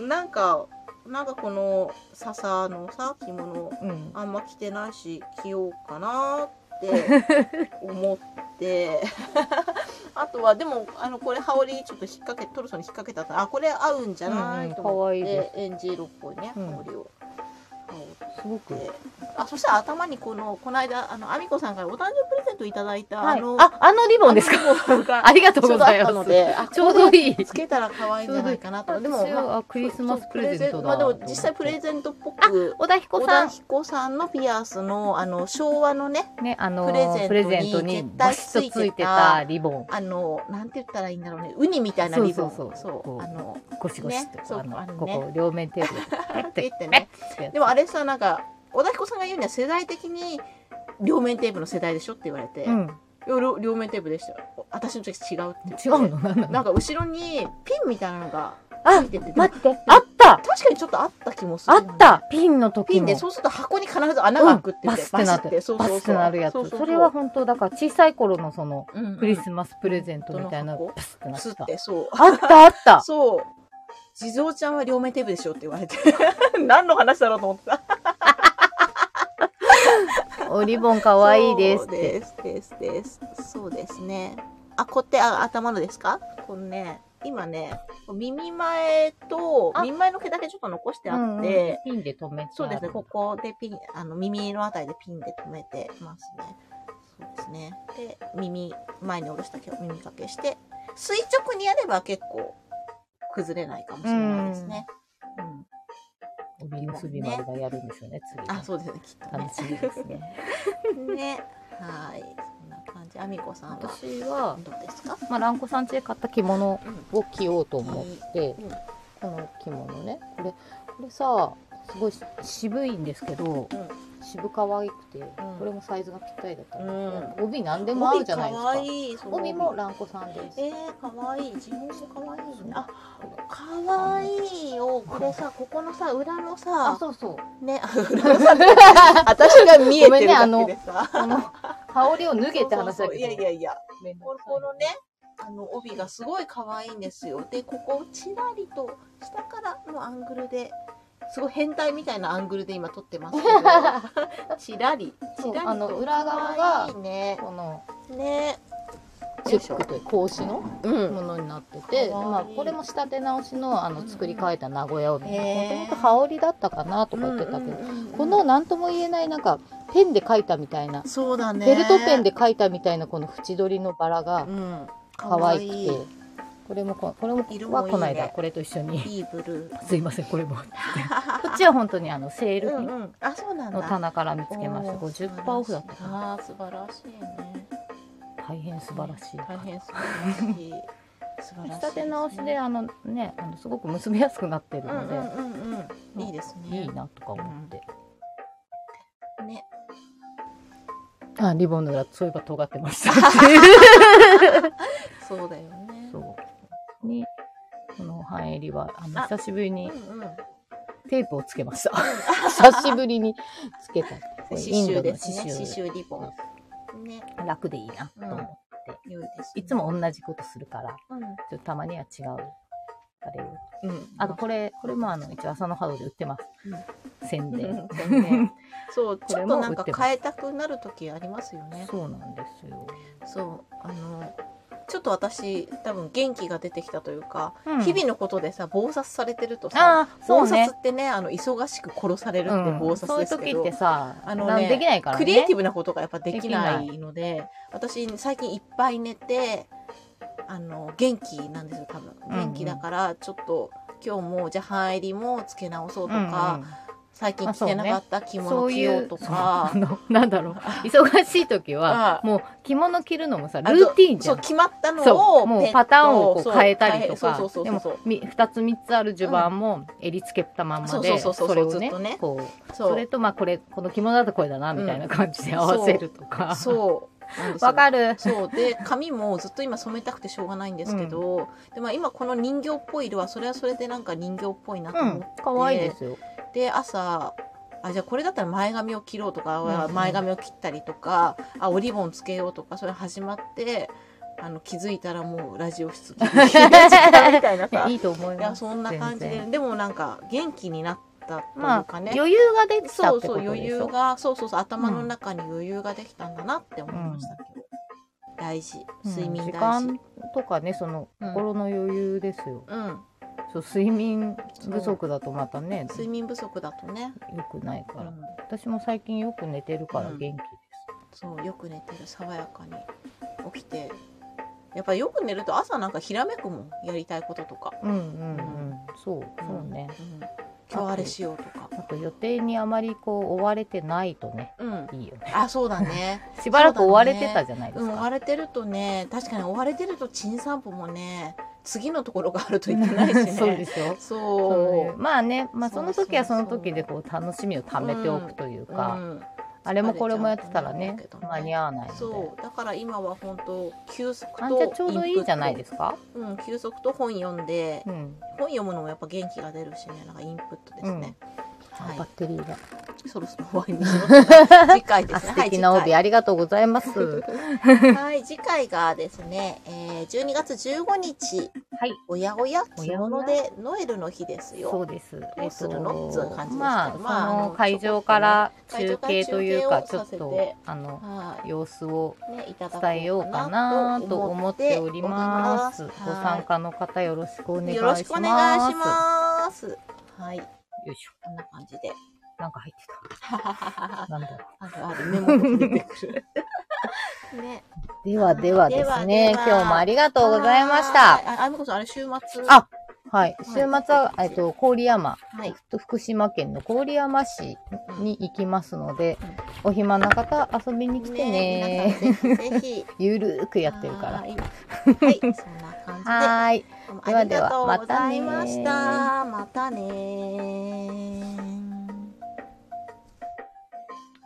なんかなんかこの笹のさ着物うん。あんま着てないし着ようかなー って思って あとはでもあのこれ羽織ちょっと引っ掛けトルソンに引っ掛けたからあこれ合うんじゃなうんういんと思っ可愛て、いでエンジ色っぽいねうん羽織を。羽すごく織。ってあそしたら頭にこのこの間あのアミコさんからお誕生日プレゼントいただいた、はいあのあ、あのリボンですか かありがとちうょごうどざあっいまたす。のであちょうどいい。つけたら可愛いんじゃないかなとでも、私まあはあクリスマスプレゼントだ。まあでも実際プレゼントっぽく小田彦小さ田ん、彦さんのピアスのあの昭和のねね、あのププレレゼゼンントトにに絶対バシッとついてたリボン、あの、なんて言ったらいいんだろうね、ウニみたいなリボン。そうそうそうこうあの、ゴシゴシとねそうあのあのねここ両面テープでペッペてッてねペッてやつ でもあれさ、なんか、小田彦さんが言うには世代的に、両面テープの世代でしょって言われて、うん、よ両両面テープでしたよ。私の時違うって言って違うのなんなのなんか後ろにピンみたいなのがあついてて、待って、あった確かにちょっとあった気もするあよね、ったピンの時ピもンで、そうすると箱に必ず穴が開くって言バって、スってなっバシて、そうバそスうっそてう。なるやつ。それは本当、だから小さい頃のその、クリスマスプレゼントみたいな、うんうんバスってなマっスってた。て、そう。あったあった そう。地蔵ちゃんは両面テープでしょって言われて。 何の話だろうと思ってた。おリボンかわいいですっそうて。です、です、です。そうですね。あ、こって、あ、頭のですかこのね、今ね、耳前と、あ耳前の毛だけちょっと残してあうんっうんて、ピンで止めてある。そうですね、ここでピン、あの、耳のあたりでピンで留めてますね。そうですね。で、耳、前に下ろした毛を耳掛けして、垂直にやれば結構崩れないかもしれないですね。うん帯結び丸がやるんですよね、次。あ、そうですね、きっとね楽。しみですね。ね、はい、そんな感じ。あみこさんは私は、どうですか？まあ、蘭子さん家で買った着物うんを着ようと思ってうん、この着物ね。これ、これさ、すごい渋いんですけど、渋可愛くて、これもサイズがぴったりだったので、帯何でも合うじゃないですか帯可。愛いその帯も蘭子さんです。えー、かわいい。自分もかわいいね。あ、これかわいいよ。これさ、ここのさ、裏のあ、さ、そうそう。ね、あ裏 のさ、 私が見えてるだけでさ、この、羽織を脱げって話そうだそうけいどやい。やいや、めんどこくさいこのね、あの帯がすごい可愛いんですよ。で、ここをちらりと下からのアングルで。すごい変態みたいなアングルで今撮ってますけどちらりちそうらりとあの裏側が可愛いね このねチェックという格子のうものになってて、かわいいまあ、これも仕立て直しのあうんうのん作り変えた名古屋帯もへーともと羽織だったかなとか言ってたけど、うんうんうんこの何とも言えないなんかペンで描いたみたいな、そうだね。ベルトペンで描いたみたいなこの縁取りのバラがうん。可可愛愛くて、いい。これもここれも色はもいいねこの間これと一緒に いいブルー。すいません、これ も。こっちは本当にあのセーうルん品うん。あ、そうなんだ。の棚から見つけましたおー50%オフだったかなあー素晴らしいね。大変素晴らしい大変素晴らしい。 素晴らし仕い、立て直しで。あのねあのすごく結びやすくなってるうんうんので、うんうん。いいですね。いいなとか思って、ね。あリボンの裏そういえば尖ってました っていうそうだよね。そう。に、この半襟は、あの、あ久しぶりにうんうん。テープをつけま した。久しぶりにつけた。刺インドの繍ですね。刺刺繍。繍リボン。ね。楽でいいな、と思って。良いです、いつ。も同じことするから、うん。ちょっとたまには違う。あれを。うん。あと、これ、これもあの、一応朝のハドで売ってます。宣伝。ね、そう、ちょっとなんこれも売っかてます変えたくなる時ありますよね。そうなんですよ。そう、あの、ちょっと私、多分元気が出てきたというか、うん日々のことでさ、暴殺されてるとさ、ああ、そ暴うね殺。ってね、あの忙しく殺されるってう暴ん、殺そういでうすけ時ど、ってさ、ああのの、ねできないからね。クリエイティブ。ブなことがやっぱできないので、私最近いっぱい寝て、あの元気なんですよ多分うんうん元気だからちょっと今日もじゃあ半襟もつけ直そうとか、最近あ着そうねてなかった着そ物う着いよううとそうかあのなんだろう忙しい時はうもう着物着るのもさルあとーティーンじゃそうん決まったのそうをもペうットパターンをこそうう変えたりと変えかそうそうでそうもそうみ二つ三つある序盤も襟つけたまんまそうでそうそうそうそれをずっねとねこうそそうれとまあこれこの着物だとこれだなみたいな感じで合わせるとかそうなんです よわかるそうで髪もずっと今染めたくてしょうがないんですけど、でまあ、今この人形っぽい色はそれはそれでなんか人形っぽいなとう思っん可愛いですよて、朝あじゃあこれだったら前髪を切ろうとか、うんうん前髪を切ったりとかあおリボンつけようとかそれ始まってあの気づいたらもうラジオ 室ギリギリの時間み たいないやさいいいと思いまやすそんな感じ全で然でもなんか元気になったといまうあかね、余裕ができたそっうてそこうと余でし裕ょがそうそうそう頭の中に余裕ができたんだなって思いましたけど、大事うん睡眠時大事、間とかねそのうん心の余裕ですようん、そう睡眠不足だとまたね睡眠不足だとね、良くないから、うん、私も最近よく寝てるからうん元気です、そうよく寝てる爽やかに起きてやっぱよく寝ると朝なんかひらめくもんやりたいこととか、うん、うんうんそうそうね、うん、今日あれしようとかあと予定にあまりこう追われてないとねうんいいよねあ そうだねしばらく追われてたじゃないでうすん追わか、れてるとね確かに追われてるとちん散歩もね次のところがあるといけないしね そうでしょそういそうまあね、まあ、そそうの時はそそうそうの時でこう楽しみを貯めておくというう、か、うんあれもこれもやってたら疲ねれちゃうと思うんだけどね間に合わないのでそうだから今は本当休息あんじゃとちょうどいいじゃないですすか、うん休息と本読んでうん本読むのもやっぱ元気が出るしねなんかインプットですね、あバッはテリーが、いそろそろ終わりにします か次回であすね素敵なはい帯次回ありがとうございますはい次回がですね、えー、12月15日はいおやおや着物おやでノエルの日ですよそうです。どうするのっつう感じですけどまあ、まあそあのの会場からちょ中っと継というか、ち会ょ場っとから中継をさせて、あの、はい様子をねいただこうかな伝えようかなと思っております。思ごっております参加の方よろしくお願いします。よろしくお願いします。はい、す。よいしょ。こんな感 じで。なんか入ってた。なんだろあるあるメモが出てく る。ね。う。ではではですね、で今はでは日もありがとうございました。あ、あみこさん、あれ週末。あはい。週末は、えっと、郡山、はい。福島県の郡山市に行きますので、お暇な方遊びに来てねね皆さんぜひぜひ。ゆるーくやってるから。はい。はいそんな感じで。はーい。どうもではありでがとはうございました。またね